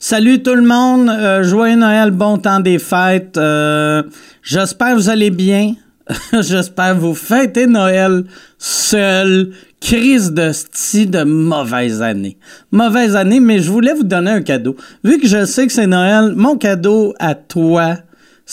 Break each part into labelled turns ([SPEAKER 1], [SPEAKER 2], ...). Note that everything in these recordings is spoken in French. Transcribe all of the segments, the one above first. [SPEAKER 1] Salut tout le monde, euh, joyeux Noël, bon temps des fêtes. Euh, J'espère que vous allez bien. J'espère que vous fêtez Noël seul. Crise de style de mauvaise année. Mauvaise année, mais je voulais vous donner un cadeau. Vu que je sais que c'est Noël, mon cadeau à toi,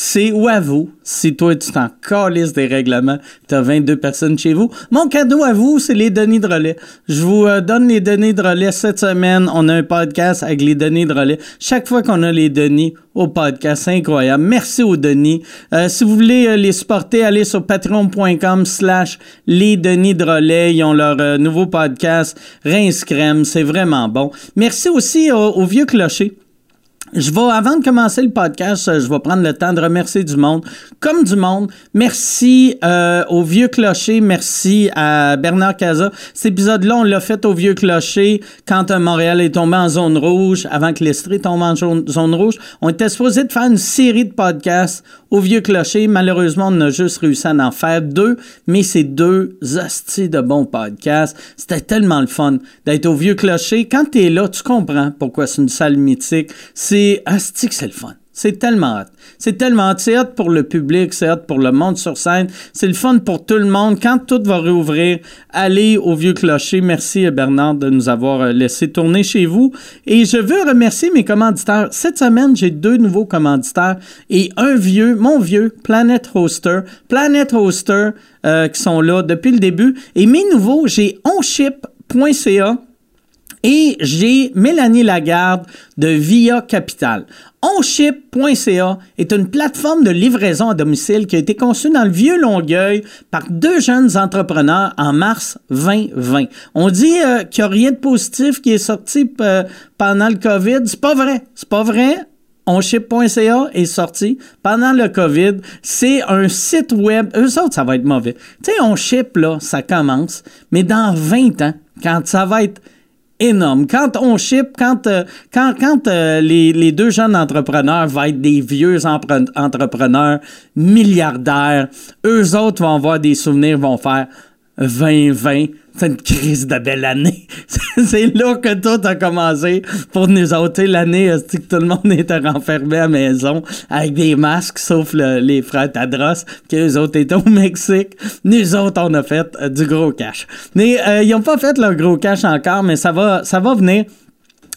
[SPEAKER 1] c'est ou à vous, si toi tu t'en calisses des règlements, t'as 22 personnes chez vous. Mon cadeau à vous, c'est les données de relais. Je vous euh, donne les données de relais cette semaine. On a un podcast avec les données de relais. Chaque fois qu'on a les données au podcast, c'est incroyable. Merci aux données. Euh, si vous voulez euh, les supporter, allez sur patreon.com slash les données de relais. Ils ont leur euh, nouveau podcast, Rince Crème. C'est vraiment bon. Merci aussi au au vieux clocher. Je vais, avant de commencer le podcast, euh, je vais prendre le temps de remercier du monde. Comme du monde, merci euh, au Vieux Clocher, merci à Bernard Caza. Cet épisode-là, on l'a fait au Vieux Clocher quand euh, Montréal est tombé en zone rouge, avant que l'Estrie tombe en jaune- zone rouge. On était supposé de faire une série de podcasts au Vieux Clocher. Malheureusement, on a juste réussi à en faire deux, mais c'est deux hosties de bons podcasts. C'était tellement le fun d'être au Vieux Clocher. Quand tu es là, tu comprends pourquoi c'est une salle mythique. C'est hostie que c'est le fun. C'est tellement hot. C'est tellement hot. C'est hot pour le public, c'est hot pour le monde sur scène. C'est le fun pour tout le monde. Quand tout va réouvrir, allez au Vieux Clocher. Merci euh, Bernard de nous avoir euh, laissé tourner chez vous. Et je veux remercier mes commanditaires. Cette semaine, j'ai deux nouveaux commanditaires et un vieux, mon vieux, Planet Hoster. Planet Hoster euh, qui sont là depuis le début. Et mes nouveaux, j'ai onship.ca. Et j'ai Mélanie Lagarde de Via Capital. Onship.ca est une plateforme de livraison à domicile qui a été conçue dans le vieux Longueuil par deux jeunes entrepreneurs en mars 2020. On dit euh, qu'il n'y a rien de positif qui est sorti euh, pendant le COVID. C'est pas vrai. C'est pas vrai. Onship.ca est sorti pendant le COVID. C'est un site web. Eux autres, ça va être mauvais. Tu sais, on ship, là, ça commence. Mais dans 20 ans, quand ça va être énorme, quand on ship, quand, euh, quand, quand euh, les, les deux jeunes entrepreneurs vont être des vieux empre- entrepreneurs milliardaires, eux autres vont avoir des souvenirs, vont faire 2020. C'est une crise de belle année. C'est- C'est là que tout a commencé pour nous autres. L'année, euh, c'est que tout le monde était renfermé à la maison avec des masques, sauf le- les frères Tadros, qui eux autres étaient au Mexique. Nous autres, on a fait euh, du gros cash. Mais euh, ils n'ont pas fait leur gros cash encore, mais ça va, ça va venir.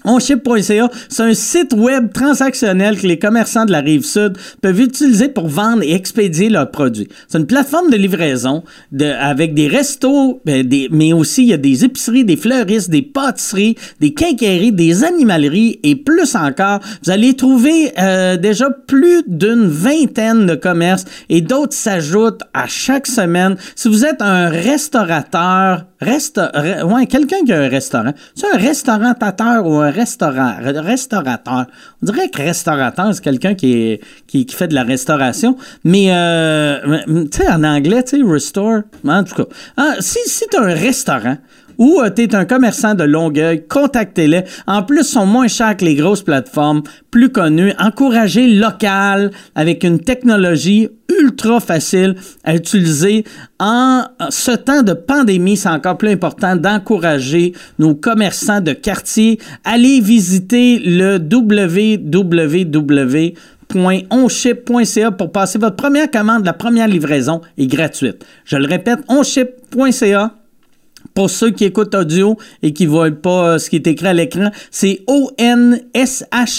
[SPEAKER 1] Onship.ca, c'est un site web transactionnel que les commerçants de la rive sud peuvent utiliser pour vendre et expédier leurs produits. C'est une plateforme de livraison de- avec des restos, ben, des- mais aussi il y a des épiceries, des fleuristes, des pâtisseries, des quincailleries, des animaleries et plus encore. Vous allez trouver euh, déjà plus d'une vingtaine de commerces et d'autres s'ajoutent à chaque semaine. Si vous êtes un restaurateur, resta- re- ouais, quelqu'un qui a un restaurant, c'est un restaurantateur ou un restaurant, re- restaurateur. On dirait que restaurateur, c'est quelqu'un qui, est- qui, qui fait de la restauration, mais euh, mais, tu sais, en anglais, tu sais, restore, en tout cas. Ah, si si tu as un restaurant, ou tu es un commerçant de Longueuil, contactez-les. En plus, ils sont moins chers que les grosses plateformes, plus connues. Encouragez local avec une technologie ultra facile à utiliser. En ce temps de pandémie, c'est encore plus important d'encourager nos commerçants de quartier. Allez visiter le www onship.ca pour passer votre première commande. La première livraison est gratuite. Je le répète, onship.ca pour ceux qui écoutent audio et qui ne voient pas euh, ce qui est écrit à l'écran, c'est onship.ca.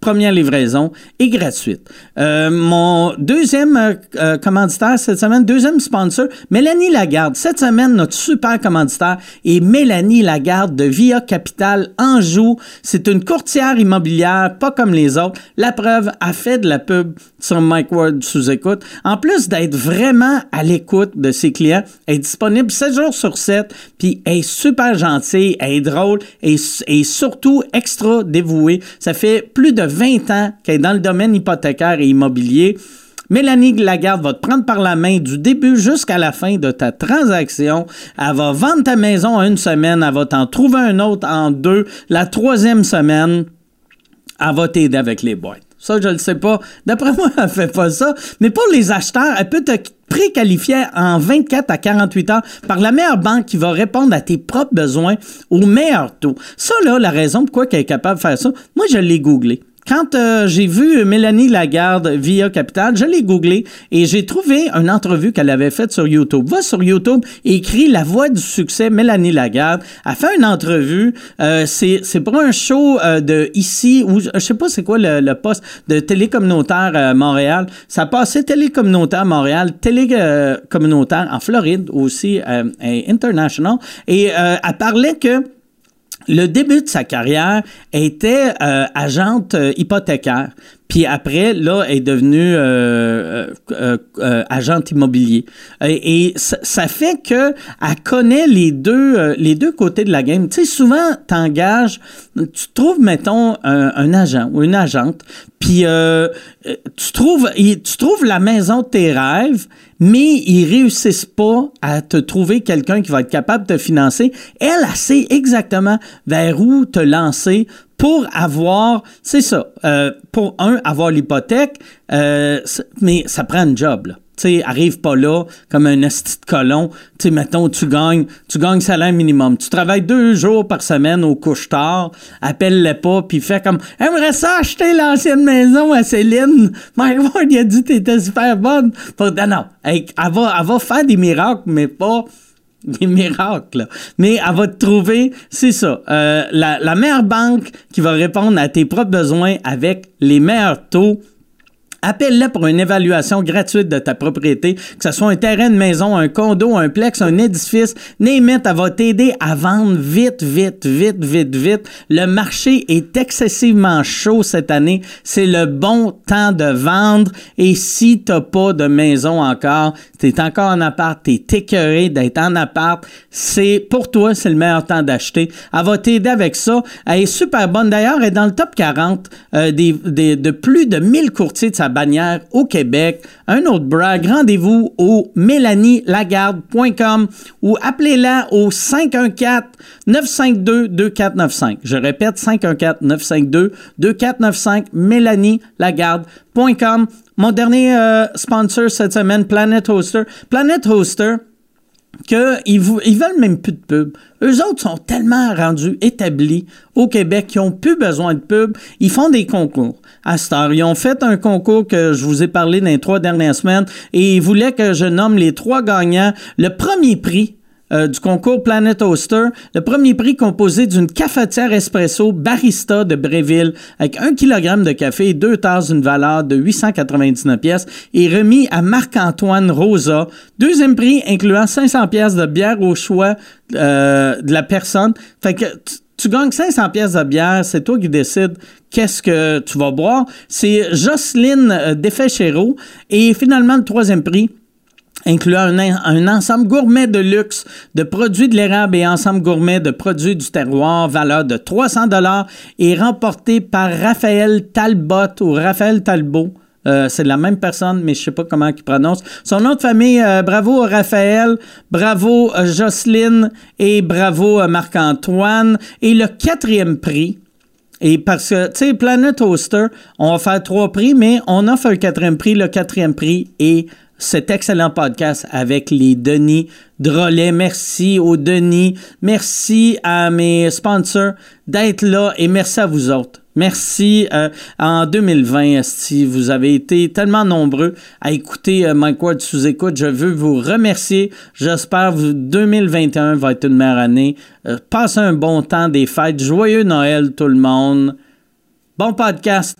[SPEAKER 1] Première livraison et gratuite. Euh, mon deuxième euh, euh, commanditaire cette semaine, deuxième sponsor, Mélanie Lagarde. Cette semaine, notre super commanditaire est Mélanie Lagarde de Via Capital Anjou. C'est une courtière immobilière, pas comme les autres. La preuve, a fait de la pub sur Mike Ward sous écoute. En plus d'être vraiment à l'écoute de ses clients, elle est disponible 7 jours sur 7, puis elle est super gentille, elle est drôle et, s- et surtout extra dévouée. Ça fait plus de 20 ans qu'elle est dans le domaine hypothécaire et immobilier. Mélanie Lagarde va te prendre par la main du début jusqu'à la fin de ta transaction. Elle va vendre ta maison en une semaine, elle va t'en trouver un autre en deux, la troisième semaine elle va t'aider avec les boîtes. Ça, je le sais pas. D'après moi, elle fait pas ça. Mais pour les acheteurs, elle peut te préqualifier en 24 à 48 heures par la meilleure banque qui va répondre à tes propres besoins au meilleur taux. Ça, là, la raison pourquoi elle est capable de faire ça, moi, je l'ai googlé quand euh, j'ai vu Mélanie Lagarde via Capital, je l'ai googlé et j'ai trouvé une entrevue qu'elle avait faite sur YouTube. Va sur YouTube, écrit La voix du succès, Mélanie Lagarde. Elle fait une entrevue. euh, c'est c'est pour un show euh, de ici, ou euh, je sais pas c'est quoi le, le poste de télécommunautaire à Montréal. Ça passait télécommunautaire à Montréal, télécommunautaire en Floride aussi, euh, et international. Et euh, elle parlait que le début de sa carrière elle était euh, agente euh, hypothécaire. Puis après, là, elle est devenue euh, euh, euh, agente immobilier. Et, et ça, ça fait que elle connaît les deux, euh, les deux côtés de la game. Tu sais, souvent, t'engages, tu trouves, mettons, un, un agent ou une agente, puis euh, euh, tu, trouves, il- tu trouves la maison de tes rêves, mais ils réussissent pas à te trouver quelqu'un qui va être capable de te financer. Elle, elle sait exactement vers où te lancer pour avoir, c'est ça, euh, pour un, avoir l'hypothèque, euh, c- mais ça prend un job, là. Tu sais, arrive pas là comme un esti de colon. Tu sais, mettons, tu gagnes, tu gagnes salaire minimum. Tu travailles deux jours par semaine au couche-tard, appelle-le pas, puis fais comme « Aimerais ça acheter l'ancienne maison à Céline? » My word, il a dit t'étais super bonne. Faut- non, non. Hey, elle, va, elle va faire des miracles, mais pas des miracles. là. Mais elle va te trouver, c'est ça, euh, la, la meilleure banque qui va répondre à tes propres besoins avec les meilleurs taux. Appelle-la pour une évaluation gratuite de ta propriété, que ce soit un terrain de maison, un condo, un plex, un édifice. Name it, elle va t'aider à vendre vite, vite, vite, vite, vite. Le marché est excessivement chaud cette année. C'est le bon temps de vendre. Et si t'as pas de maison encore, t'es encore en appart, t'es écœuré d'être en appart, c'est pour toi, c'est le meilleur temps d'acheter. Elle va t'aider avec ça. Elle est super bonne. D'ailleurs, elle est dans le top 40 euh, des, des- de plus de 1000 courtiers de sa bannière au Québec. Un autre brag, rendez-vous au mélanielagarde.com ou appelez-la au 514-952-2495. Je répète, 514-952-2495, mélanielagarde.com. Mon dernier euh, sponsor cette semaine, Planet Hoster. Planet Hoster, qu'ils ils veulent même plus de pub. Eux autres sont tellement rendus établis au Québec qu'ils n'ont plus besoin de pub. Ils font des concours. À cette heure, ils ont fait un concours que je vous ai parlé dans les trois dernières semaines et ils voulaient que je nomme les trois gagnants. Le premier prix, euh, du concours Planet Oster, le premier prix composé d'une cafetière espresso barista de Bréville avec un kilogramme de café et deux tasses d'une valeur de 899 pièces est remis à Marc-Antoine Rosa. Deuxième prix incluant 500 pièces de bière au choix euh, de la personne. Fait que tu- tu gagnes 500 pièces de bière, c'est toi qui décides qu'est-ce que tu vas boire. C'est Jocelyne euh, Defechero. et finalement le troisième prix incluant un, un ensemble gourmet de luxe de produits de l'érable et ensemble gourmet de produits du terroir, valeur de 300 dollars et remporté par Raphaël Talbot ou Raphaël Talbot. Euh, c'est la même personne, mais je sais pas comment il prononce. Son nom de famille, euh, bravo Raphaël, bravo euh, Jocelyne et bravo euh, Marc-Antoine. Et le quatrième prix, et parce que, tu sais, Planet Hoster, on va faire trois prix, mais on offre un quatrième prix. Le quatrième prix est cet excellent podcast avec les Denis Drolet. Merci aux Denis. Merci à mes sponsors d'être là et merci à vous autres. Merci. euh, en 2020, si vous avez été tellement nombreux à écouter euh, Mike Ward sous écoute, je veux vous remercier. J'espère que 2021 va être une meilleure année. Euh, passez un bon temps des fêtes. Joyeux Noël, tout le monde. Bon podcast.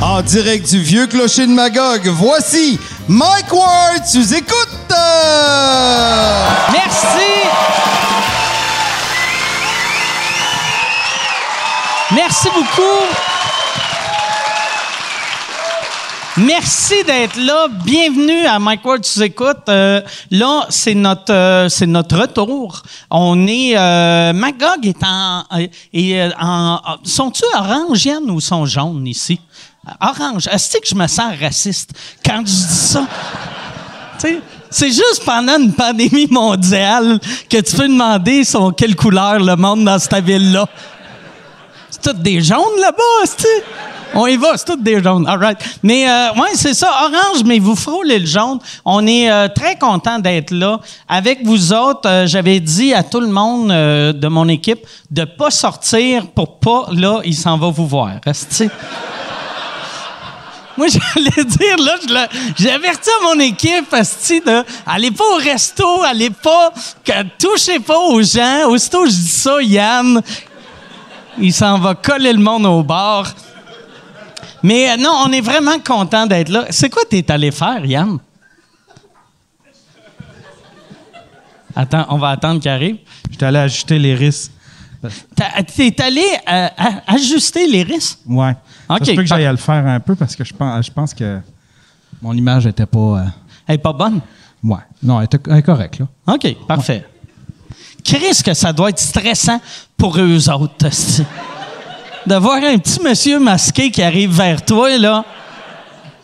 [SPEAKER 2] En direct du vieux clocher de Magog, voici Mike Ward, tu écoutes! euh!
[SPEAKER 3] Merci! Merci beaucoup! Merci d'être là. Bienvenue à Mike Ward, tu écoutes. Euh, là, c'est notre, euh, c'est notre retour. On est. euh, Magog est en. euh, est, euh, en ah, sont-tu orange, Yann, ou sont jaunes ici? Orange. Est-ce que je me sens raciste quand je dis ça? Tu sais,
[SPEAKER 1] C'est juste pendant une pandémie mondiale que tu peux demander sont quelle couleur le monde dans cette ville-là. C'est toutes des jaunes là-bas, c'est on y va, c'est toutes des jaunes. All right. Mais euh, ouais, c'est ça, orange, mais vous frôlez le jaune. On est euh, très content d'être là. Avec vous autres, euh, j'avais dit à tout le monde euh, de mon équipe de pas sortir pour pas, là, il s'en va vous voir. Restez. Moi, j'allais dire, là, je le- j'ai averti à mon équipe, asti, de, allez pas au resto, allez pas, que- touchez pas aux gens. Aussitôt, je dis ça, Yann, il s'en va coller le monde au bar. Mais euh, non, on est vraiment content d'être là. C'est quoi t'es allé faire, Yann? Attends, on va attendre qu'il arrive.
[SPEAKER 4] J'étais allé ajuster les risques.
[SPEAKER 1] T'as- T'es allé euh, a- ajuster les risques?
[SPEAKER 4] Ouais.
[SPEAKER 1] Ok.
[SPEAKER 4] Ça se peut que
[SPEAKER 5] Ah.
[SPEAKER 4] j'aille le faire un peu parce que je pense, je pense que mon image était pas. euh,
[SPEAKER 1] Elle est pas bonne?
[SPEAKER 4] ouais. Non, elle était elle est correcte, là.
[SPEAKER 1] OK, parfait. Chris, que ça doit être stressant pour eux autres, hostie. De voir un petit monsieur masqué qui arrive vers toi, là.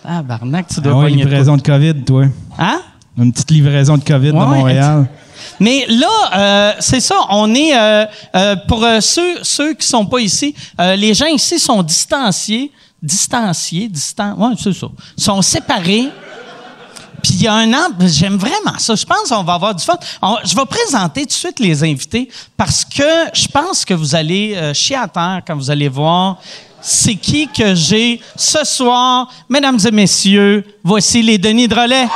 [SPEAKER 1] Ah, barnac, tu dois
[SPEAKER 4] Ah ouais,
[SPEAKER 1] pogner de
[SPEAKER 4] livraison de COVID, toi.
[SPEAKER 1] quoi. Hein?
[SPEAKER 4] Une petite livraison de COVID
[SPEAKER 1] Ouais,
[SPEAKER 4] de Montréal.
[SPEAKER 1] Mais là, euh, c'est ça, on est euh, euh, pour euh, ceux ceux qui sont pas ici, euh, les gens ici sont distanciés, distanciés, distan, ouais, c'est ça, sont séparés. Puis il y a un an, j'aime vraiment ça. Je pense qu'on va avoir du fun. On- je vais présenter tout de suite les invités parce que je pense que vous allez euh, chier à terre quand vous allez voir c'est qui que j'ai ce soir. Mesdames et messieurs, voici les Denis Drolet.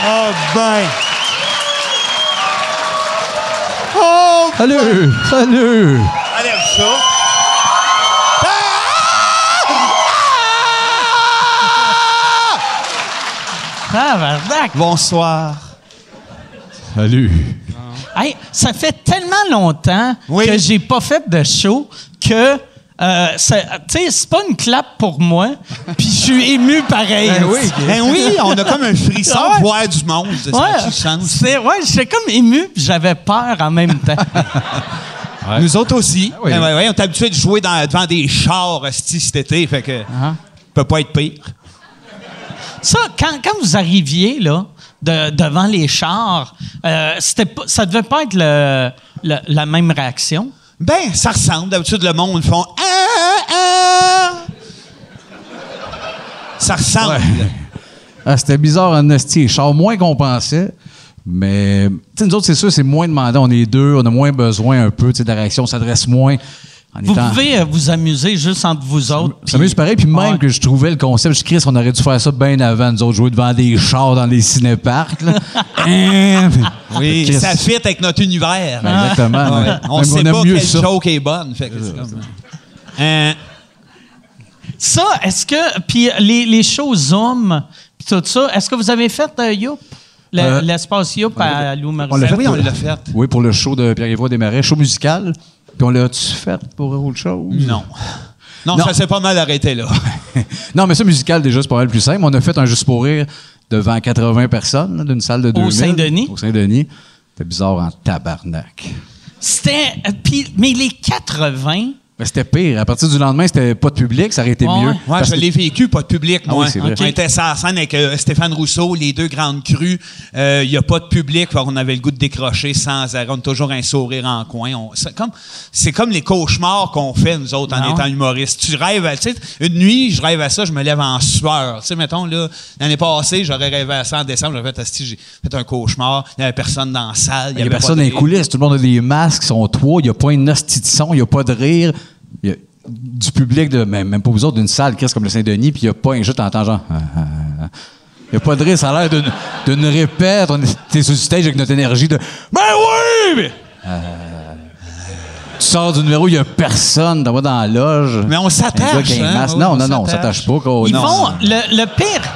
[SPEAKER 2] Oh ben! Oh!
[SPEAKER 4] Salut! Salut!
[SPEAKER 2] Allez, ça!
[SPEAKER 1] Ah, Tabarnak!
[SPEAKER 2] Bonsoir.
[SPEAKER 6] Salut.
[SPEAKER 1] Hey, ça fait tellement longtemps
[SPEAKER 2] Oui.
[SPEAKER 1] que j'ai pas fait de show que euh, ça- tu sais, c'est pas une clap pour moi, puis je suis ému pareil.
[SPEAKER 2] Ben oui, on a comme un frisson
[SPEAKER 1] Ah ouais.
[SPEAKER 2] de voir du monde. C'est
[SPEAKER 1] Ouais,
[SPEAKER 2] ça qui change.
[SPEAKER 1] c'est ouais, j'étais comme ému, puis j'avais peur en même temps.
[SPEAKER 2] Nous autres aussi.
[SPEAKER 6] oui.
[SPEAKER 2] Ben ouais, ouais, on est habitué de jouer dans- devant des chars hostie, cet été, fait que peut pas être pire.
[SPEAKER 1] Ça, quand, quand vous arriviez là de- devant les chars, euh, c'était pas- ça devait pas être le- le- la même réaction.
[SPEAKER 2] Ben, ça ressemble. D'habitude, le monde font ah, ah. Ça ressemble.
[SPEAKER 6] Ah, c'était bizarre en esti. Les chars moins qu'on pensait. Mais, tu sais, nous autres, c'est sûr, c'est moins demandé. On est deux, on a moins besoin un peu, tu sais, de la réaction, on s'adresse moins. En
[SPEAKER 1] Vous
[SPEAKER 6] étant...
[SPEAKER 1] pouvez euh, vous amuser juste entre vous autres.
[SPEAKER 6] Ça m'amuse pareil, puis même
[SPEAKER 1] Ouais.
[SPEAKER 6] que je trouvais le concept, je dis, Chris, on aurait dû faire ça bien avant, nous autres, jouer devant des chars dans les cinéparcs, là. Hein?
[SPEAKER 2] Oui,
[SPEAKER 6] Chris.
[SPEAKER 2] Ah, ça fit avec notre univers.
[SPEAKER 6] Ben, exactement.
[SPEAKER 2] Ouais.
[SPEAKER 6] ouais.
[SPEAKER 2] On
[SPEAKER 6] Même
[SPEAKER 2] sait
[SPEAKER 6] aime
[SPEAKER 2] pas
[SPEAKER 6] mieux
[SPEAKER 2] quelle
[SPEAKER 6] ça.
[SPEAKER 2] joke est bonne. Fait que c'est comme... Euh,
[SPEAKER 1] Ça, est-ce que. Puis les, les shows Zoom, puis tout ça, est-ce que vous avez fait euh, Youp? Le-
[SPEAKER 6] Euh,
[SPEAKER 1] L'espace Youp à Lou
[SPEAKER 6] on l'a
[SPEAKER 1] Morissette?
[SPEAKER 6] fait
[SPEAKER 2] oui,
[SPEAKER 6] pour-
[SPEAKER 2] on l'a fait.
[SPEAKER 6] Oui, pour le show de Pierre-Yvois Desmarais, show musical. Puis on l'a-tu fait pour autre chose?
[SPEAKER 2] Non. non.
[SPEAKER 6] Non.
[SPEAKER 2] ça s'est pas mal arrêté là.
[SPEAKER 6] non, mais ça, musical, déjà, c'est pas mal plus simple. On a fait un Juste pour rire devant 80 personnes, là, d'une salle de 2000.
[SPEAKER 1] Saint-Denis?
[SPEAKER 6] Au Saint-Denis. C'était bizarre en tabarnak.
[SPEAKER 1] C'était. euh, puis- mais les 80.
[SPEAKER 6] Mais c'était pire. À partir du lendemain, c'était pas de public, ça aurait été
[SPEAKER 1] Ouais,
[SPEAKER 6] mieux.
[SPEAKER 1] ouais. Ouais,
[SPEAKER 2] Moi,
[SPEAKER 6] Parce
[SPEAKER 2] je
[SPEAKER 6] que-
[SPEAKER 2] l'ai vécu, pas de public,
[SPEAKER 6] Ah
[SPEAKER 2] moi.
[SPEAKER 6] oui, c'est vrai.
[SPEAKER 2] On était sur la scène avec euh, Stéphane Rousseau, les deux grandes crues. Il n'y a pas de public, alors on avait le goût de décrocher sans arrêt. On a toujours un sourire en coin. On- C'est comme, c'est comme les cauchemars qu'on fait, nous autres, en
[SPEAKER 1] Ah ouais.
[SPEAKER 2] étant humoristes. Tu rêves, à- tu sais, une nuit, je rêve à ça, je me lève en sueur. Tu sais, mettons, là, l'année passée, j'aurais rêvé à ça en décembre, j'aurais fait, Asti, j'ai fait un cauchemar, il n'y avait personne dans la salle.
[SPEAKER 6] Il y a
[SPEAKER 2] avait pas
[SPEAKER 6] personne
[SPEAKER 2] de
[SPEAKER 6] dans les
[SPEAKER 2] rire.
[SPEAKER 6] coulisses. Tout le monde a des masques, ils sont trois. Il n'y a pas une hostie de son, il n'y a pas de rire. Il y a du public, de, même, même pas vous autres, d'une salle, Chris, comme le Saint-Denis, puis il n'y a pas un jeu, t'entends genre. Ah, ah, ah. Il n'y a pas de rire, ça a l'air d'une- d'une répète. On était sur le stage avec notre énergie de. Ben oui! mais- Euh, tu sors du numéro, il n'y a personne, t'en vas dans la loge.
[SPEAKER 2] Mais on s'attache,
[SPEAKER 6] Un gars qui a un
[SPEAKER 2] hein?
[SPEAKER 6] masque.
[SPEAKER 2] Oui,
[SPEAKER 6] Non,
[SPEAKER 2] on
[SPEAKER 6] non, non, on
[SPEAKER 2] s'attache.
[SPEAKER 6] s'attache pas. quoi.
[SPEAKER 1] Ils
[SPEAKER 6] Oh Non,
[SPEAKER 1] vont.
[SPEAKER 6] non.
[SPEAKER 1] Le, le pire,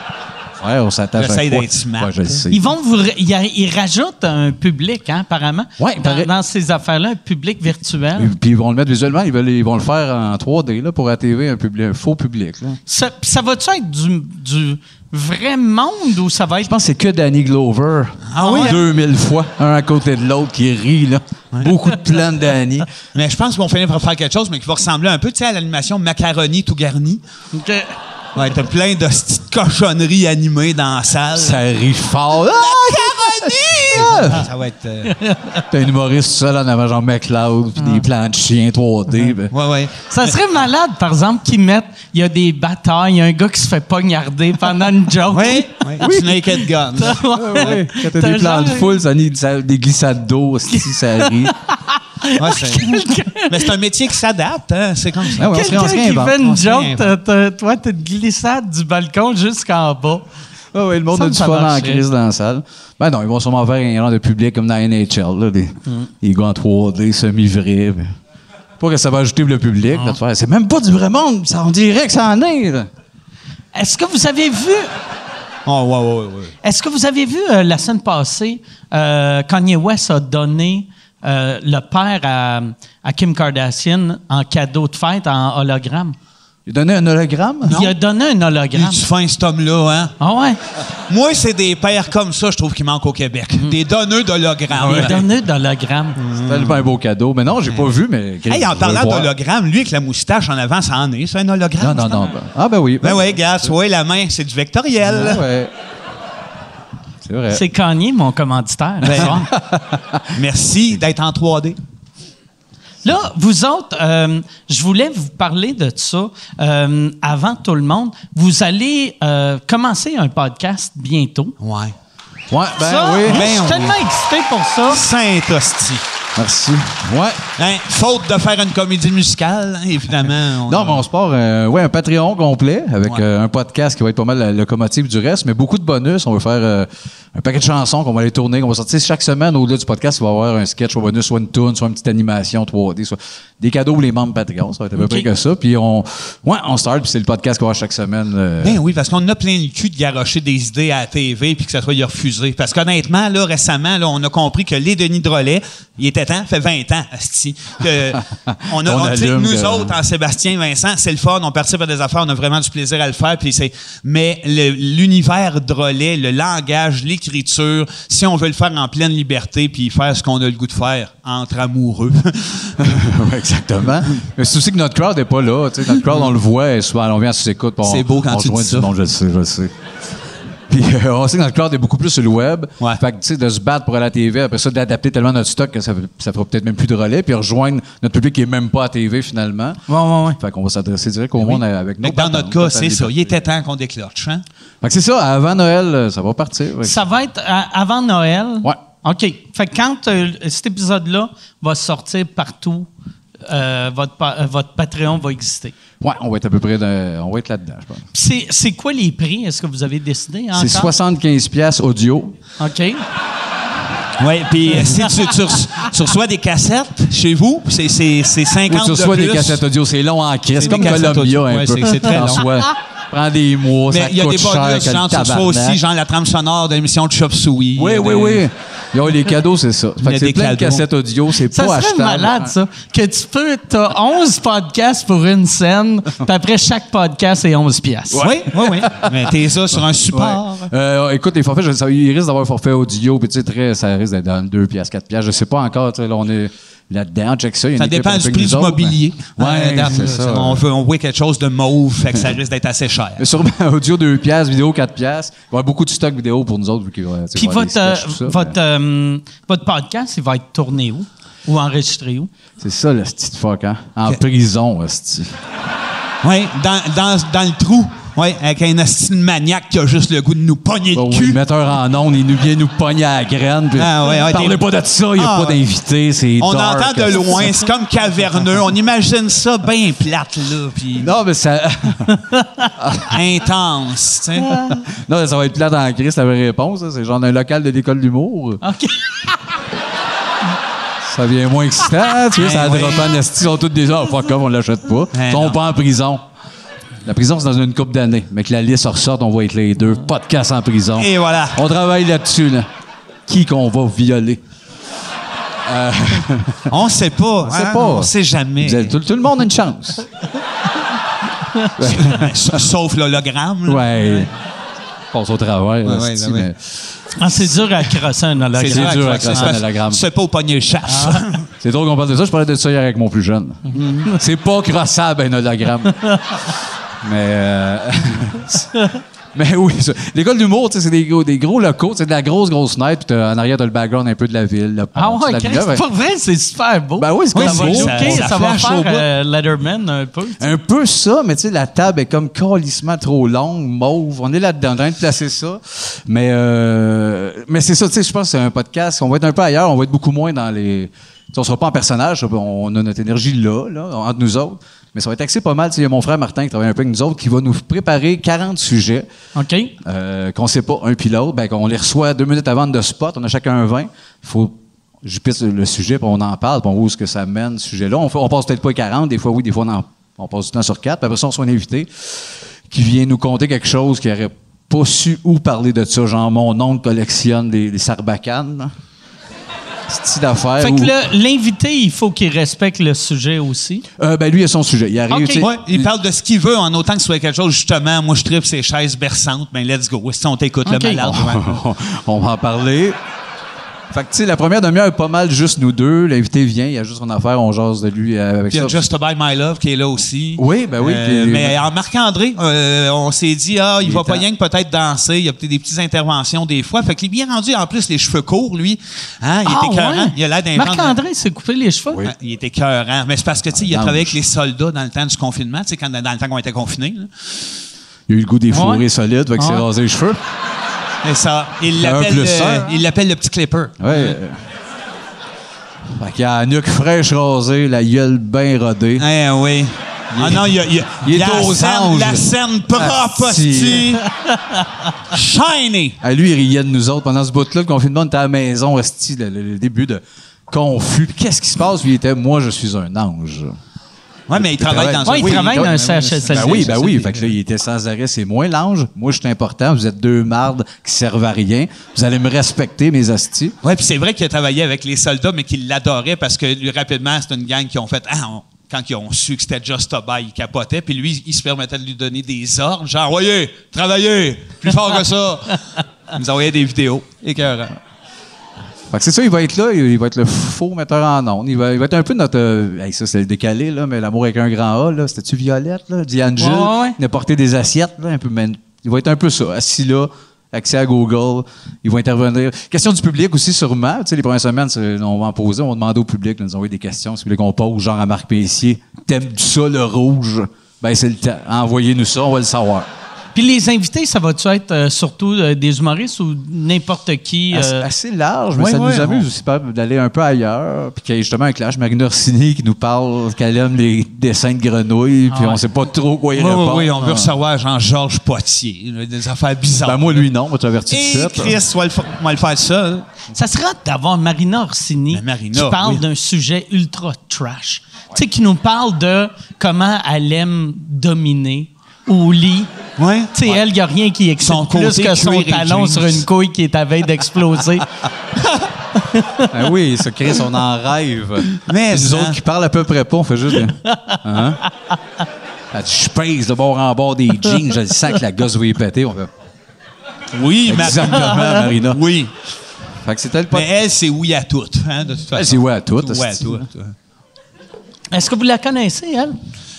[SPEAKER 6] Ouais, on s'attache.
[SPEAKER 2] J'essaie
[SPEAKER 6] à quoi?
[SPEAKER 2] d'être smart.
[SPEAKER 6] Ouais, je le sais.
[SPEAKER 1] ils vont vous. ra- Ils, a- ils rajoutent un public, hein, apparemment.
[SPEAKER 6] Ouais,
[SPEAKER 1] dans,
[SPEAKER 6] paraît-
[SPEAKER 1] dans ces affaires-là, un public virtuel.
[SPEAKER 6] Et Puis ils vont le mettre visuellement, ils, veulent- ils vont le faire en 3D là, pour ATV, un, public, un faux public. là.
[SPEAKER 1] Ça, puis ça va-tu être du, du vrai monde où ça va
[SPEAKER 6] Je
[SPEAKER 1] être.
[SPEAKER 6] pense que c'est que Danny Glover.
[SPEAKER 2] Ah oui?
[SPEAKER 6] 2000 fois, un à côté de l'autre qui rit, là. Beaucoup de plans de Danny.
[SPEAKER 2] Mais je pense qu'on finit par faire quelque chose, mais qui va ressembler un peu, tu sais, à l'animation Macaroni tout garni.
[SPEAKER 1] que-
[SPEAKER 2] Ouais, t'as plein de petites cochonneries animées dans la salle.
[SPEAKER 6] Ça rit fort. Ah,
[SPEAKER 2] Ah, ça va être. euh,
[SPEAKER 6] Caroline! T'as un humoriste seul en avant, genre McLeod, puis des plans de chiens 3D. ben.
[SPEAKER 2] ouais, ouais.
[SPEAKER 1] Ça serait malade, par exemple, qu'ils mettent. Il y a des batailles, il y a un gars qui se fait poignarder pendant une joke.
[SPEAKER 2] Oui, oui. It's Naked Gun.
[SPEAKER 6] Ouais, Quand t'as des plans de foule, ça nique des glissades d'eau, si ça rit.
[SPEAKER 2] Ouais, c'est- mais c'est un métier qui s'adapte, hein. C'est comme ça.
[SPEAKER 6] Ah ouais, on se
[SPEAKER 1] Quelqu'un
[SPEAKER 6] réinvente,
[SPEAKER 1] qui
[SPEAKER 6] on
[SPEAKER 1] fait
[SPEAKER 6] se
[SPEAKER 1] une joke,
[SPEAKER 2] réinvente.
[SPEAKER 1] t'as- t'as- toi, t'as une glissade du balcon jusqu'en bas.
[SPEAKER 6] Ah ouais, le monde
[SPEAKER 1] Ça
[SPEAKER 6] a
[SPEAKER 1] me
[SPEAKER 6] du
[SPEAKER 1] ça
[SPEAKER 6] fun en
[SPEAKER 1] marcherait.
[SPEAKER 6] crise dans la salle. Ben non, ils vont sûrement faire un genre de public comme dans la NHL, là, des, des gars en 3D, semi-vrais. ben. Pas que ça va ajouter le public. là, de faire, C'est même pas du vrai monde, ça, on dirait que ça en est. là.
[SPEAKER 1] Est-ce que vous avez vu.
[SPEAKER 2] Oh, ouais, ouais, ouais.
[SPEAKER 1] Est-ce que vous avez vu euh, la semaine passée, euh, Kanye West a donné euh, le père à, à Kim Kardashian en cadeau de fête en hologramme?
[SPEAKER 6] Il donnait un hologramme?
[SPEAKER 1] Il a donné un
[SPEAKER 2] Il est
[SPEAKER 1] hologramme.
[SPEAKER 2] du fin, cet homme-là, hein.
[SPEAKER 1] Ah ouais?
[SPEAKER 2] Moi, c'est des pères comme ça, je trouve, qui manquent au Québec.
[SPEAKER 6] Hmm.
[SPEAKER 2] Des donneurs
[SPEAKER 6] Ah
[SPEAKER 2] d'hologrammes.
[SPEAKER 1] Il a donné d'hologramme.
[SPEAKER 6] C'était tellement un beau cadeau. Mais non, j'ai pas vu, mais.
[SPEAKER 2] Hey, en
[SPEAKER 6] je veux
[SPEAKER 2] parlant
[SPEAKER 6] le voir.
[SPEAKER 2] d'hologramme, lui, avec la moustache en avant, ça en est. C'est un
[SPEAKER 6] Non,
[SPEAKER 2] hologramme.
[SPEAKER 6] non,
[SPEAKER 2] ça?
[SPEAKER 6] non. ben- Ah, ben oui.
[SPEAKER 2] Ben oui, gars, oui, la main, c'est du
[SPEAKER 6] Ah,
[SPEAKER 2] vectoriel.
[SPEAKER 6] ouais. C'est vrai.
[SPEAKER 1] C'est Kanye, mon commanditaire.
[SPEAKER 2] Ben.
[SPEAKER 1] ce soir.
[SPEAKER 2] Merci d'être en 3D.
[SPEAKER 1] Là, vous autres, euh, je voulais vous parler de ça euh, avant tout le monde. Vous allez euh, commencer un podcast bientôt.
[SPEAKER 2] Ouais.
[SPEAKER 6] Ouais, ben
[SPEAKER 1] ça, hein?
[SPEAKER 6] oui.
[SPEAKER 1] je
[SPEAKER 2] ben
[SPEAKER 1] suis
[SPEAKER 2] oui.
[SPEAKER 1] tellement excité pour ça.
[SPEAKER 2] Saint hostie.
[SPEAKER 6] Merci. Ouais.
[SPEAKER 2] Hein, faute de faire une comédie musicale, hein, évidemment. on-
[SPEAKER 6] Non, mais on se part euh, ouais, un Patreon complet avec
[SPEAKER 2] Ouais.
[SPEAKER 6] euh, un podcast qui va être pas mal la locomotive du reste, mais beaucoup de bonus. On va faire euh, un paquet de chansons qu'on va aller tourner, qu'on va sortir chaque semaine. Au-delà du podcast, il va y avoir un sketch, soit bonus, soit une tune, soit une petite animation 3D, soit des cadeaux pour les membres Patreon. Ça va être à peu
[SPEAKER 1] Ok.
[SPEAKER 6] près que ça. Puis on, ouais, on start, puis c'est le podcast qu'on va avoir chaque semaine. euh,
[SPEAKER 2] Ben oui, parce qu'on a plein le cul de garocher des idées à la TV puis que ça soit y refusé. Parce qu'honnêtement, là, récemment, là, on a compris que les Denis Drolet, il était temps, fait 20 ans, asti, que on a,
[SPEAKER 6] On
[SPEAKER 2] on dit que
[SPEAKER 6] allume
[SPEAKER 2] nous
[SPEAKER 6] que-
[SPEAKER 2] autres, en Sébastien, Vincent, c'est le fun, on participe à des affaires, on a vraiment du plaisir à le faire, puis c'est, mais le- l'univers Drolet, le langage, l'écriture, si on veut le faire en pleine liberté puis faire ce qu'on a le goût de faire entre amoureux.
[SPEAKER 6] Ouais, exactement. Mais c'est aussi que notre crowd n'est pas là. tu sais. Notre crowd, on le voit, et souvent, on vient à s'écoute.
[SPEAKER 2] C'est beau quand tu dis ça.
[SPEAKER 6] Non, je le sais, je le sais. Puis euh, on sait que notre crowd est beaucoup plus sur le web.
[SPEAKER 2] Ouais.
[SPEAKER 6] Fait que, tu sais, de se battre pour aller à la TV, après ça, d'adapter tellement notre stock que ça, ça fera peut-être même plus de relais, puis rejoindre notre public qui est même pas à TV finalement.
[SPEAKER 1] Ouais, ouais, ouais.
[SPEAKER 6] Fait qu'on va s'adresser direct au monde avec nous.
[SPEAKER 2] Ben Mais dans notre cas, c'est ça, il était temps qu'on déclenche, hein?
[SPEAKER 6] Fait que c'est ça, avant Noël, euh, ça va partir. Fait que-
[SPEAKER 1] Ça va être à- avant Noël.
[SPEAKER 6] Ouais.
[SPEAKER 1] OK. Fait que quand euh, cet épisode-là va sortir partout, euh, votre, pa- euh, votre Patreon va exister.
[SPEAKER 6] Ouais, on va être à peu près dans- on va être là-dedans, je pense.
[SPEAKER 1] Puis C'est c'est quoi les prix? Est-ce que vous avez décidé encore?
[SPEAKER 6] C'est 75$ piastres audio.
[SPEAKER 1] OK.
[SPEAKER 2] Oui, puis euh, si tu, tu re- tu reçois des cassettes chez vous, c'est, c'est, c'est 50
[SPEAKER 6] Ou tu reçois
[SPEAKER 2] de plus.
[SPEAKER 6] des cassettes audio, c'est long en crise,
[SPEAKER 2] C'est
[SPEAKER 6] comme
[SPEAKER 2] des cassettes
[SPEAKER 6] Columbia
[SPEAKER 2] audio.
[SPEAKER 6] un
[SPEAKER 2] Ouais,
[SPEAKER 6] peu.
[SPEAKER 2] c'est- c'est très long.
[SPEAKER 6] T'en reçois, prends des mois,
[SPEAKER 2] Mais
[SPEAKER 6] ça
[SPEAKER 2] il y a des
[SPEAKER 6] coûte cher
[SPEAKER 2] bonus,
[SPEAKER 6] que
[SPEAKER 2] genre,
[SPEAKER 6] le
[SPEAKER 2] tu reçois
[SPEAKER 6] tabarnak.
[SPEAKER 2] aussi genre la trame sonore de l'émission de Chop Suey.
[SPEAKER 6] Oui,
[SPEAKER 2] euh,
[SPEAKER 6] oui,
[SPEAKER 2] des-
[SPEAKER 6] oui. Ils ont les cadeaux, c'est ça.
[SPEAKER 2] Il y
[SPEAKER 6] Fait que
[SPEAKER 2] a
[SPEAKER 6] c'est
[SPEAKER 2] des
[SPEAKER 6] plein de
[SPEAKER 2] cadeaux.
[SPEAKER 6] cassettes audio, c'est
[SPEAKER 1] Ça
[SPEAKER 6] pas
[SPEAKER 1] serait
[SPEAKER 6] achetable.
[SPEAKER 1] malade, ça. Que tu peux, t'as 11 podcasts pour une scène, puis après chaque podcast, c'est 11 piastres.
[SPEAKER 2] Oui, oui, oui. Mais t'es ça sur un
[SPEAKER 6] Ouais.
[SPEAKER 2] support.
[SPEAKER 6] Euh, écoute, les forfaits, je, ça, il risque d'avoir un forfait audio, puis tu sais, très- ça risque d'être dans 2 piastres, 4 piastres, je sais pas encore, tu sais, là, on est là-dedans, check ça. il y a
[SPEAKER 2] Ça
[SPEAKER 6] une équipe
[SPEAKER 2] dépend
[SPEAKER 6] avec
[SPEAKER 2] du
[SPEAKER 6] nous
[SPEAKER 2] prix du
[SPEAKER 6] autres,
[SPEAKER 2] mobilier.
[SPEAKER 6] ben.
[SPEAKER 2] Euh,
[SPEAKER 6] Ouais,
[SPEAKER 2] dame,
[SPEAKER 6] c'est ça.
[SPEAKER 2] On veut, on veut quelque chose de mauve, fait que ça risque d'être assez cher.
[SPEAKER 6] Mais Sûrement audio 2 piastres, vidéo 4 piastres. Il va y avoir beaucoup de stock vidéo pour nous autres, vu que, ouais, tu sais,
[SPEAKER 1] Puis
[SPEAKER 6] il va y avoir des
[SPEAKER 1] votre, euh,
[SPEAKER 6] sketchs, tout ça, ben.
[SPEAKER 1] votre,
[SPEAKER 6] mais
[SPEAKER 1] euh, votre podcast, il va être tourné où? Ou enregistré où?
[SPEAKER 6] C'est ça, le style de fuck, hein? En
[SPEAKER 2] Que-
[SPEAKER 6] prison, hostie.
[SPEAKER 2] Oui, dans, dans, dans le trou. Oui, avec un hostile maniaque qui a juste le goût de nous pogner
[SPEAKER 6] Bon,
[SPEAKER 2] le
[SPEAKER 6] Bah oui,
[SPEAKER 2] cul.
[SPEAKER 6] metteur en onde, il nous vient nous pogner à la graine. puis
[SPEAKER 2] Ah, ouais, ouais,
[SPEAKER 6] parlez
[SPEAKER 2] t'es-
[SPEAKER 6] pas de ça, il n'y a
[SPEAKER 2] Ah,
[SPEAKER 6] pas d'invité, c'est
[SPEAKER 2] on
[SPEAKER 6] dark, hein.
[SPEAKER 2] entend de
[SPEAKER 6] hostie.
[SPEAKER 2] loin, c'est comme caverneux. On imagine ça bien plate, là, puis
[SPEAKER 6] Non, mais ça,
[SPEAKER 2] intense, tu sais.
[SPEAKER 6] non, mais ça va être plate en crise, la vraie réponse. hein. C'est genre un local de l'école d'humour.
[SPEAKER 1] OK.
[SPEAKER 6] Ça vient moins excitant, tu vois, ça
[SPEAKER 2] Eh oui.
[SPEAKER 6] drop en esti. Ils sont tous déjà, oh, fuck off, on l'achète pas.
[SPEAKER 2] Eh
[SPEAKER 6] Ils sont
[SPEAKER 2] non.
[SPEAKER 6] pas en prison. La prison, c'est dans une coupe d'années. Mais que la liste ressorte, on va être les deux. Podcast en prison.
[SPEAKER 2] Et voilà.
[SPEAKER 6] On travaille là-dessus, là. Qui qu'on va violer?
[SPEAKER 2] On sait pas. On
[SPEAKER 6] sait pas.
[SPEAKER 2] On sait jamais.
[SPEAKER 6] Vous avez- tout, tout le monde a une chance.
[SPEAKER 2] Sauf l'hologramme. là.
[SPEAKER 6] Ouais. passe au travers.
[SPEAKER 2] Ouais,
[SPEAKER 6] là,
[SPEAKER 2] ouais,
[SPEAKER 6] c'est-
[SPEAKER 2] ben ouais.
[SPEAKER 6] mais
[SPEAKER 1] Ah, c'est dur à crosser un hologramme.
[SPEAKER 6] C'est dur à crosser un
[SPEAKER 2] parce-
[SPEAKER 6] hologramme. Ah.
[SPEAKER 2] C'est pas au poignet chasse.
[SPEAKER 6] C'est drôle qu'on parle de ça. Je parlais de ça hier avec mon plus jeune.
[SPEAKER 1] Mhm.
[SPEAKER 6] C'est pas crossable un hologramme. mais, euh, mais oui, ça. l'école d'humour, tu sais, c'est des gros, des gros locaux. C'est de la grosse, grosse fenêtre. Puis t'as- en arrière, t'as le background un peu de la ville. le pont,
[SPEAKER 1] Ah
[SPEAKER 6] toute
[SPEAKER 1] ouais,
[SPEAKER 6] la
[SPEAKER 1] Chris,
[SPEAKER 6] villa, ben-
[SPEAKER 1] pour vrai, c'est super beau.
[SPEAKER 6] Ben oui, c'est
[SPEAKER 1] ça
[SPEAKER 6] comme
[SPEAKER 1] va
[SPEAKER 6] beau,
[SPEAKER 1] looker,
[SPEAKER 6] ça-
[SPEAKER 1] ça,
[SPEAKER 6] ça
[SPEAKER 1] va
[SPEAKER 6] flash
[SPEAKER 1] faire
[SPEAKER 6] au bout.
[SPEAKER 1] euh, Letterman un peu.
[SPEAKER 6] Un peu ça, mais tu sais, la table est comme calissement trop longue, mauve. On est là-dedans, en train de placer ça. Mais, euh, mais c'est ça, tu sais, je pense que c'est un podcast. On va être un peu ailleurs, on va être beaucoup moins dans les. tu sais, on sera pas en personnage, on a notre énergie là, là, entre nous autres. Mais ça va être axé pas mal. Tu sais, Il y a mon frère Martin qui travaille un peu avec nous autres, qui va nous préparer 40 sujets
[SPEAKER 1] OK.
[SPEAKER 6] euh, qu'on sait pas un puis l'autre, ben, qu'on les reçoit deux minutes avant de spot, on a chacun un vin. Faut je pisse le sujet, puis on en parle, puis on voit où ce que ça mène, ce sujet-là. On, fait- on passe peut-être pas 40, des fois oui, des fois on, en- on passe du temps sur 4, puis après ça, on reçoit un invité qui vient nous conter quelque chose qui aurait pas su où parler de ça, genre mon oncle collectionne des, des sarbacanes. C'est d'affaires.
[SPEAKER 1] Fait
[SPEAKER 6] ou-
[SPEAKER 1] que le- l'invité, il faut qu'il respecte le sujet aussi.
[SPEAKER 6] Euh, ben lui, il a son sujet. Il arrive,
[SPEAKER 1] Ok.
[SPEAKER 6] tu sais,
[SPEAKER 2] Ouais, il parle de ce qu'il veut en autant que ce soit quelque chose, justement. Moi, je tripe ces chaises berçantes. Ben, let's go. Si on t'écoute,
[SPEAKER 1] Ok.
[SPEAKER 2] le
[SPEAKER 6] Oh.
[SPEAKER 2] malade. ouais.
[SPEAKER 6] on va en parler. Fait que, tu sais, la première demi-heure est pas mal juste nous deux. L'invité vient, il y a juste son affaire, on jase de lui euh, avec
[SPEAKER 2] Puis il y
[SPEAKER 6] ça.
[SPEAKER 2] a Just to Buy My Love qui est là aussi.
[SPEAKER 6] Oui, ben oui,
[SPEAKER 2] Euh,
[SPEAKER 6] puis-
[SPEAKER 2] mais en Marc-André, euh, on s'est dit, ah, il,
[SPEAKER 6] Il
[SPEAKER 2] va
[SPEAKER 6] est
[SPEAKER 2] pas
[SPEAKER 6] temps.
[SPEAKER 2] rien que peut-être danser. Il y a peut-être des petites interventions des fois. Fait qu'il est bien rendu, en plus, les cheveux courts, lui. Hein, il
[SPEAKER 1] Ah,
[SPEAKER 2] est écœurant.
[SPEAKER 1] ouais?
[SPEAKER 2] Il a l'air d'un genre de-
[SPEAKER 1] Marc-André s'est coupé les cheveux.
[SPEAKER 6] Oui.
[SPEAKER 2] Ah, Il était écœurant. Mais c'est parce que, tu sais, il a
[SPEAKER 6] Ah,
[SPEAKER 2] travaillé
[SPEAKER 6] non,
[SPEAKER 2] avec les soldats dans le temps du confinement, tu sais, quand, dans le temps qu'on était confinés. là.
[SPEAKER 6] Il a eu le goût des fourrés
[SPEAKER 1] Ouais.
[SPEAKER 6] solides, fait que c'est
[SPEAKER 1] Ouais.
[SPEAKER 6] rasé les cheveux.
[SPEAKER 2] Mais ça, il
[SPEAKER 6] Un
[SPEAKER 2] l'appelle,
[SPEAKER 6] plus
[SPEAKER 2] euh,
[SPEAKER 6] un.
[SPEAKER 2] il l'appelle le petit clipper.
[SPEAKER 6] Ouais. Fait qu'il a la nuque fraîche rasée, la gueule bien rodée.
[SPEAKER 2] Eh oui. ah non, il y a, il y a-
[SPEAKER 6] il est
[SPEAKER 2] la
[SPEAKER 6] aux
[SPEAKER 2] scène,
[SPEAKER 6] anges. Ah,
[SPEAKER 2] La scène propre,
[SPEAKER 6] Asti.
[SPEAKER 2] hostie. Shiny.
[SPEAKER 6] À lui, il riait de nous autres. Pendant ce bout-là, le confinement, on était à la maison, resti, le, le- le début de confus. Puis Qu'est-ce qui se passe? Puis il était, moi, je suis un ange.
[SPEAKER 2] Oui, mais il travaille dans
[SPEAKER 1] Ouais,
[SPEAKER 2] un...
[SPEAKER 1] il travaille dans un CHSLD.
[SPEAKER 6] Ben oui, ben oui. Fait que là, il était sans arrêt. C'est moi l'ange. Moi, je suis important. Vous êtes deux mardes qui servent à rien. Vous allez me respecter, mes astis.
[SPEAKER 2] Ouais, puis c'est vrai qu'il a travaillé avec les soldats, mais qu'il l'adorait parce que lui, rapidement, c'est une gang qui ont fait. Ah, on- quand ils ont su que c'était Just a Buy, ils capotaient, puis lui, il se permettait de lui donner des ordres, genre, voyez, travaillez, plus fort que ça. Il nous envoyait des vidéos. Écœurant.
[SPEAKER 6] Fait que c'est ça, il va être là, il va être le faux metteur en ondes. Il va, il va être un peu notre. euh, hey, ça, c'est le décalé, là, mais l'amour avec un grand A, là. C'était-tu Violette, là? Diane Gill,
[SPEAKER 1] Ouais, ouais, ouais.
[SPEAKER 6] Il a porté des assiettes, là, un peu. mais il va être un peu ça, assis là, accès à Google. Il va intervenir. Question du public aussi, sûrement. Tu sais, les premières semaines, c'est- on va en poser, on va demander au public, là, nous envoyer des questions. Si vous voulez qu'on pose, genre à Marc Pessier, t'aimes ça le rouge? Ben, c'est le temps. Envoyez-nous ça, on va le savoir.
[SPEAKER 1] Puis les invités, ça va-tu être euh, surtout euh, des humoristes ou n'importe
[SPEAKER 2] Ah,
[SPEAKER 1] qui?
[SPEAKER 6] Asse-
[SPEAKER 1] euh,
[SPEAKER 6] assez large, mais
[SPEAKER 2] ouais,
[SPEAKER 6] ça
[SPEAKER 2] ouais,
[SPEAKER 6] nous amuse
[SPEAKER 2] on-
[SPEAKER 6] aussi pas d'aller un peu ailleurs. Puis qu'il y a justement un clash, Marina Orsini qui nous parle qu'elle aime les dessins de grenouilles,
[SPEAKER 2] Ah
[SPEAKER 6] puis on sait pas trop quoi y
[SPEAKER 2] Oui, oui,
[SPEAKER 6] répondre.
[SPEAKER 2] oui, on veut
[SPEAKER 6] Ah.
[SPEAKER 2] recevoir Jean-Georges Potier, là, des affaires bizarres.
[SPEAKER 6] Ben moi, lui, non, on t'avertit
[SPEAKER 2] Et
[SPEAKER 6] tout de suite.
[SPEAKER 2] Chris, on va le fa- on va le faire ça. là.
[SPEAKER 1] Ça serait hot d'avoir Marina Orsini
[SPEAKER 2] Mais Ben, Marina,
[SPEAKER 1] qui parle
[SPEAKER 2] oui.
[SPEAKER 1] d'un sujet ultra trash. Tu sais, qui nous parle de comment elle aime dominer au lit.
[SPEAKER 2] Ouais.
[SPEAKER 1] Tu sais,
[SPEAKER 2] Ouais.
[SPEAKER 1] elle, il n'y a rien qui excite
[SPEAKER 2] Son
[SPEAKER 1] plus
[SPEAKER 2] côté
[SPEAKER 1] que son
[SPEAKER 2] cuir et
[SPEAKER 1] talon
[SPEAKER 2] jeans.
[SPEAKER 1] sur une couille qui est à veille d'exploser.
[SPEAKER 6] Ben oui, ça, Chris, on en rêve.
[SPEAKER 2] Mais
[SPEAKER 6] les
[SPEAKER 2] ça.
[SPEAKER 6] autres qui parlent à peu près pas, on fait juste. des- Hein? Ah, Elle dit, je pèse de bord en bord des jeans, je le sens que la gosse va y péter. On fait,
[SPEAKER 2] Oui, ma-
[SPEAKER 6] exactement, Marina.
[SPEAKER 2] Oui.
[SPEAKER 6] Fait que c'était le
[SPEAKER 2] Mais
[SPEAKER 6] podcast.
[SPEAKER 2] elle, c'est oui à tout. Hein, de toute façon.
[SPEAKER 6] Elle, c'est oui à tout,
[SPEAKER 2] Oui à
[SPEAKER 6] hostie.
[SPEAKER 2] tout. hein.
[SPEAKER 1] Est-ce que vous la connaissez, elle?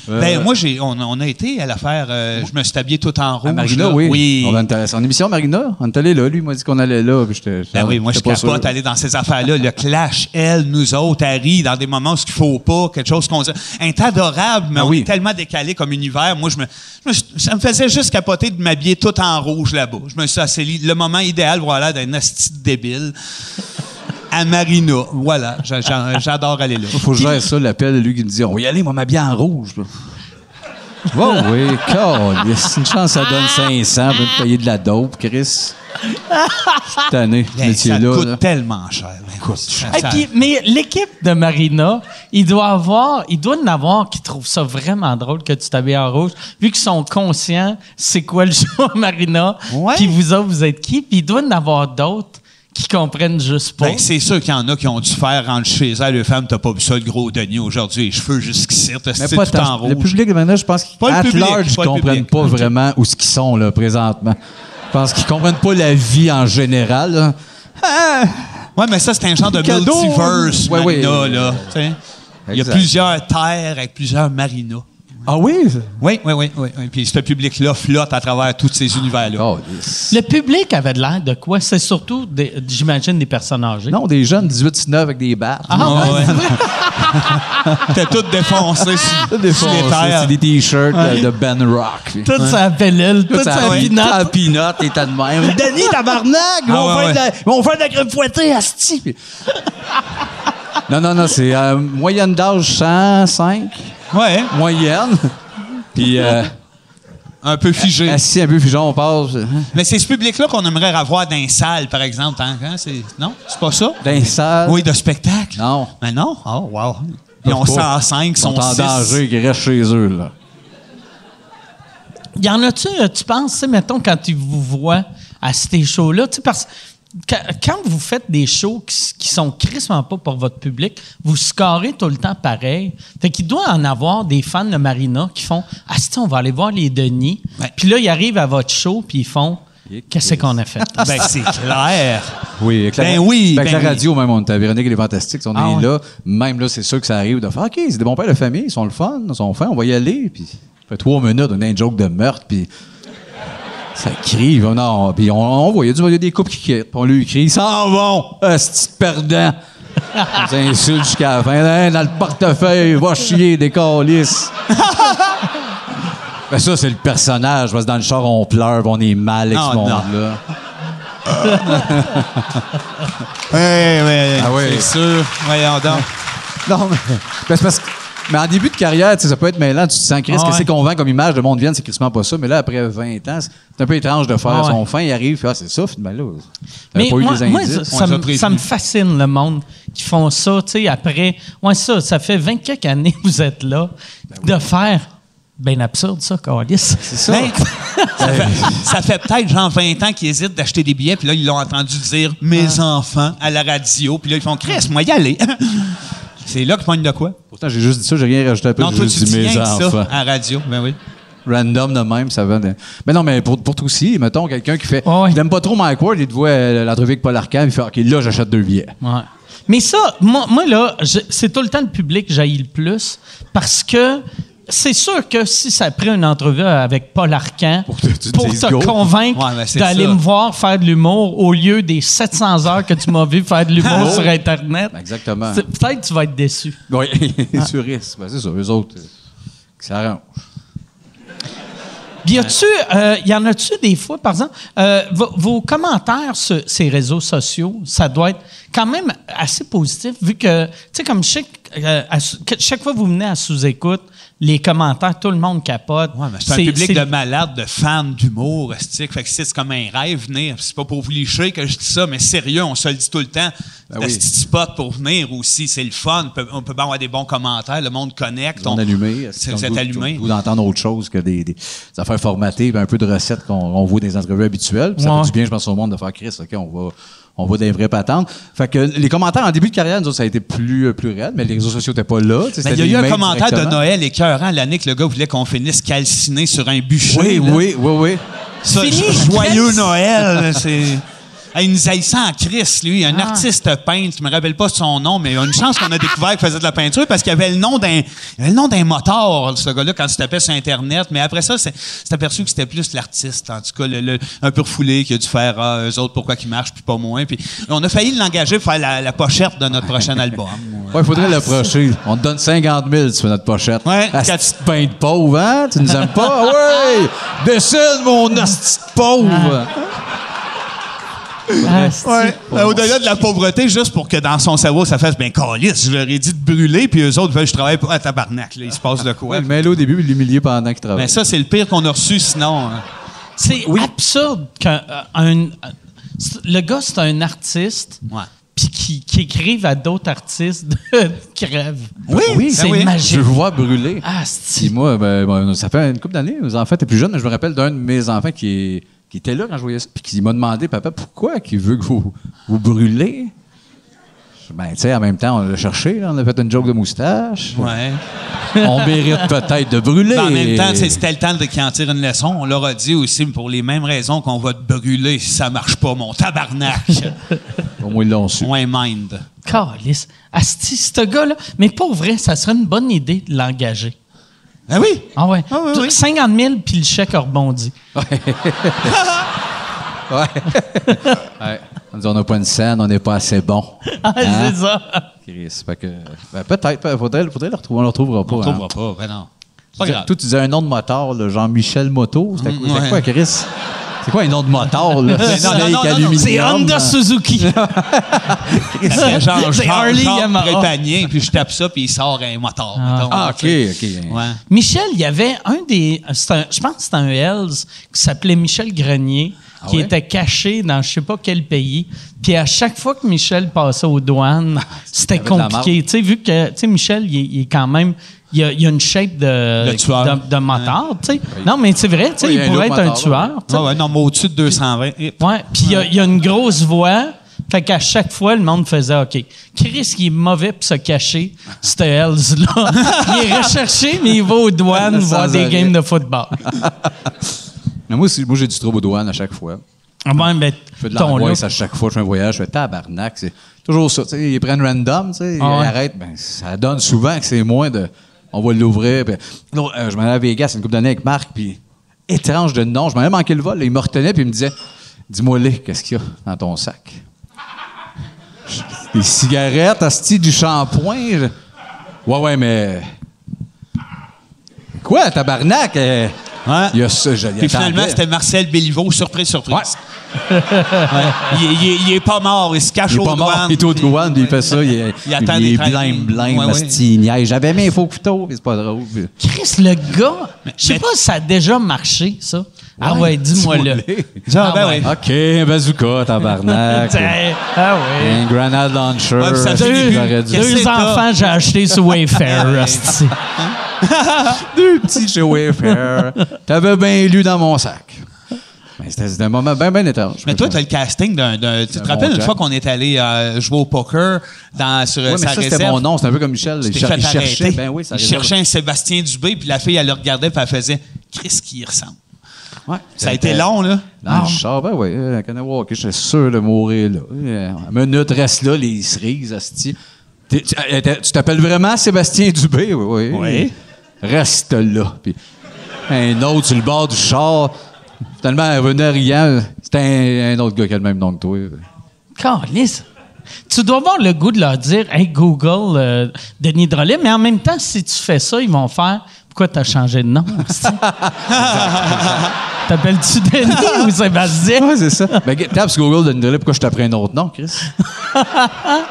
[SPEAKER 6] Euh,
[SPEAKER 2] Ben, moi, j'ai, on, on a été à l'affaire. euh, je me suis habillé tout en rouge.
[SPEAKER 6] À Ah, Marina,
[SPEAKER 2] là.
[SPEAKER 6] oui. On est en émission, Marina. On est allé là. Lui, il m'a dit qu'on allait là. Puis j'étais-
[SPEAKER 2] Ben oui, moi, je
[SPEAKER 6] j'étais pas
[SPEAKER 2] capote
[SPEAKER 6] sûr.
[SPEAKER 2] aller dans ces affaires-là. Le clash, elle, nous autres, Harry, dans des moments où ce qu'il faut pas, quelque chose qu'on dit. Un tas adorable, mais
[SPEAKER 6] Ah
[SPEAKER 2] on
[SPEAKER 6] oui.
[SPEAKER 2] est tellement décalé comme univers. Moi, je me, je me suis- ça me faisait juste capoter de m'habiller tout en rouge là-bas. Je me suis assis, le moment idéal, voilà, d'un asti de débile. À Marina, voilà. J'a- j'a- J'adore aller là.
[SPEAKER 6] Faut que je gère ça, l'appel de lui qui me dit On va y aller, moi, m'habiller en rouge. là. Oh oui, c'est une chance, ça donne 500 pour te payer de la dope, Chris. Cette année, ce
[SPEAKER 2] Hey, ça
[SPEAKER 6] métier-là.
[SPEAKER 2] coûte
[SPEAKER 6] là.
[SPEAKER 2] tellement cher. Ben, ça-
[SPEAKER 1] Et
[SPEAKER 2] ça-
[SPEAKER 1] puis, mais l'équipe de Marina, il doit avoir, il doit en avoir qui trouvent ça vraiment drôle que tu t'habilles en rouge, vu qu'ils sont conscients c'est quoi le show Marina,
[SPEAKER 2] Ouais.
[SPEAKER 1] puis vous autres, vous êtes qui, puis il doit en avoir d'autres qui comprennent juste pas.
[SPEAKER 2] Ben, c'est sûr qu'il y en a qui ont dû faire rentrer chez elles. Les femmes, t'as pas vu ça, le gros denier aujourd'hui, les cheveux jusqu'ici, t'as
[SPEAKER 6] Mais
[SPEAKER 2] c'est
[SPEAKER 6] pas
[SPEAKER 2] tout en
[SPEAKER 6] tant.
[SPEAKER 2] rouge.
[SPEAKER 6] Le public, maintenant, je pense
[SPEAKER 2] Pas le
[SPEAKER 6] qu'à
[SPEAKER 2] public,
[SPEAKER 6] large, ils
[SPEAKER 2] pas le
[SPEAKER 6] comprennent
[SPEAKER 2] public.
[SPEAKER 6] pas vraiment où ce qu'ils sont, là, présentement. pense qu'ils comprennent pas la vie en général. là. Ah!
[SPEAKER 2] Ouais, mais ça, c'est un genre de
[SPEAKER 6] Cadeau.
[SPEAKER 2] multiverse,
[SPEAKER 6] Ouais, ouais.
[SPEAKER 2] Marina, là. tu sais. Il y a
[SPEAKER 6] Exact.
[SPEAKER 2] plusieurs terres avec plusieurs marinas.
[SPEAKER 6] Ah oui?
[SPEAKER 2] Oui, oui, oui, oui. oui. Puis ce public-là flotte à travers tous ces univers-là.
[SPEAKER 6] Oh, yes.
[SPEAKER 1] Le public avait de l'air de quoi? C'est surtout, des- j'imagine, des personnes âgées.
[SPEAKER 6] Non, des jeunes 18-19 avec des barres.
[SPEAKER 2] Ah, ouais. T'es tout défoncé sur,
[SPEAKER 6] Tout défoncé,
[SPEAKER 2] sur les
[SPEAKER 6] c'est
[SPEAKER 2] terres.
[SPEAKER 6] Ah, des t-shirts euh, de Ben Rock.
[SPEAKER 1] Toute sa pellule, toute sa
[SPEAKER 6] ouais,
[SPEAKER 1] pinotte.
[SPEAKER 6] ta pinotte et t'as de même. Denis, tabarnak! Ils vont,
[SPEAKER 2] Ah ouais,
[SPEAKER 6] faire de
[SPEAKER 2] ouais.
[SPEAKER 6] la, ils vont faire de la crème fouettée, asti! Puis- non, non, non, c'est euh, moyenne d'âge 105,
[SPEAKER 2] Ouais,
[SPEAKER 6] moyenne. Puis euh,
[SPEAKER 2] un peu figé.
[SPEAKER 6] assis un peu, puis genre, on passe euh,
[SPEAKER 2] Mais c'est ce public-là qu'on aimerait avoir dans les salles, par exemple. hein, hein, c'est- Non? C'est pas ça?
[SPEAKER 6] dans les salles.
[SPEAKER 2] Oui, de spectacle.
[SPEAKER 6] Non.
[SPEAKER 2] Mais non? Oh, wow. Ils ont
[SPEAKER 6] Peuvent pas.
[SPEAKER 2] 105, ils sont
[SPEAKER 6] en
[SPEAKER 2] 6.
[SPEAKER 6] danger, ils restent chez eux, là.
[SPEAKER 1] Y en a-tu, euh, tu penses, tu sais, mettons, quand ils vous voient à ces shows-là, tu sais, parce que quand- quand vous faites des shows qui, s- qui sont crissement pas pour votre public, vous scorez tout le temps pareil. Fait qu'il doit en avoir des fans de Marina qui font « Ah, si, on va aller voir les Denis.
[SPEAKER 2] Ouais.
[SPEAKER 1] Puis là, ils arrivent à votre show, puis ils font « Qu'est-ce qu'on a fait?
[SPEAKER 2] Ben, c'est clair.
[SPEAKER 6] Oui, avec la,
[SPEAKER 2] Ben oui,
[SPEAKER 6] avec
[SPEAKER 2] ben
[SPEAKER 6] la
[SPEAKER 2] oui.
[SPEAKER 6] radio, même, on était à Véronique et les Fantastiques. On
[SPEAKER 1] Ah
[SPEAKER 6] est
[SPEAKER 1] ouais.
[SPEAKER 6] là. Même là, c'est sûr que ça arrive de faire OK, c'est des bons pères de famille, ils sont le fun, ils sont fins, on va y aller. Puis, ça fait trois minutes, on a une joke de meurtre, puis ça crie. puis Non, puis on, on voyait du, il y a des couples qui quittent, puis on lui crie Ils s'en vont, petit perdant. On s'insulte jusqu'à la fin. Hein, dans le portefeuille, va chier, des calices. Ben ça, c'est le personnage. Parce que dans le char, on pleure, puis on est mal avec
[SPEAKER 2] Ah, Non,
[SPEAKER 6] ce
[SPEAKER 2] non.
[SPEAKER 6] monde-là.
[SPEAKER 2] Oui, oui,
[SPEAKER 6] Ah oui.
[SPEAKER 2] C'est sûr. Voyons donc.
[SPEAKER 6] Non, mais ben, c'est parce que. Mais en début de carrière, tu sais, ça peut être mêlant. Tu te sens, Chris,
[SPEAKER 1] Ah ouais.
[SPEAKER 6] qu'est-ce qu'on vend comme image de monde vienne, c'est crissement pas ça. Mais là, après 20 ans, c'est un peu étrange de faire
[SPEAKER 1] Ah ouais.
[SPEAKER 6] son fin. Il arrive, puis, ah, c'est ça, finalement. Là,
[SPEAKER 1] Mais
[SPEAKER 6] t'avais pas
[SPEAKER 1] moi,
[SPEAKER 6] eu des
[SPEAKER 1] moi,
[SPEAKER 6] indices.
[SPEAKER 1] ça,
[SPEAKER 2] on
[SPEAKER 1] ça
[SPEAKER 2] les a
[SPEAKER 1] me-
[SPEAKER 2] prévenus.
[SPEAKER 1] ça me fascine, le monde qui font ça, tu sais, après... Ouais, ça, ça fait 20 quelques années que vous êtes là, de faire... Ben absurde, ça, Carlis.
[SPEAKER 6] C'est ça.
[SPEAKER 2] Ben, ça fait, ça fait peut-être genre 20 ans qu'ils hésitent d'acheter des billets, puis là, ils l'ont entendu dire mes
[SPEAKER 6] Ah.
[SPEAKER 2] enfants à la radio, puis là, ils font Chris, moi, y aller. C'est là qu'ils pognent de quoi?
[SPEAKER 6] Pourtant, j'ai juste dit ça, j'ai rien rajouté à peu.
[SPEAKER 2] non,
[SPEAKER 6] j'ai
[SPEAKER 2] toi, tu
[SPEAKER 6] juste
[SPEAKER 2] dis
[SPEAKER 6] dit mes
[SPEAKER 2] rien que ça
[SPEAKER 6] enfants.
[SPEAKER 2] à la radio. Ben oui.
[SPEAKER 6] Random de même, ça va. de- Mais non, mais pour, pour toi aussi, mettons, quelqu'un qui fait.
[SPEAKER 1] Ah ouais.
[SPEAKER 6] Il aime pas trop Mike Ward, il te voit euh, l'entrevue avec Paul Arcand, il fait OK, là, j'achète deux billets.
[SPEAKER 1] Ouais. Mais ça, moi, moi, là, je- c'est tout le temps le public que j'haïs le plus parce que c'est sûr que si ça prend une entrevue avec Paul Arcan pour
[SPEAKER 6] que tu
[SPEAKER 1] te,
[SPEAKER 6] te dises go.
[SPEAKER 1] convaincre
[SPEAKER 2] Ouais, ben, c'est
[SPEAKER 1] d'aller
[SPEAKER 2] ça.
[SPEAKER 1] me voir faire de l'humour au lieu des 700 heures que tu m'as vu faire de
[SPEAKER 2] Ah
[SPEAKER 1] l'humour sur Internet,
[SPEAKER 6] Exactement.
[SPEAKER 1] c'est- peut-être que tu vas être déçu.
[SPEAKER 6] Oui, sur risque. Ben, c'est ça, eux autres, euh, qui s'arrangent.
[SPEAKER 1] Puis y a-tu, euh, y en a-tu des fois, par exemple, euh, vos, vos commentaires sur ces réseaux sociaux, ça doit être quand même assez positif, vu que, tu sais, comme chaque, chaque fois que vous venez à sous-écoute, les commentaires, tout le monde capote. ah,
[SPEAKER 2] Ouais, mais c'est un public de malades, de fans d'humour, estique. Fait que c'est c'est comme un rêve venir. C'est pas pour vous licher que je dis ça, mais sérieux, on se le dit tout le temps. la
[SPEAKER 6] Ben oui.
[SPEAKER 2] petite spot pour venir aussi, c'est le fun. On peut, on peut bien avoir des bons commentaires, le monde connecte.
[SPEAKER 6] On
[SPEAKER 2] on-
[SPEAKER 6] est allumé.
[SPEAKER 2] Si vous êtes allumé.
[SPEAKER 6] Vous d'entendre autre chose que des, des- des affaires formatées, puis un peu de recettes qu'on on voit des entrevues habituelles. Puis Ça
[SPEAKER 1] Ouais.
[SPEAKER 6] fait du bien, je pense, au monde de faire Chris. OK, on va, on va des vraies patentes. Fait que les commentaires en début de carrière, nous autres, ça a été plus, euh, plus réel, mais les réseaux sociaux n'étaient pas là. Tu sais,
[SPEAKER 2] Mais Ben,
[SPEAKER 6] c'était
[SPEAKER 2] il y a
[SPEAKER 6] des
[SPEAKER 2] eu un
[SPEAKER 6] emails
[SPEAKER 2] commentaire de
[SPEAKER 6] directement.
[SPEAKER 2] Noël écœurant l'année que le gars voulait qu'on finisse calciné sur un bûcher.
[SPEAKER 6] Oui,
[SPEAKER 2] là.
[SPEAKER 6] oui, oui, oui.
[SPEAKER 2] Ça,
[SPEAKER 1] Fini.
[SPEAKER 2] joyeux Noël. là, c'est- Ah, il nous haïssait en Chris, lui. Un artiste peintre, je me rappelle pas son nom, mais une chance qu'on a découvert qu'il faisait de la peinture parce qu'il avait le nom d'un, il avait le nom d'un moteur, ce gars-là, quand tu tapais sur Internet. Mais après ça, c'est c'est aperçu que c'était plus l'artiste, en tout cas, le, le- un peu refoulé, qui a dû faire, ah, eux autres, pourquoi qu'ils marchent, puis pas moins. Puis on a failli l'engager pour faire la, la pochette de notre prochain album.
[SPEAKER 6] Ouais, il faudrait l'approcher. On te donne 50 000 tu fais notre pochette.
[SPEAKER 2] Ouais,
[SPEAKER 6] Ah,
[SPEAKER 2] quatre-
[SPEAKER 6] petite pain de pauvre, hein? Tu nous aimes pas? Oui! Dessine, mon asti de pauvre!
[SPEAKER 2] Ouais. Euh, Au-delà de la pauvreté, juste pour que dans son cerveau, ça fasse, ben, calice, je leur ai dit de brûler, puis eux autres veulent que je travaille pour un tabarnak. Là, il se passe de quoi.
[SPEAKER 6] Ouais, mais là, au début, puis l'humilier pendant qu'il travaille.
[SPEAKER 2] Mais Ben, ça, c'est le pire qu'on a reçu, sinon. hein.
[SPEAKER 1] C'est absurde qu'un. euh, un- euh, c'est- le gars, c'est un artiste.
[SPEAKER 2] Ouais.
[SPEAKER 1] Puis qui, qui écrive à d'autres artistes de crève.
[SPEAKER 6] oui,
[SPEAKER 1] c'est
[SPEAKER 2] oui.
[SPEAKER 6] Je
[SPEAKER 1] magique.
[SPEAKER 6] le vois brûler.
[SPEAKER 1] Ah,
[SPEAKER 6] Puis moi, ben, ben, ça fait une couple d'années, mes enfants étaient plus jeunes, mais je me rappelle d'un de mes enfants qui, est- qui était là quand je voyais ça, puis qui m'a demandé, papa, pourquoi qu'il veut que vous, vous brûlez? Je dis, Ben, tu sais, en même temps, on l'a cherché, là, on a fait une joke de moustache.
[SPEAKER 2] Ouais.
[SPEAKER 6] on mérite peut-être de brûler.
[SPEAKER 2] Ben, en même temps, c'est- c'était le temps de qu'ils en tirent une leçon. On leur a dit aussi, pour les mêmes raisons, qu'on va te brûler si ça marche pas, mon tabarnak.
[SPEAKER 6] Au moins, ils l'ont su.
[SPEAKER 2] Moins mind.
[SPEAKER 1] Calice. Asti, ce gars-là. Mais pour vrai, ça serait une bonne idée de l'engager.
[SPEAKER 2] Ah oui!
[SPEAKER 1] Ah ouais.
[SPEAKER 2] Ah oui,
[SPEAKER 1] Tu-
[SPEAKER 2] oui.
[SPEAKER 1] 50 000, puis le chèque a rebondi.
[SPEAKER 6] Ouais. On dit, on n'a pas une scène, on n'est pas assez bon.
[SPEAKER 1] Ah,
[SPEAKER 6] Hein?
[SPEAKER 1] c'est ça.
[SPEAKER 6] Chris, fait que, ben, peut-être, peut- faudrait, faudrait le retrouver, on le retrouvera pas.
[SPEAKER 2] On
[SPEAKER 6] hein.
[SPEAKER 2] trouvera pas, ben non. C'est Pas
[SPEAKER 6] Tu dis-
[SPEAKER 2] grave.
[SPEAKER 6] Toi, tu disais un nom de motard, là, Jean-Michel Moto. C'était quoi,
[SPEAKER 2] Mm,
[SPEAKER 6] c'était quoi, Chris? C'est quoi un nom de motard?
[SPEAKER 2] non,
[SPEAKER 6] Là?
[SPEAKER 2] non, non, non,
[SPEAKER 1] C'est Honda Suzuki.
[SPEAKER 2] C'est genre,
[SPEAKER 1] C'est
[SPEAKER 2] genre,
[SPEAKER 1] Harley
[SPEAKER 2] genre
[SPEAKER 1] Yamaha.
[SPEAKER 2] pré-panier, puis je tape ça, puis il sort un moteur. mettons.
[SPEAKER 6] Ah, OK, OK.
[SPEAKER 2] Ouais.
[SPEAKER 1] Michel, il y avait un des. c'est un- je pense que c'était un Hells qui s'appelait Michel Grenier,
[SPEAKER 6] Ah
[SPEAKER 1] qui
[SPEAKER 6] ouais?
[SPEAKER 1] était caché dans je sais pas quel pays. Puis à chaque fois que Michel passait aux douanes, c'était
[SPEAKER 6] avait de Ah, la
[SPEAKER 1] compliqué. Tu sais, vu que tu sais, Michel, il, est- il est quand même. Il a, il a une shape de,
[SPEAKER 2] De tueur.
[SPEAKER 1] de, de motard. tu sais. Non, mais c'est vrai, tu sais,
[SPEAKER 6] Oui, il
[SPEAKER 1] il,
[SPEAKER 6] y a un
[SPEAKER 1] pourrait être
[SPEAKER 6] look
[SPEAKER 1] un
[SPEAKER 6] motard,
[SPEAKER 1] tueur. tu sais.
[SPEAKER 2] Ah ouais, non, mais au-dessus de 220. Hip.
[SPEAKER 1] Ouais, puis il y a- il y, a une grosse voix. Fait qu'à chaque fois, le monde faisait OK. Chris, il est mauvais pour se cacher, ce Hells-là. il est recherché, mais il va aux douanes
[SPEAKER 6] Sans
[SPEAKER 1] voir des
[SPEAKER 6] arrêt.
[SPEAKER 1] games de football.
[SPEAKER 6] Mais moi, aussi, moi, j'ai du trouble aux douanes à chaque fois.
[SPEAKER 1] Ah ben, ben,
[SPEAKER 6] Je fais de
[SPEAKER 1] ton look.
[SPEAKER 6] l'angoisse à chaque fois que je fais un voyage. Je fais tabarnak. C'est toujours ça. tu sais, ils prennent random, tu sais, ils
[SPEAKER 1] Ah ouais.
[SPEAKER 6] arrêtent. Ben, ça donne souvent que c'est moins de. On va l'ouvrir. puis- Non, euh, je m'en allais à Vegas une couple d'années avec Marc, puis étrange de nom. Je m'en avais manqué le vol. là, il me retenait, puis il me disait Dis-moi, les, qu'est-ce qu'il y a dans ton sac Des cigarettes, asti, du shampoing. Je- Ouais, ouais, mais. Quoi, tabarnak euh,
[SPEAKER 2] Ouais.
[SPEAKER 6] Il y a ça, je- il
[SPEAKER 2] Puis
[SPEAKER 6] attendait.
[SPEAKER 2] finalement, c'était Marcel Béliveau, surprise, surprise. Ouais. Il, est- il est- il est pas mort, il se cache
[SPEAKER 6] Il
[SPEAKER 2] au
[SPEAKER 6] est pas mort, il est au douane, puis il fait ça, il, est-
[SPEAKER 2] Il attend
[SPEAKER 6] il
[SPEAKER 2] des
[SPEAKER 6] est
[SPEAKER 2] traqués.
[SPEAKER 6] blême, blême,
[SPEAKER 2] Ouais, ouais.
[SPEAKER 6] asti, il niaise. J'avais mes faux couteaux, mais c'est pas drôle. puis-
[SPEAKER 1] Chris, le gars, je sais
[SPEAKER 2] mais-
[SPEAKER 1] pas si ça a déjà marché, ça. ah
[SPEAKER 6] Ouais,
[SPEAKER 1] ouais, dis-moi-le.
[SPEAKER 6] dis-moi-le.
[SPEAKER 2] Ah, ben ouais.
[SPEAKER 6] OK, un bazooka, tabarnak.
[SPEAKER 1] Tiens, Ah ouais.
[SPEAKER 6] un grenade launcher.
[SPEAKER 2] Ouais, puis ça fait des buts.
[SPEAKER 6] j'aurais dû-
[SPEAKER 2] Qu'est-ce que
[SPEAKER 1] Deux
[SPEAKER 2] c'est,
[SPEAKER 1] enfants, j'ai acheté sur Wayfair. hostie.
[SPEAKER 6] Deux petits chez Wayfair. T'avais bien lu dans mon sac. Mais c'était c'était un moment bien, bien étrange.
[SPEAKER 2] Mais toi, t'as le casting d'un. d'un- Tu te
[SPEAKER 6] bon
[SPEAKER 2] rappelles une
[SPEAKER 6] Jack.
[SPEAKER 2] fois qu'on est allé euh, jouer au poker dans, sur euh,
[SPEAKER 6] Ouais, mais
[SPEAKER 2] sa
[SPEAKER 6] ça, c'était
[SPEAKER 2] réserve?
[SPEAKER 6] mon nom. C'est un peu comme Michel. Il,
[SPEAKER 2] T'es
[SPEAKER 6] cher-
[SPEAKER 2] fait
[SPEAKER 6] il cherchait.
[SPEAKER 2] arrêter.
[SPEAKER 6] Ben oui, ça
[SPEAKER 2] il cherchait un Sébastien Dubé, puis la fille, elle le regardait, puis elle faisait Qu'est-ce qu'il y ressemble
[SPEAKER 6] Ouais.
[SPEAKER 2] Ça a été long, là.
[SPEAKER 6] Dans le char, ben oui, euh, Kanawake, j'étais sûr de mourir là. Euh, Minute reste là, les cerises, asti. T'es- Tu euh, t'es- tu t'appelles vraiment Sébastien Dubé? Oui. oui.
[SPEAKER 2] Oui.
[SPEAKER 6] Reste là. Puis un autre sur le bord du char. Finalement, elle venait riant. C'était un, un autre gars qui a le même nom que toi.
[SPEAKER 1] Calisse. Tu dois avoir le goût de leur dire Hey Google, euh, Denis Drolet, mais en même temps, si tu fais ça, ils vont faire Pourquoi t'as changé de nom hostie? T'appelles-tu Denis ou Sébastien
[SPEAKER 6] Ouais, c'est ça. Ben, get- tape sur Google de Nidré, pourquoi je t'apprends un autre nom, Chris?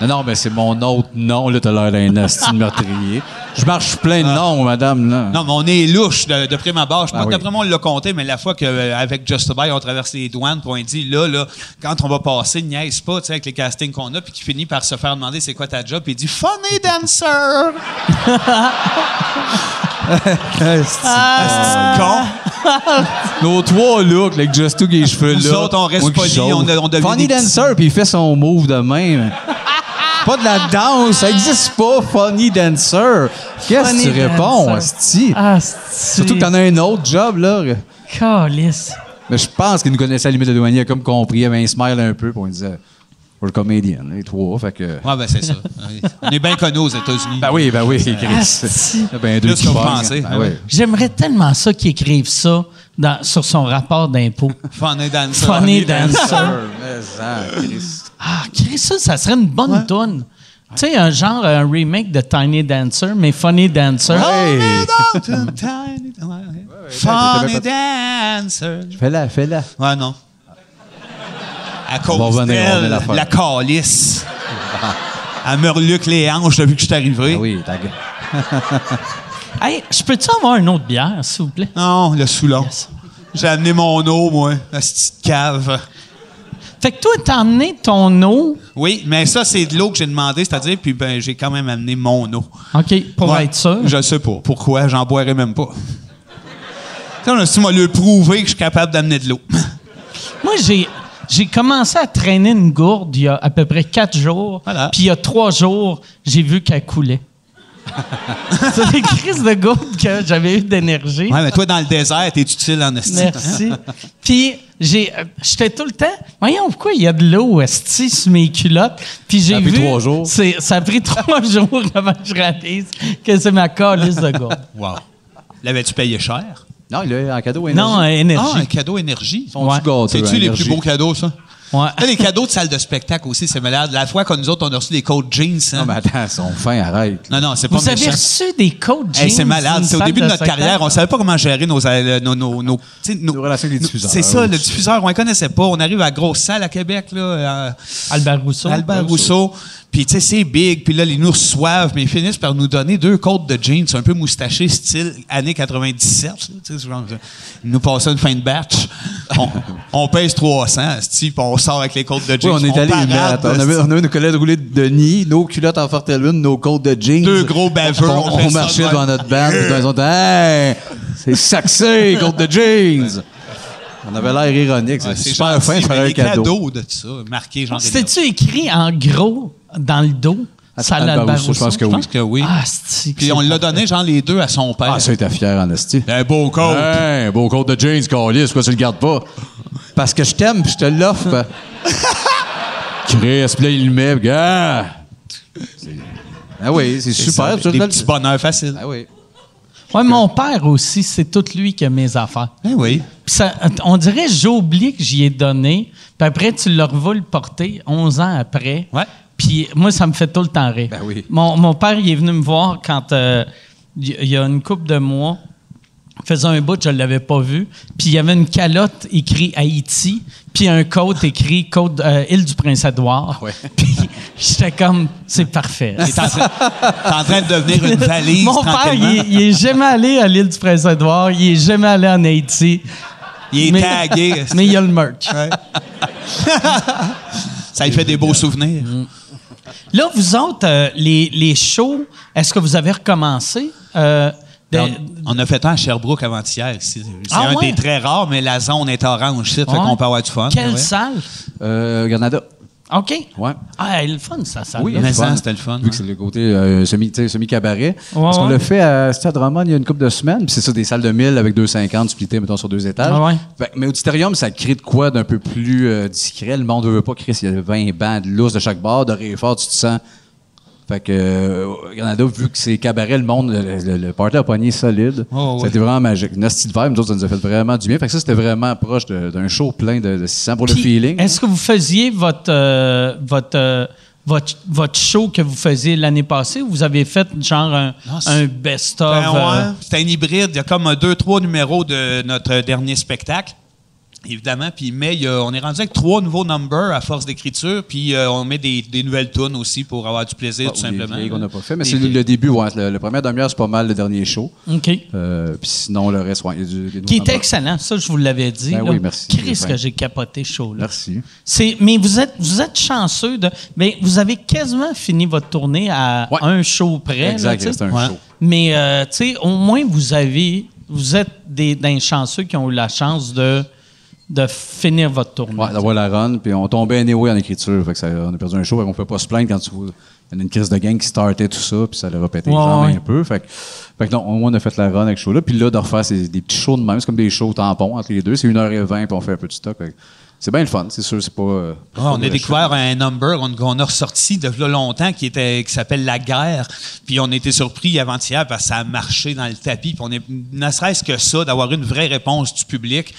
[SPEAKER 6] non, non, mais c'est mon autre nom, là, t'as l'air d'un asti de meurtrier. Je marche plein de noms, madame, là.
[SPEAKER 2] Ah. Non, mais on est louche de, de prime abord. Je pense
[SPEAKER 6] Ah
[SPEAKER 2] que
[SPEAKER 6] oui.
[SPEAKER 2] d'après moi, on l'a compté, mais la fois qu'avec Just Buy, on traverse les douanes, puis on dit là, là, quand on va passer, niaise pas, tu sais, avec les castings qu'on a, puis qui finit par se faire demander c'est quoi ta job, puis il dit Funny dancer!
[SPEAKER 6] Asti.
[SPEAKER 2] Ah, con!
[SPEAKER 6] Nos trois looks, là, avec Justo qui a les cheveux
[SPEAKER 2] Nous
[SPEAKER 6] là.
[SPEAKER 2] autres, on reste
[SPEAKER 6] moi qui
[SPEAKER 2] polis,
[SPEAKER 6] chauffe.
[SPEAKER 2] on a- on devient
[SPEAKER 6] Funny
[SPEAKER 2] des petits-
[SPEAKER 6] Dancer, puis il fait son move de même. pas de la danse, ça existe pas, Funny Dancer. Qu'est-ce que tu
[SPEAKER 1] Funny
[SPEAKER 6] réponds,
[SPEAKER 1] dancer.
[SPEAKER 6] Asti?
[SPEAKER 1] Ah,
[SPEAKER 6] Surtout que t'en as un autre job, là.
[SPEAKER 1] Calisse.
[SPEAKER 6] Mais je pense qu'il nous connaissait à la limite de douanier, il a comme compris, il avait un smile un peu, puis on disait, we're comedian, les trois, fait que.
[SPEAKER 2] Ouais, ben c'est ça. on est bien connus aux États-Unis.
[SPEAKER 6] Ben oui, ben oui, Chris.
[SPEAKER 1] Asti.
[SPEAKER 6] Il y a ben deux
[SPEAKER 2] Plus
[SPEAKER 6] qui
[SPEAKER 2] qu'on
[SPEAKER 6] pognent.
[SPEAKER 2] pensait.
[SPEAKER 6] Ben oui.
[SPEAKER 1] J'aimerais tellement ça qu'ils écrivent ça dans- sur son rapport d'impôt.
[SPEAKER 2] Funny dancer.
[SPEAKER 1] Funny dancer.
[SPEAKER 6] Mais ça, Chris.
[SPEAKER 1] Ah, Chris, ça, ça serait une bonne toune. Tu sais, un genre, un remake de Tiny Dancer, mais Funny Dancer.
[SPEAKER 6] Hey!
[SPEAKER 2] Funny Funny dancer.
[SPEAKER 6] Fais-la, fais-la.
[SPEAKER 2] Ouais, non. À
[SPEAKER 6] va
[SPEAKER 2] cause
[SPEAKER 6] revenir, on
[SPEAKER 2] d'elle,
[SPEAKER 6] met l'affaire.
[SPEAKER 2] la calice. Elle me reluque les hanches depuis que je suis arrivé.
[SPEAKER 6] Ah oui, ta gueule.
[SPEAKER 1] Hey, je peux-tu avoir une autre bière, s'il vous plaît?
[SPEAKER 2] Non, le Soulon.
[SPEAKER 1] Yes.
[SPEAKER 2] J'ai amené mon eau, moi, la petite cave.
[SPEAKER 1] Fait que toi, t'as amené ton eau,
[SPEAKER 2] Oui, mais ça, c'est de l'eau que j'ai demandé, c'est-à-dire, puis ben, j'ai quand même amené mon eau.
[SPEAKER 1] OK, pour
[SPEAKER 2] Ouais,
[SPEAKER 1] être sûr.
[SPEAKER 2] Je sais pas. Pourquoi? J'en boirais même pas. Tu sais, on a su le prouver que je suis capable d'amener de l'eau.
[SPEAKER 1] Moi, j'ai, j'ai commencé à traîner une gourde il y a à peu près quatre jours.
[SPEAKER 2] Voilà.
[SPEAKER 1] Puis il y a trois jours, j'ai vu qu'elle coulait. C'est des crises de gouttes que j'avais eu d'énergie.
[SPEAKER 2] Ouais, mais toi, dans le désert, t'es utile en esti.
[SPEAKER 1] Merci. Puis j'ai, euh, j'étais tout le temps. Voyons pourquoi il y a de l'eau esti sur mes culottes. Puis j'ai
[SPEAKER 6] Ça a
[SPEAKER 1] vu.
[SPEAKER 6] pris trois jours.
[SPEAKER 1] c'est- ça a pris trois jours avant que je réalise que c'est ma calice de gourde.
[SPEAKER 2] Wow. L'avais-tu payé cher?
[SPEAKER 6] Non, il a un cadeau hein, énergie.
[SPEAKER 1] Non, euh, énergie.
[SPEAKER 2] Ah, un cadeau énergie.
[SPEAKER 6] Sont-tu
[SPEAKER 1] ouais.
[SPEAKER 6] gâteux,
[SPEAKER 2] C'est-tu les
[SPEAKER 6] hein, énergie?
[SPEAKER 2] plus beaux cadeaux, ça?
[SPEAKER 1] Ouais.
[SPEAKER 2] Là, les cadeaux de salle de spectacle aussi, c'est malade. La fois qu'on nous autres, on a reçu des codes jeans. hein.
[SPEAKER 6] Non, mais attends, ils sont fins, arrête. là.
[SPEAKER 2] non, non, c'est pas
[SPEAKER 1] Vous avez
[SPEAKER 2] méchant.
[SPEAKER 1] reçu des codes
[SPEAKER 2] Hey, c'est
[SPEAKER 1] jeans
[SPEAKER 2] malade.
[SPEAKER 1] d'une
[SPEAKER 2] C'est au
[SPEAKER 1] salle
[SPEAKER 2] début de notre
[SPEAKER 1] spectacle?
[SPEAKER 2] carrière, on savait pas comment gérer nos, euh, nos, nos, nos, tu sais, nos-
[SPEAKER 6] Nos relations avec
[SPEAKER 2] nos-
[SPEAKER 6] les diffuseurs.
[SPEAKER 2] C'est ça,
[SPEAKER 6] Oui.
[SPEAKER 2] le diffuseur, on ne connaissait pas. On arrive à grosse salle à Québec, là. euh,
[SPEAKER 1] Albert Rousseau.
[SPEAKER 2] Albert Rousseau. Puis, tu sais, c'est big. Puis là, ils nous reçoivent, mais ils finissent par nous donner deux côtes de jeans un peu moustachés, style années 97. là, tu sais, ce genre de- ils nous passaient une fin de batch. On, on pèse 300, esti, puis on sort avec les côtes de
[SPEAKER 6] Oui,
[SPEAKER 2] jeans.
[SPEAKER 6] on est allé y
[SPEAKER 2] parade,
[SPEAKER 6] mettre. On avait,
[SPEAKER 2] esti.
[SPEAKER 6] on avait nos collègues roulés de nid, nos culottes en forte lune, nos côtes de jeans.
[SPEAKER 2] Deux gros baveux, on
[SPEAKER 6] On,
[SPEAKER 2] fait
[SPEAKER 6] on
[SPEAKER 2] ça
[SPEAKER 6] marchait
[SPEAKER 2] de
[SPEAKER 6] devant
[SPEAKER 2] même.
[SPEAKER 6] notre band. puis dans les autres, hey, c'est saxé, côtes de jeans. On avait l'air ironique.
[SPEAKER 2] Ouais,
[SPEAKER 6] c'est
[SPEAKER 2] c'est
[SPEAKER 6] super
[SPEAKER 2] gentil,
[SPEAKER 6] fin de
[SPEAKER 2] mais
[SPEAKER 6] faire un
[SPEAKER 2] les
[SPEAKER 6] cadeau.
[SPEAKER 2] cadeaux de ça, marqué genre.
[SPEAKER 1] C'était-tu écrit en gros dans le dos?
[SPEAKER 6] Attends,
[SPEAKER 1] Salle
[SPEAKER 6] Albert
[SPEAKER 1] Albert
[SPEAKER 6] Rousseau, je
[SPEAKER 1] Rousseau?
[SPEAKER 6] pense que oui.
[SPEAKER 2] Je pense que oui.
[SPEAKER 1] Ah, c'est
[SPEAKER 2] Puis on l'a donné, genre, les deux à son père.
[SPEAKER 6] Ah, ça, il était fier en esti.
[SPEAKER 2] un beau coat.
[SPEAKER 6] Hey, beau coat de jeans, Carlis, pourquoi tu le gardes pas? Parce que je t'aime, puis je te l'offre. Chris, puis là, il le met, puis, ah! C'est- Ah oui, c'est
[SPEAKER 2] C'est
[SPEAKER 6] super.
[SPEAKER 2] ça,
[SPEAKER 6] puis ça,
[SPEAKER 2] des
[SPEAKER 6] je le-
[SPEAKER 2] petits bonheurs faciles.
[SPEAKER 6] Ah oui.
[SPEAKER 1] Ouais, mon père aussi, c'est tout lui qui a mes affaires.
[SPEAKER 6] Ah
[SPEAKER 2] Ben oui.
[SPEAKER 1] Puis ça- on dirait, j'ai oublié que j'y ai donné. Puis après, tu le revas le porter 11 ans après.
[SPEAKER 2] Ouais.
[SPEAKER 1] Puis moi, ça me fait tout le temps rire.
[SPEAKER 6] Ben oui.
[SPEAKER 1] Mon, mon père, il est venu me voir quand euh, il y- il y a une couple de mois. Il faisait un bout, je ne l'avais pas vu. Puis il y avait une calotte écrit Haïti, puis un côte écrit côte, euh, Île du Prince-Édouard.
[SPEAKER 6] Ah ouais.
[SPEAKER 1] Puis j'étais comme, c'est parfait.
[SPEAKER 2] T'es en, train- t'es en train de devenir Ah, une valise.
[SPEAKER 1] Mon père, il,
[SPEAKER 2] tranquillement.
[SPEAKER 1] est- il est jamais allé à l'île du Prince-Édouard, il est jamais allé en Haïti.
[SPEAKER 2] Il est
[SPEAKER 1] mais-
[SPEAKER 2] tagué.
[SPEAKER 1] Mais il y a le merch.
[SPEAKER 2] Ça lui fait des beaux souvenirs.
[SPEAKER 1] Mm. Là, vous autres, euh, les, les shows, est-ce que vous avez recommencé? euh, de-
[SPEAKER 2] On, on a fait un à Sherbrooke avant-hier. ici. C'est
[SPEAKER 1] Ah
[SPEAKER 2] un
[SPEAKER 1] ouais?
[SPEAKER 2] des très rares, mais la zone est orange. ici, Fait
[SPEAKER 1] Ouais.
[SPEAKER 2] qu'on peut avoir du fun.
[SPEAKER 1] Quelle
[SPEAKER 2] ouais.
[SPEAKER 1] salle?
[SPEAKER 6] Euh, Granada.
[SPEAKER 1] OK.
[SPEAKER 6] Ouais.
[SPEAKER 1] Ah, elle est le fun, ça, salle.
[SPEAKER 2] Oui, hein.
[SPEAKER 6] là,
[SPEAKER 2] mais
[SPEAKER 6] c'est
[SPEAKER 2] ça,
[SPEAKER 6] fun.
[SPEAKER 2] c'était le fun,
[SPEAKER 6] Vu que
[SPEAKER 2] ouais.
[SPEAKER 6] c'est le côté euh, semi- tu sais, semi-cabaret. parce qu'on
[SPEAKER 1] ouais.
[SPEAKER 6] l'a fait à Stade Drummond il y a une couple de semaines. Puis c'est ça, des salles de 1000 avec 250 splittées, mettons, sur deux étages.
[SPEAKER 1] Ah ouais.
[SPEAKER 6] Fait que- mais auditorium, ça crée de quoi d'un peu plus euh, discret. Le monde ne veut pas créer s'il y a 20 bancs de lousse de chaque bord. De rire fort, tu te sens. Fait que, euh, au Canada, vu que c'est cabaret, le monde, le, le, le party a pogné solide.
[SPEAKER 1] Ah
[SPEAKER 2] Oh, ouais.
[SPEAKER 6] C'était vraiment magique. Nasty de vibe, nous autres, ça nous a fait vraiment du bien. Fait que ça, c'était vraiment proche de- d'un show plein de, de 600 pour le
[SPEAKER 1] Puis,
[SPEAKER 6] feeling.
[SPEAKER 2] hein.
[SPEAKER 1] Est-ce que vous faisiez votre, euh, votre, euh, votre, votre show que vous faisiez l'année passée ou vous avez fait genre un,
[SPEAKER 2] Non, c'est-
[SPEAKER 1] un best-of?
[SPEAKER 2] Ben ouais,
[SPEAKER 1] euh,
[SPEAKER 2] C'est un hybride. Il y a comme euh, deux, trois numéros de notre euh, dernier spectacle. Évidemment, puis mais il y a- on est rendu avec trois nouveaux numbers à force d'écriture, puis euh, on met des, des nouvelles tunes aussi pour avoir du plaisir, tout
[SPEAKER 6] Bah, Ou des
[SPEAKER 2] simplement.
[SPEAKER 6] Ah, vieilles qu'on n'a pas fait, mais
[SPEAKER 2] Des
[SPEAKER 6] c'est le,
[SPEAKER 2] vieilles.
[SPEAKER 6] le début. Ouais. Le, le premier demi-heure, c'est pas mal le dernier show.
[SPEAKER 1] OK.
[SPEAKER 6] Euh, Puis sinon, le reste, ouais, il y a du- des
[SPEAKER 1] Qui
[SPEAKER 6] nouveaux
[SPEAKER 1] était
[SPEAKER 6] numbers.
[SPEAKER 1] excellent, ça, je vous l'avais dit.
[SPEAKER 6] Ben
[SPEAKER 1] là.
[SPEAKER 6] oui, merci,
[SPEAKER 1] Christ
[SPEAKER 6] Sylvain.
[SPEAKER 1] que j'ai capoté chaud, là.
[SPEAKER 6] Merci.
[SPEAKER 1] C'est- mais vous êtes, vous êtes chanceux de. Mais vous avez quasiment fini votre tournée à
[SPEAKER 6] Ouais.
[SPEAKER 1] un show près. là,
[SPEAKER 6] Exact,
[SPEAKER 1] tu sais.
[SPEAKER 6] c'est un
[SPEAKER 2] Ouais.
[SPEAKER 6] show.
[SPEAKER 1] Mais euh, tu sais, au moins vous avez, vous êtes des, des chanceux qui ont eu la chance de de finir votre tournée.
[SPEAKER 6] Ouais, d'avoir la run, puis on tombait anyway en écriture. Fait que ça, on a perdu un show, fait qu'on peut pas se plaindre quand tu vois. Il y en a une crise de gang qui startait tout ça, puis ça l'a répété
[SPEAKER 1] Ouais, ouais.
[SPEAKER 6] un peu. Fait que, fait que non, au moins, on a fait la run avec ce show-là. Puis là, de refaire c'est des petits shows de même, c'est comme des shows tampons entre les deux. C'est 1h20, puis on fait un peu de stock. Fait que C'est bien le fun, c'est sûr, c'est pas. euh,
[SPEAKER 2] Ouais, Ah, on
[SPEAKER 6] pas
[SPEAKER 2] a
[SPEAKER 6] le show.
[SPEAKER 2] découvert un number qu'on qu'on a ressorti de là longtemps qui était qui s'appelle La Guerre. Puis on était surpris avant-hier parce que ça a marché dans le tapis. Puis on est ne serait-ce que ça, d'avoir une vraie réponse du public,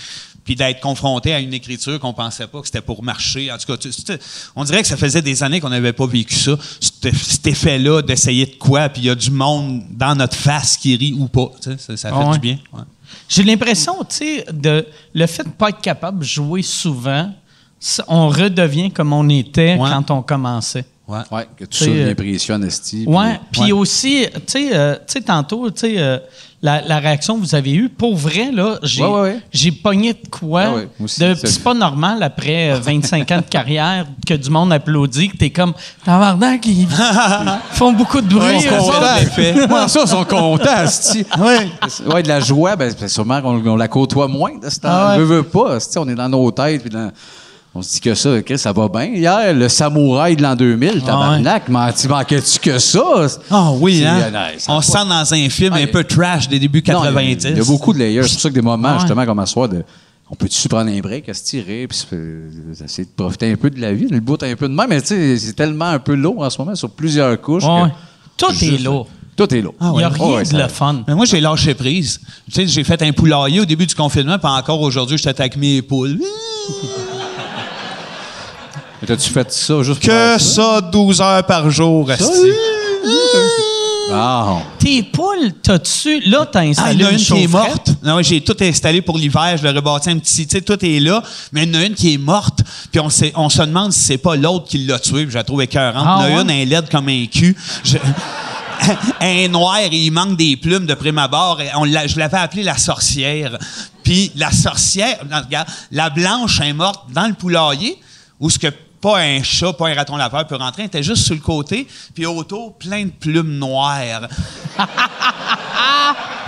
[SPEAKER 2] puis d'être confronté à une écriture qu'on pensait pas que c'était pour marcher. En tout cas, tu- tu- on dirait que ça faisait des années qu'on n'avait pas vécu ça. Cet, cet effet-là d'essayer de quoi, puis il y a du monde dans notre face qui rit ou pas. Tu sais, Ça, ça fait
[SPEAKER 1] Ah ouais.
[SPEAKER 2] du bien. ouais.
[SPEAKER 1] J'ai l'impression, tu sais, de le fait de pas être capable de jouer souvent, ça- on redevient comme on était
[SPEAKER 2] Ouais.
[SPEAKER 1] quand on commençait.
[SPEAKER 2] Ouais.
[SPEAKER 6] Ouais, que tout
[SPEAKER 1] C'est,
[SPEAKER 6] ça
[SPEAKER 1] euh,
[SPEAKER 6] devient précieux en esti, puis-
[SPEAKER 1] Ouais, puis aussi, tu sais, euh, tu sais, tantôt, tu sais, euh, la, la réaction que vous avez eue, pour vrai, là, j'ai
[SPEAKER 6] Ouais, ouais, ouais.
[SPEAKER 1] j'ai pogné de quoi.
[SPEAKER 6] Ouais, ouais, moi aussi,
[SPEAKER 1] de-
[SPEAKER 6] ça-
[SPEAKER 1] c'est pas normal après euh, 25 ans de carrière que du monde applaudit, que t'es comme, tabarnak, ils font beaucoup de bruit.
[SPEAKER 6] Ils
[SPEAKER 1] eux
[SPEAKER 6] sont
[SPEAKER 1] autres.
[SPEAKER 6] contents.
[SPEAKER 2] effet.
[SPEAKER 6] Ouais, ça, ils sont contents, esti. Ouais, de la joie, ben, ben, sûrement qu'on on la côtoie moins de ce temps.
[SPEAKER 1] Ah ouais.
[SPEAKER 6] veut, veut pas, esti, on est dans nos têtes. puis dans- On se dit que ça, Chris, ça va bien. Hier, le samouraï de l'an 2000, tabarnak, man, tu manquais-tu que ça?
[SPEAKER 2] Ah oui,
[SPEAKER 6] C'est-
[SPEAKER 2] hein?
[SPEAKER 6] euh, non, ça a
[SPEAKER 2] On
[SPEAKER 6] pas-
[SPEAKER 2] se sent dans un film
[SPEAKER 6] Ah,
[SPEAKER 2] un
[SPEAKER 6] il-
[SPEAKER 2] peu trash des débuts
[SPEAKER 6] Non, il y a-
[SPEAKER 2] 90.
[SPEAKER 6] Il y a beaucoup de layers. C'est pour ça que des moments,
[SPEAKER 1] Ouais.
[SPEAKER 6] justement, comme à soir, de, on peut-tu prendre un break, à se tirer, puis se- euh, essayer de profiter un peu de la vie, le bout un peu de même. Mais tu sais, c'est tellement un peu lourd en ce moment, sur plusieurs couches.
[SPEAKER 1] Ouais.
[SPEAKER 6] que-
[SPEAKER 1] Tout est lourd. Ah
[SPEAKER 6] Tout est lourd.
[SPEAKER 1] Il n'y a
[SPEAKER 6] Ah Ouais,
[SPEAKER 1] rien
[SPEAKER 6] ouais,
[SPEAKER 1] de
[SPEAKER 6] ça-
[SPEAKER 1] le fun.
[SPEAKER 2] Mais moi, j'ai lâché prise. Tu sais, j'ai fait un poulailler au début du confinement, puis encore aujourd'hui, je t'attaque mes poules.
[SPEAKER 6] Mais T'as-tu fait ça juste pour
[SPEAKER 2] Que
[SPEAKER 6] faire
[SPEAKER 2] ça, 12 heures par jour,
[SPEAKER 6] Ça,
[SPEAKER 2] esti.
[SPEAKER 6] Ah,
[SPEAKER 1] Tes poules, t'as-tu. Là, t'as
[SPEAKER 2] Ah,
[SPEAKER 1] installé
[SPEAKER 2] il y en a
[SPEAKER 1] une
[SPEAKER 2] une qui est
[SPEAKER 1] chaufferette.
[SPEAKER 2] morte. Non, ouais, j'ai tout installé pour l'hiver. Je l'ai rebâti un petit. Tu sais, tout est là, mais il y en a une qui est morte. Puis on, s'est- on se demande si c'est pas l'autre qui l'a tué. Puis je la trouve écœurante.
[SPEAKER 1] Ah,
[SPEAKER 2] il y en a
[SPEAKER 1] ouais?
[SPEAKER 2] une, elle est laide comme un cul. Je- Elle est noire et il manque des plumes de prime abord. Et On l'a- je l'avais appelée la sorcière. Puis la sorcière, non, regarde, la blanche est morte dans le poulailler où ce que pas un chat, pas un raton laveur peut rentrer. Elle était juste sur le côté, puis autour, plein de plumes noires.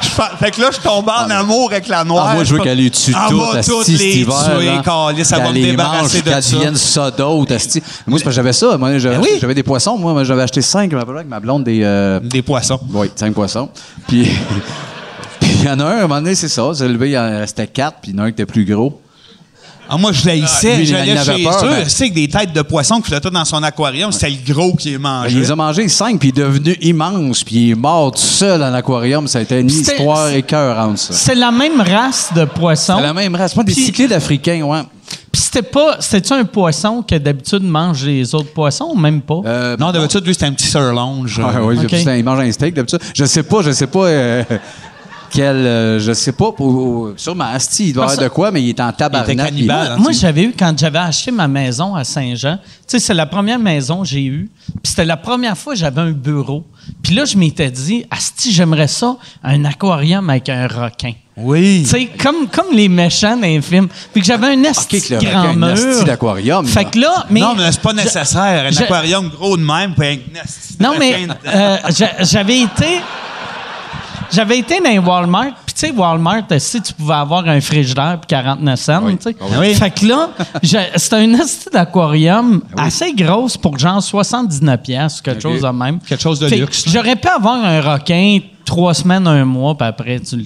[SPEAKER 2] Je fa- Fait que là, je tombe en amour avec la noire.
[SPEAKER 6] Ah, moi, je veux qu'elle les tue
[SPEAKER 2] Ah,
[SPEAKER 6] toutes,
[SPEAKER 2] moi,
[SPEAKER 6] asti,
[SPEAKER 2] toutes
[SPEAKER 6] cet
[SPEAKER 2] les
[SPEAKER 6] hiver.
[SPEAKER 2] tuer,
[SPEAKER 6] là.
[SPEAKER 2] câlisse, ça va
[SPEAKER 6] Qu'elle
[SPEAKER 2] me
[SPEAKER 6] les
[SPEAKER 2] débarrasser
[SPEAKER 6] mange,
[SPEAKER 2] de
[SPEAKER 6] qu'elle
[SPEAKER 2] ça.
[SPEAKER 6] devienne ça d'autre, asti. Moi, c'est parce que j'avais ça. à un moment donné, J'avais
[SPEAKER 2] Ben oui.
[SPEAKER 6] j'avais des poissons. Moi, Moi, j'avais acheté cinq, je me rappelle, avec ma blonde, des... euh,
[SPEAKER 2] Des poissons.
[SPEAKER 6] Oui, cinq poissons. Puis puis il y en a un, à un moment donné, c'est ça. C'est levé, il y en restait quatre, puis il y en a un qui était plus gros.
[SPEAKER 2] Ah, moi, je
[SPEAKER 6] Ah,
[SPEAKER 2] l'haïssais.
[SPEAKER 6] lui, il en
[SPEAKER 2] J'allais
[SPEAKER 6] avait
[SPEAKER 2] chez
[SPEAKER 6] peur,
[SPEAKER 2] eux.
[SPEAKER 6] mais-
[SPEAKER 2] Tu sais que des têtes de poissons qui flottaient dans son aquarium, c'était le gros qui est
[SPEAKER 6] Ben,
[SPEAKER 2] mangé.
[SPEAKER 6] il les a mangés, cinq, puis il est devenu immense, puis il est mort tout seul dans l'aquarium. Ça a été une
[SPEAKER 1] c'était-
[SPEAKER 6] histoire écœurante, ça.
[SPEAKER 1] C'est la même race de poissons.
[SPEAKER 6] C'est la même race. Moi, des
[SPEAKER 1] Puis-
[SPEAKER 6] cyclides africains, ouais.
[SPEAKER 1] Puis c'était pas. C'était-tu un poisson que d'habitude mange les autres poissons ou même pas?
[SPEAKER 6] Euh,
[SPEAKER 2] Non, d'habitude, lui, c'était un petit sirlonge.
[SPEAKER 6] Ah oui,
[SPEAKER 1] Ok.
[SPEAKER 6] d'habitude, il mange un steak d'habitude. Je sais pas, je sais pas euh, quel. euh, je sais pas. pour- au- sûrement, Asti, il doit y avoir de quoi, mais il est en tabarnak.
[SPEAKER 2] Il était cannibale,
[SPEAKER 6] Ah,
[SPEAKER 2] hein.
[SPEAKER 1] Moi, j'avais eu, quand j'avais acheté ma maison à Saint-Jean, tu sais, c'est la première maison que j'ai eue, puis c'était la première fois que j'avais un bureau. Puis là, je m'étais dit, Asti, j'aimerais ça, un aquarium avec un requin.
[SPEAKER 2] Oui.
[SPEAKER 1] Tu sais, comme, comme les méchants dans les films. Puis que j'avais un asti
[SPEAKER 6] Ok, que le
[SPEAKER 1] de grand
[SPEAKER 6] requin, un asti
[SPEAKER 1] mur.
[SPEAKER 6] d'aquarium,
[SPEAKER 1] Fait
[SPEAKER 6] là.
[SPEAKER 1] que là, mais...
[SPEAKER 2] non, mais c'est pas
[SPEAKER 1] je-
[SPEAKER 2] nécessaire. Un
[SPEAKER 1] je-
[SPEAKER 2] aquarium gros de même, puis un
[SPEAKER 1] Non, mais
[SPEAKER 2] Tiens,
[SPEAKER 1] euh, j'a- j'avais été. J'avais été dans un Walmart, puis tu sais, Walmart, euh, si tu pouvais avoir un frigidaire puis 49 cents,
[SPEAKER 6] Oui.
[SPEAKER 1] tu sais.
[SPEAKER 6] Ah
[SPEAKER 2] oui.
[SPEAKER 1] Fait que là, j'ai- c'était une assiette d'aquarium assez grosse pour genre 79 piastres, quelque
[SPEAKER 6] Ah Ok.
[SPEAKER 1] chose de même.
[SPEAKER 2] Quelque chose de
[SPEAKER 1] Fait que
[SPEAKER 2] luxe, là.
[SPEAKER 1] J'aurais pu avoir un requin trois semaines, un mois, puis après, tu, le-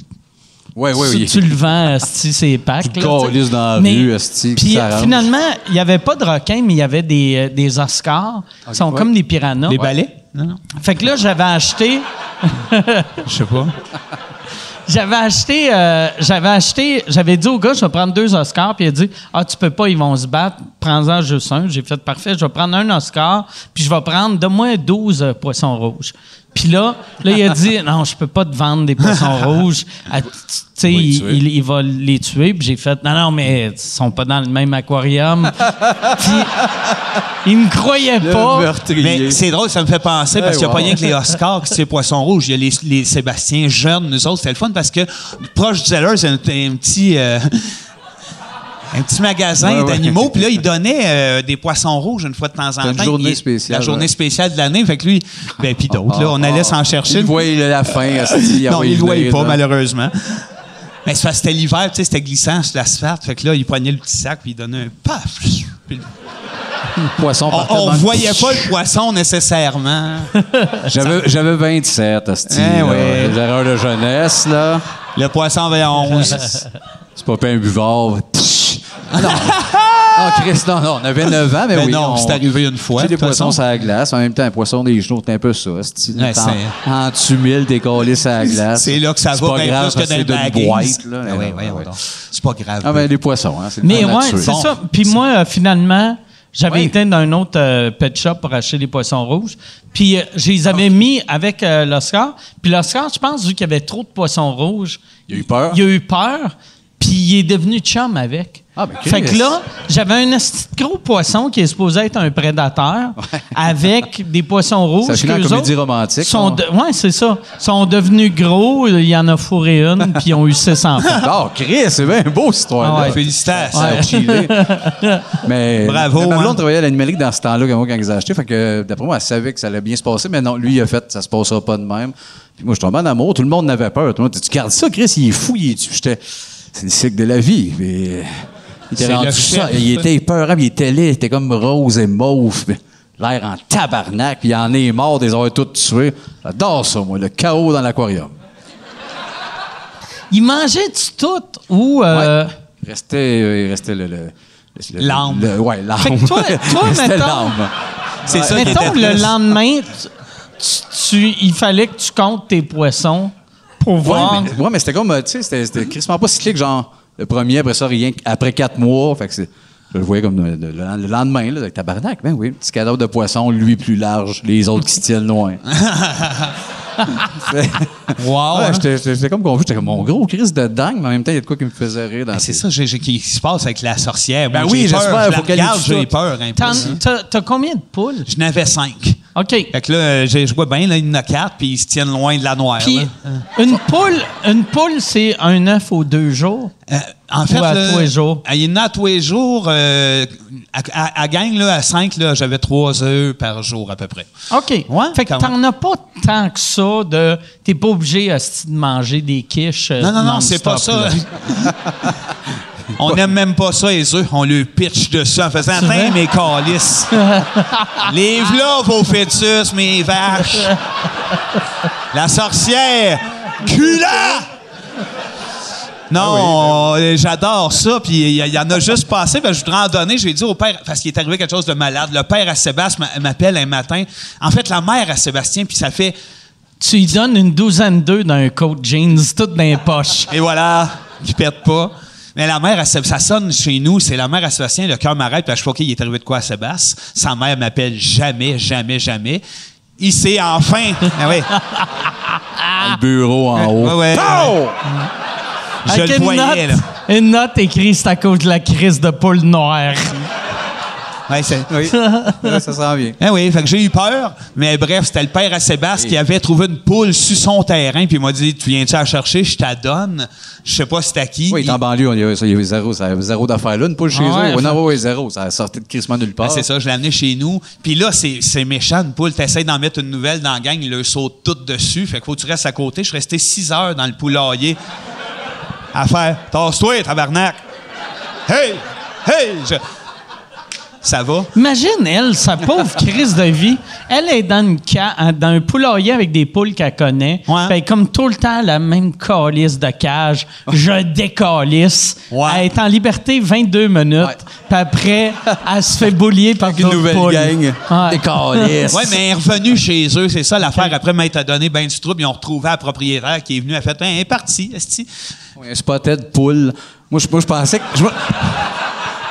[SPEAKER 6] Oui, Eh oui,
[SPEAKER 1] tu,
[SPEAKER 6] oui.
[SPEAKER 1] tu le vends, si c'est pack.
[SPEAKER 6] Tu
[SPEAKER 1] là, tu sais.
[SPEAKER 6] câlisses dans la
[SPEAKER 1] Mais-
[SPEAKER 6] rue, asti, que
[SPEAKER 1] Puis euh,
[SPEAKER 6] ça rentre.
[SPEAKER 1] finalement, il n'y avait pas de requin, mais il y avait des, euh, des Oscars. Ils sont
[SPEAKER 6] Ah, ouais.
[SPEAKER 1] comme des piranhas.
[SPEAKER 2] Des balais? Non, non.
[SPEAKER 1] Fait que là, j'avais acheté,
[SPEAKER 2] Je sais pas.
[SPEAKER 1] j'avais acheté, euh, j'avais acheté, j'avais dit au gars, je vais prendre deux Oscars, puis il a dit, ah, tu peux pas, ils vont se battre, prends-en juste un. J'ai fait parfait, je vais prendre un Oscar, puis je vais prendre, donne-moi 12 euh, poissons rouges. Puis là, là, il a dit, non, je peux pas te vendre des poissons rouges. Ah, tu- tu sais,
[SPEAKER 6] les
[SPEAKER 1] il,
[SPEAKER 6] tuer.
[SPEAKER 1] il- il va les tuer. Puis j'ai fait, non, non, mais ils sont pas dans le même aquarium. puis il me croyait
[SPEAKER 6] Le
[SPEAKER 1] pas.
[SPEAKER 6] meurtrier.
[SPEAKER 2] Mais c'est drôle, ça me fait penser, parce
[SPEAKER 6] Eh
[SPEAKER 2] qu'il n'y a
[SPEAKER 6] wow.
[SPEAKER 2] pas rien que les Oscars qui c'est Poissons Rouges. Il y a les, les Sébastien Jeunes, nous autres. C'était le fun parce que proche du Zellers, c'est un, un petit. euh, Un petit magasin
[SPEAKER 6] Ouais, ouais.
[SPEAKER 2] d'animaux, puis là, il donnait euh, des poissons rouges une fois de temps en temps.
[SPEAKER 6] une journée
[SPEAKER 2] Il-
[SPEAKER 6] spéciale,
[SPEAKER 2] La journée
[SPEAKER 6] ouais. Ah,
[SPEAKER 2] spéciale de l'année. Fait que lui, ben, puis d'autres, là, on allait s'en chercher.
[SPEAKER 6] Il
[SPEAKER 2] une
[SPEAKER 6] voit la fin, Asti.
[SPEAKER 2] non,
[SPEAKER 6] envoyé
[SPEAKER 2] il ne voyait
[SPEAKER 6] venir,
[SPEAKER 2] pas,
[SPEAKER 6] là.
[SPEAKER 2] malheureusement. Mais c'est parce que c'était l'hiver, tu sais, c'était glissant sur l'asphalte. Fait que là, il poignait le petit sac, puis il donnait un paf. Puis le-
[SPEAKER 6] Poisson partait
[SPEAKER 2] on
[SPEAKER 6] dans
[SPEAKER 2] ne
[SPEAKER 6] le-
[SPEAKER 2] voyait pas le poisson nécessairement.
[SPEAKER 6] J'avais j'avais 27, Asti.
[SPEAKER 2] Eh
[SPEAKER 6] là.
[SPEAKER 2] ouais.
[SPEAKER 6] Les erreurs de jeunesse, là.
[SPEAKER 2] Le poisson avait 11.
[SPEAKER 6] C'est pas un buvard. Psh. Ah, Non. non, Chris, non, non. On avait 9 ans, mais
[SPEAKER 2] Ben
[SPEAKER 6] oui.
[SPEAKER 2] non,
[SPEAKER 6] on-
[SPEAKER 2] c'est arrivé une fois,
[SPEAKER 6] Tu sais,
[SPEAKER 2] de
[SPEAKER 6] des
[SPEAKER 2] toute
[SPEAKER 6] poissons
[SPEAKER 2] façon.
[SPEAKER 6] sur la glace. En même temps, un poisson des genoux, c'est un peu ça. c'est-
[SPEAKER 2] Ouais, c'est-
[SPEAKER 6] en, en tumile, t'es collé sur la glace.
[SPEAKER 2] C'est là que ça
[SPEAKER 6] Ah, C'est
[SPEAKER 2] va
[SPEAKER 6] pas
[SPEAKER 2] bien
[SPEAKER 6] grave
[SPEAKER 2] plus que
[SPEAKER 6] parce
[SPEAKER 2] dans
[SPEAKER 6] que
[SPEAKER 2] le
[SPEAKER 6] c'est d'une
[SPEAKER 2] bagging.
[SPEAKER 6] boîte, là.
[SPEAKER 2] Ah, ouais,
[SPEAKER 6] Non,
[SPEAKER 2] ouais,
[SPEAKER 6] ouais.
[SPEAKER 2] donc. C'est pas grave.
[SPEAKER 6] Ah, ben, les poissons, hein. C'est le
[SPEAKER 1] Mais
[SPEAKER 6] temps de la
[SPEAKER 1] ouais,
[SPEAKER 6] tuer.
[SPEAKER 1] c'est
[SPEAKER 2] Bon.
[SPEAKER 1] ça. Puis moi, euh, finalement, j'avais
[SPEAKER 6] Oui.
[SPEAKER 1] été dans un autre euh, pet shop pour acheter des poissons rouges. Puis euh, je les avais mis avec euh, l'Oscar. Puis l'Oscar, je pense, vu qu'il y avait trop de poissons rouges,
[SPEAKER 6] Il a eu peur.
[SPEAKER 1] Il a eu peur. Puis il est devenu chum avec.
[SPEAKER 6] Ah, ben,
[SPEAKER 1] fait que
[SPEAKER 6] Chris.
[SPEAKER 1] là, j'avais un esti de gros poisson qui est supposé être un prédateur avec des poissons rouges.
[SPEAKER 6] Ça finit en
[SPEAKER 1] qu'eux
[SPEAKER 6] comédie
[SPEAKER 1] autres
[SPEAKER 6] romantique,
[SPEAKER 1] Sont
[SPEAKER 6] non?
[SPEAKER 1] de- ouais, c'est ça. sont devenus gros, il y en a fourré une, puis ils ont eu 600 enfants.
[SPEAKER 6] Oh, Chris, c'est bien beau, cette histoire-là.
[SPEAKER 1] Ah ouais.
[SPEAKER 2] Félicitations.
[SPEAKER 6] Ça a chillé. Mais
[SPEAKER 2] Bravo,
[SPEAKER 6] mais ma blonde
[SPEAKER 2] hein.
[SPEAKER 6] travaillait à l'animalique dans ce temps-là quand quand ils achetaient. Fait que d'après moi, elle savait que ça allait bien se passer, mais non, lui, il a fait ça se passera pas de même. Puis moi, je tombais en amour, tout le monde n'avait peur. Tout le monde dit Tu gardes ça, Chris, il est fou, il est tu. J'étais C'est le cycle de la vie. Mais Il était
[SPEAKER 2] C'est
[SPEAKER 6] rendu
[SPEAKER 2] le chef.
[SPEAKER 6] ça. Il était épeurable, il était laid, il était comme rose et mauve. puis L'air en tabarnak, puis il en est mort, des avoir toutes tuées. J'adore ça, moi, le chaos dans l'aquarium.
[SPEAKER 1] Il mangeait-tu tout ou... euh,
[SPEAKER 6] Restait, euh, il restait le. le- le- le-
[SPEAKER 2] L'âme.
[SPEAKER 6] le- Ouais, l'âme.
[SPEAKER 1] Fait que toi- toi,
[SPEAKER 6] Restait
[SPEAKER 1] mettons-
[SPEAKER 6] l'âme.
[SPEAKER 2] C'est ça qui
[SPEAKER 1] Mettons
[SPEAKER 2] était
[SPEAKER 1] le
[SPEAKER 2] triste.
[SPEAKER 1] lendemain, tu- tu- tu- il fallait que tu comptes tes poissons pour
[SPEAKER 6] Ouais,
[SPEAKER 1] voir.
[SPEAKER 6] mais, ouais, mais c'était comme, euh, tu sais, c'était- c'était crissement pas cyclique, genre, le premier, après ça, rien, qu- après quatre mois. Fait que c'est- je le voyais comme le, le- le lendemain, là, avec tabarnak, ben oui, petit cadavre de poisson, lui plus large, les autres qui se tiennent loin.
[SPEAKER 1] Ah
[SPEAKER 6] Fait-
[SPEAKER 2] Wow,
[SPEAKER 6] Ouais,
[SPEAKER 2] hein?
[SPEAKER 6] j'étais- J'étais j'étais comme confus, j'étais comme, mon gros Chris de dingue, mais en même temps, il y a de quoi qui me faisait rire
[SPEAKER 1] Ben,
[SPEAKER 6] dans
[SPEAKER 2] C'est
[SPEAKER 6] ces-
[SPEAKER 2] ça j'ai- j'ai- qui qui se passe avec la sorcière.
[SPEAKER 6] Ben
[SPEAKER 2] Moi,
[SPEAKER 6] oui,
[SPEAKER 2] j'ai peur.
[SPEAKER 6] j'espère,
[SPEAKER 2] Je la
[SPEAKER 6] faut qu'elle
[SPEAKER 2] regarde,
[SPEAKER 6] ait du
[SPEAKER 2] J'ai
[SPEAKER 6] tout.
[SPEAKER 2] peur. hein, un peu.
[SPEAKER 1] T'en- T'as t'as combien de poules?
[SPEAKER 2] Je n'avais cinq.
[SPEAKER 1] OK.
[SPEAKER 2] Fait que là, euh, j'ai- je vois bien, là, il y en a quatre, puis ils se tiennent loin de la noire.
[SPEAKER 1] Puis
[SPEAKER 2] là.
[SPEAKER 1] une poule, une poule c'est un œuf aux deux jours.
[SPEAKER 2] Euh, en fait,
[SPEAKER 1] Ou à
[SPEAKER 2] là,
[SPEAKER 1] tous les jours.
[SPEAKER 2] euh, Il y en a à tous les jours. euh, à, à- à gang, là, à cinq, là, j'avais trois œufs par jour à peu près.
[SPEAKER 1] OK.
[SPEAKER 2] Ouais,
[SPEAKER 1] fait que
[SPEAKER 2] quand
[SPEAKER 1] t'en as pas tant que ça de. T'es pas obligé hostie, de manger des quiches. euh,
[SPEAKER 2] Non, non, non, c'est
[SPEAKER 1] non-stop,
[SPEAKER 2] pas ça.
[SPEAKER 1] là.
[SPEAKER 2] On n'aime même pas ça, les œufs. On le pitch dessus en faisant
[SPEAKER 1] vrai?
[SPEAKER 2] Tiens, mes calices. les v'là, vos fœtus, mes vaches. La sorcière. Cula! Non, euh, j'adore ça. Puis il y, il y en a juste passé. Ben, je voudrais en donner. J'ai dit au père, parce qu'il est arrivé quelque chose de malade. Le père à Sébastien m'a- m'appelle un matin. En fait, la mère à Sébastien, puis ça fait.
[SPEAKER 1] Tu lui donnes une douzaine d'œufs dans un coat jeans, tout dans les poches.
[SPEAKER 2] Et voilà, qui pète pas. Mais la mère, à Séb- ça sonne chez nous, c'est la mère à Sébastien, le cœur m'arrête, puis je suis OK, il est arrivé de quoi à Sébastien? Sa mère m'appelle jamais, jamais, jamais. Il s'est enfin. Ah oui.
[SPEAKER 6] le bureau
[SPEAKER 1] Ah.
[SPEAKER 6] en haut.
[SPEAKER 2] Ouais, ouais, ouais. Je
[SPEAKER 1] Avec
[SPEAKER 2] le
[SPEAKER 1] une
[SPEAKER 2] voyais, là.
[SPEAKER 1] note, Une note écrite, c'est à cause de la crise de poule noire.
[SPEAKER 2] Ouais, c'est-
[SPEAKER 6] Oui, Ouais, ça sent bien.
[SPEAKER 2] Ah oui, fait que j'ai eu peur, mais bref, c'était le père à Sébastien qui avait trouvé une poule sur son terrain, puis il m'a dit Tu viens-tu la chercher Je t'adonne. Je sais pas c'est à qui.
[SPEAKER 6] Oui, il est en banlieue, on- il y avait, ça, il y avait zéro, ça avait zéro d'affaires là, une poule
[SPEAKER 1] Ah
[SPEAKER 6] chez
[SPEAKER 1] ouais,
[SPEAKER 6] eux. Ouais,
[SPEAKER 1] enfin-
[SPEAKER 6] non, ouais, ouais, zéro. Ça sortait de crissement nulle
[SPEAKER 2] Ben,
[SPEAKER 6] part.
[SPEAKER 2] c'est ça, je l'ai amené chez nous. Puis là, c'est c'est méchant, une poule. T'essayes d'en mettre une nouvelle dans la gang, ils le sautent toutes dessus. Fait qu'il faut que tu restes à côté. Je suis resté six heures dans le poulailler à faire Tasse-toi, tabarnak! Hey! Hey! Je- Ça va?
[SPEAKER 1] Imagine, elle, sa pauvre crise de vie, elle est dans, une ca- euh, dans un poulailler avec des poules qu'elle connaît.
[SPEAKER 2] Ouais.
[SPEAKER 1] Fait comme tout le temps, la même calice de cage, je décalisse.
[SPEAKER 2] Ouais.
[SPEAKER 1] Elle est en liberté 22 minutes.
[SPEAKER 6] Ouais.
[SPEAKER 1] Puis après, elle se fait boulier par
[SPEAKER 6] une
[SPEAKER 1] d'autres
[SPEAKER 6] nouvelle
[SPEAKER 1] poules.
[SPEAKER 6] gang.
[SPEAKER 1] Ouais.
[SPEAKER 6] Des câlisses.
[SPEAKER 2] Oui, mais elle est revenue chez eux, c'est ça l'affaire. Après m'être donné ben du trouble, ils ont retrouvé la propriétaire qui est venue, elle a fait Ben, elle est partie, esti.
[SPEAKER 6] Oui, Un spotted poule. Moi, je, moi, je pensais que. Je, me-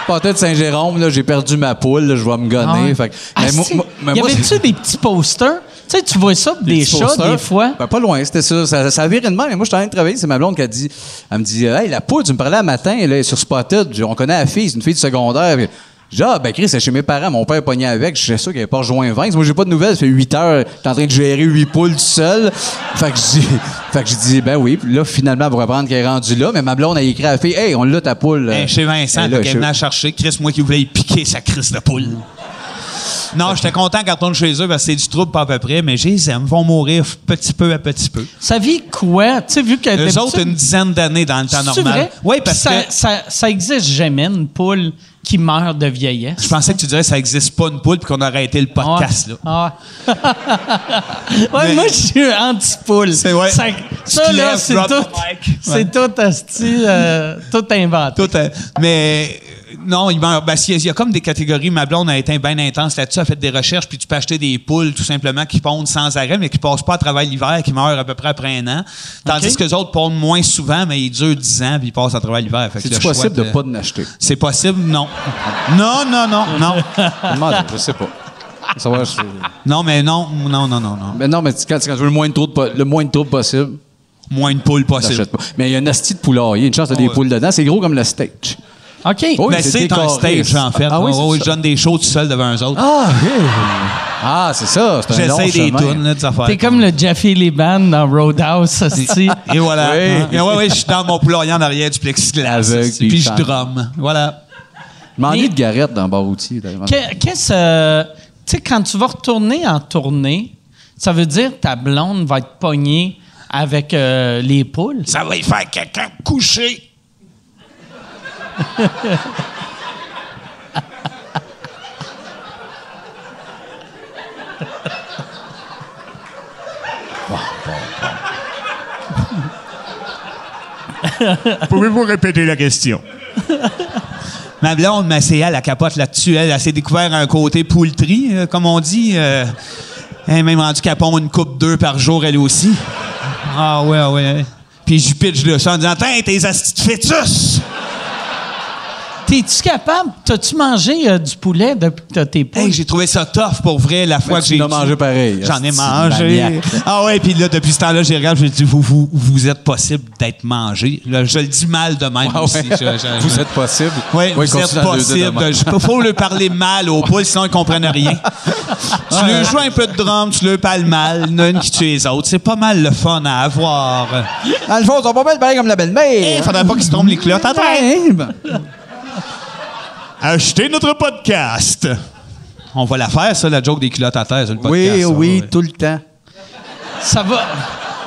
[SPEAKER 6] spotted Saint-Jérôme, là, j'ai perdu ma poule, là, je vais me
[SPEAKER 1] Ah
[SPEAKER 6] gonner.
[SPEAKER 1] ouais.
[SPEAKER 6] Fait que-
[SPEAKER 1] Ah,
[SPEAKER 6] mais moi-
[SPEAKER 1] si.
[SPEAKER 6] moi- mais
[SPEAKER 1] y
[SPEAKER 6] moi, c'est-
[SPEAKER 1] avait-tu des petits posters? Tu sais, tu vois ça pour des,
[SPEAKER 6] petits
[SPEAKER 1] chats,
[SPEAKER 6] posters.
[SPEAKER 1] des fois.
[SPEAKER 6] Ben, pas loin, c'était ça. Ça, ça virait de mal. Mais moi, je suis en train de travailler. C'est ma blonde qui a dit. Elle me dit Hey, la poule, tu me parlais un matin, elle est sur Spotted. Je- On connaît la fille, c'est une fille du secondaire. Puis, je dis, ah, ben Chris, c'est chez mes parents, mon père est pogné avec, je suis sûr qu'il n'avait pas rejoint Vince. Moi, j'ai pas de nouvelles, ça fait 8 heures, j'étais en train de gérer 8 poules tout seul. Fait que je dis, fait que je dis ben oui, Puis là, finalement, pour apprendre qu'elle est rendue là, mais ma blonde a écrit à la fille, hey, on l'a ta
[SPEAKER 1] Euh,
[SPEAKER 6] poule.
[SPEAKER 2] Ben, chez Vincent,
[SPEAKER 6] Elle est là,
[SPEAKER 2] elle est venue
[SPEAKER 6] chez-
[SPEAKER 2] la chercher. Chris, moi qui voulais y piquer sa crise de poule.
[SPEAKER 1] Ben,
[SPEAKER 2] Non, j'étais content quand on est chez eux parce que c'est du trouble pas à peu près, mais je les aime, vont mourir petit peu à petit peu.
[SPEAKER 1] Ça vit quoi? Tu sais, vu que
[SPEAKER 2] Eux
[SPEAKER 1] Euh, d'habitude-
[SPEAKER 2] autres, une dizaine d'années dans le temps
[SPEAKER 1] C'est-tu
[SPEAKER 2] normal.
[SPEAKER 1] vrai?
[SPEAKER 2] Oui, parce
[SPEAKER 1] ça,
[SPEAKER 2] que
[SPEAKER 1] Ça, ça existe jamais, une poule qui meurt de vieillesse.
[SPEAKER 2] je pensais que tu dirais que ça n'existe pas une poule puis qu'on aurait été le podcast. Là.
[SPEAKER 1] Ah. ouais,
[SPEAKER 2] Mais-
[SPEAKER 1] moi, je suis anti-poule.
[SPEAKER 2] C'est vrai.
[SPEAKER 1] Ça, ça,
[SPEAKER 2] Tu te
[SPEAKER 1] là,
[SPEAKER 2] lèves,
[SPEAKER 1] c'est
[SPEAKER 2] drop
[SPEAKER 1] tout.
[SPEAKER 2] the mic. Ouais.
[SPEAKER 1] C'est tout, asti, euh, tout inventé.
[SPEAKER 2] Tout, euh, mais euh, non, il meurt. Ben, s'il y a- il y a comme des catégories. Ma blonde a été bien intense là-dessus, a fait des recherches, puis tu peux acheter des poules tout simplement qui pondent sans arrêt, mais qui passent pas à travers l'hiver, qui meurent à peu près après un an. Tandis
[SPEAKER 1] OK.
[SPEAKER 2] que les autres pondent moins souvent, mais ils durent 10 ans, puis ils passent à travers l'hiver. Fait que
[SPEAKER 6] C'est-tu
[SPEAKER 2] le choix
[SPEAKER 6] possible de pas de l'acheter?
[SPEAKER 2] euh, C'est possible, non. Non, non, non, non.
[SPEAKER 6] Demande, je sais pas. Ça va, je-
[SPEAKER 2] Non, mais non, non, non, non, non.
[SPEAKER 6] Mais non, mais tu- quand, quand tu veux le moins de troubles po- le moins de troubles possible.
[SPEAKER 2] Moins une poule possible.
[SPEAKER 6] T'achètes pas. Mais il y a une astie de poulailler. Une chance, t'as des
[SPEAKER 2] Ah Ouais.
[SPEAKER 6] poules dedans. C'est gros comme le steak.
[SPEAKER 1] OK.
[SPEAKER 6] Oui,
[SPEAKER 2] mais
[SPEAKER 6] c'est
[SPEAKER 2] Ben, c'est un
[SPEAKER 6] décoré,
[SPEAKER 2] stage, en fait.
[SPEAKER 6] Ah oui,
[SPEAKER 2] Oh,
[SPEAKER 6] c'est
[SPEAKER 2] oui,
[SPEAKER 6] ça.
[SPEAKER 2] je donne des shows tout seul devant eux autres.
[SPEAKER 6] Ah, oui. Ah, c'est ça. C'est un long
[SPEAKER 2] J'essaie des
[SPEAKER 6] chemin.
[SPEAKER 2] tunes, là, des affaires.
[SPEAKER 1] T'es comme le Jaffe Liban dans Roadhouse, asti.
[SPEAKER 2] Et voilà.
[SPEAKER 6] Oui.
[SPEAKER 2] Hein? Mais ouais, ouais, je suis dans mon poulailler en arrière du plexiglas.
[SPEAKER 6] Aveugle,
[SPEAKER 2] Puis
[SPEAKER 6] puis
[SPEAKER 2] je
[SPEAKER 6] chante.
[SPEAKER 2] drum. Voilà.
[SPEAKER 6] Je m'ennuie
[SPEAKER 1] Mais-
[SPEAKER 6] de Garrette dans bar outil. d'ailleurs.
[SPEAKER 1] Que- Qu'est-ce. euh, tu sais, quand tu vas retourner en tournée, ça veut dire que ta blonde va être pognée avec euh, les poules.
[SPEAKER 2] Ça va y faire quelqu'un coucher. Pouvez-vous répéter la question? Ma blonde, ma CA, la capote là-dessus. Elle, elle s'est découvert un côté poultry, euh, comme on dit. Euh, elle est même rendu qu'elle pompe une coupe deux par jour, elle aussi. Ah ouais, ah ouais. Puis je lui pitche le sang en disant Tiens, tes astis de fœtus!
[SPEAKER 1] T'es-tu capable? T'as-tu mangé euh, du poulet depuis que t'as tes poules?
[SPEAKER 2] Hey, j'ai trouvé ça tough pour vrai la fois
[SPEAKER 6] Mais
[SPEAKER 2] que
[SPEAKER 6] tu
[SPEAKER 2] j'ai.
[SPEAKER 6] l'as mangé pareil,
[SPEAKER 2] J'en ai
[SPEAKER 6] hostie de
[SPEAKER 2] mangé.
[SPEAKER 6] maniaque.
[SPEAKER 2] Ah ouais, puis là, depuis ce temps-là, j'ai regardé, j'ai dit vous, vous, vous êtes possible d'être mangé. Là, je le dis mal de même
[SPEAKER 6] Ah
[SPEAKER 2] aussi.
[SPEAKER 6] ouais.
[SPEAKER 2] Je- je-
[SPEAKER 6] Vous êtes possible.
[SPEAKER 2] Oui,
[SPEAKER 6] Ouais,
[SPEAKER 2] vous
[SPEAKER 6] continue
[SPEAKER 2] êtes
[SPEAKER 6] dans le deuxième.
[SPEAKER 2] possible. Il faut le parler mal aux poules, sinon ils comprennent rien. tu leur joues un peu de drum, tu leur parles mal, il y en a une qui tue les autres. C'est pas mal le fun à avoir.
[SPEAKER 6] Dans le fond, ils sont pas mal pareil comme la
[SPEAKER 2] Il
[SPEAKER 6] belle-mère.
[SPEAKER 2] faudrait pas qu'ils se trompent les culottes à terre.
[SPEAKER 6] Ouais, ben.
[SPEAKER 2] Achetez notre podcast. On va la faire, ça, la joke des culottes à terre, sur le podcast.
[SPEAKER 6] Oui,
[SPEAKER 2] ça,
[SPEAKER 6] oui,
[SPEAKER 2] ouais.
[SPEAKER 6] tout le temps.
[SPEAKER 1] Ça va.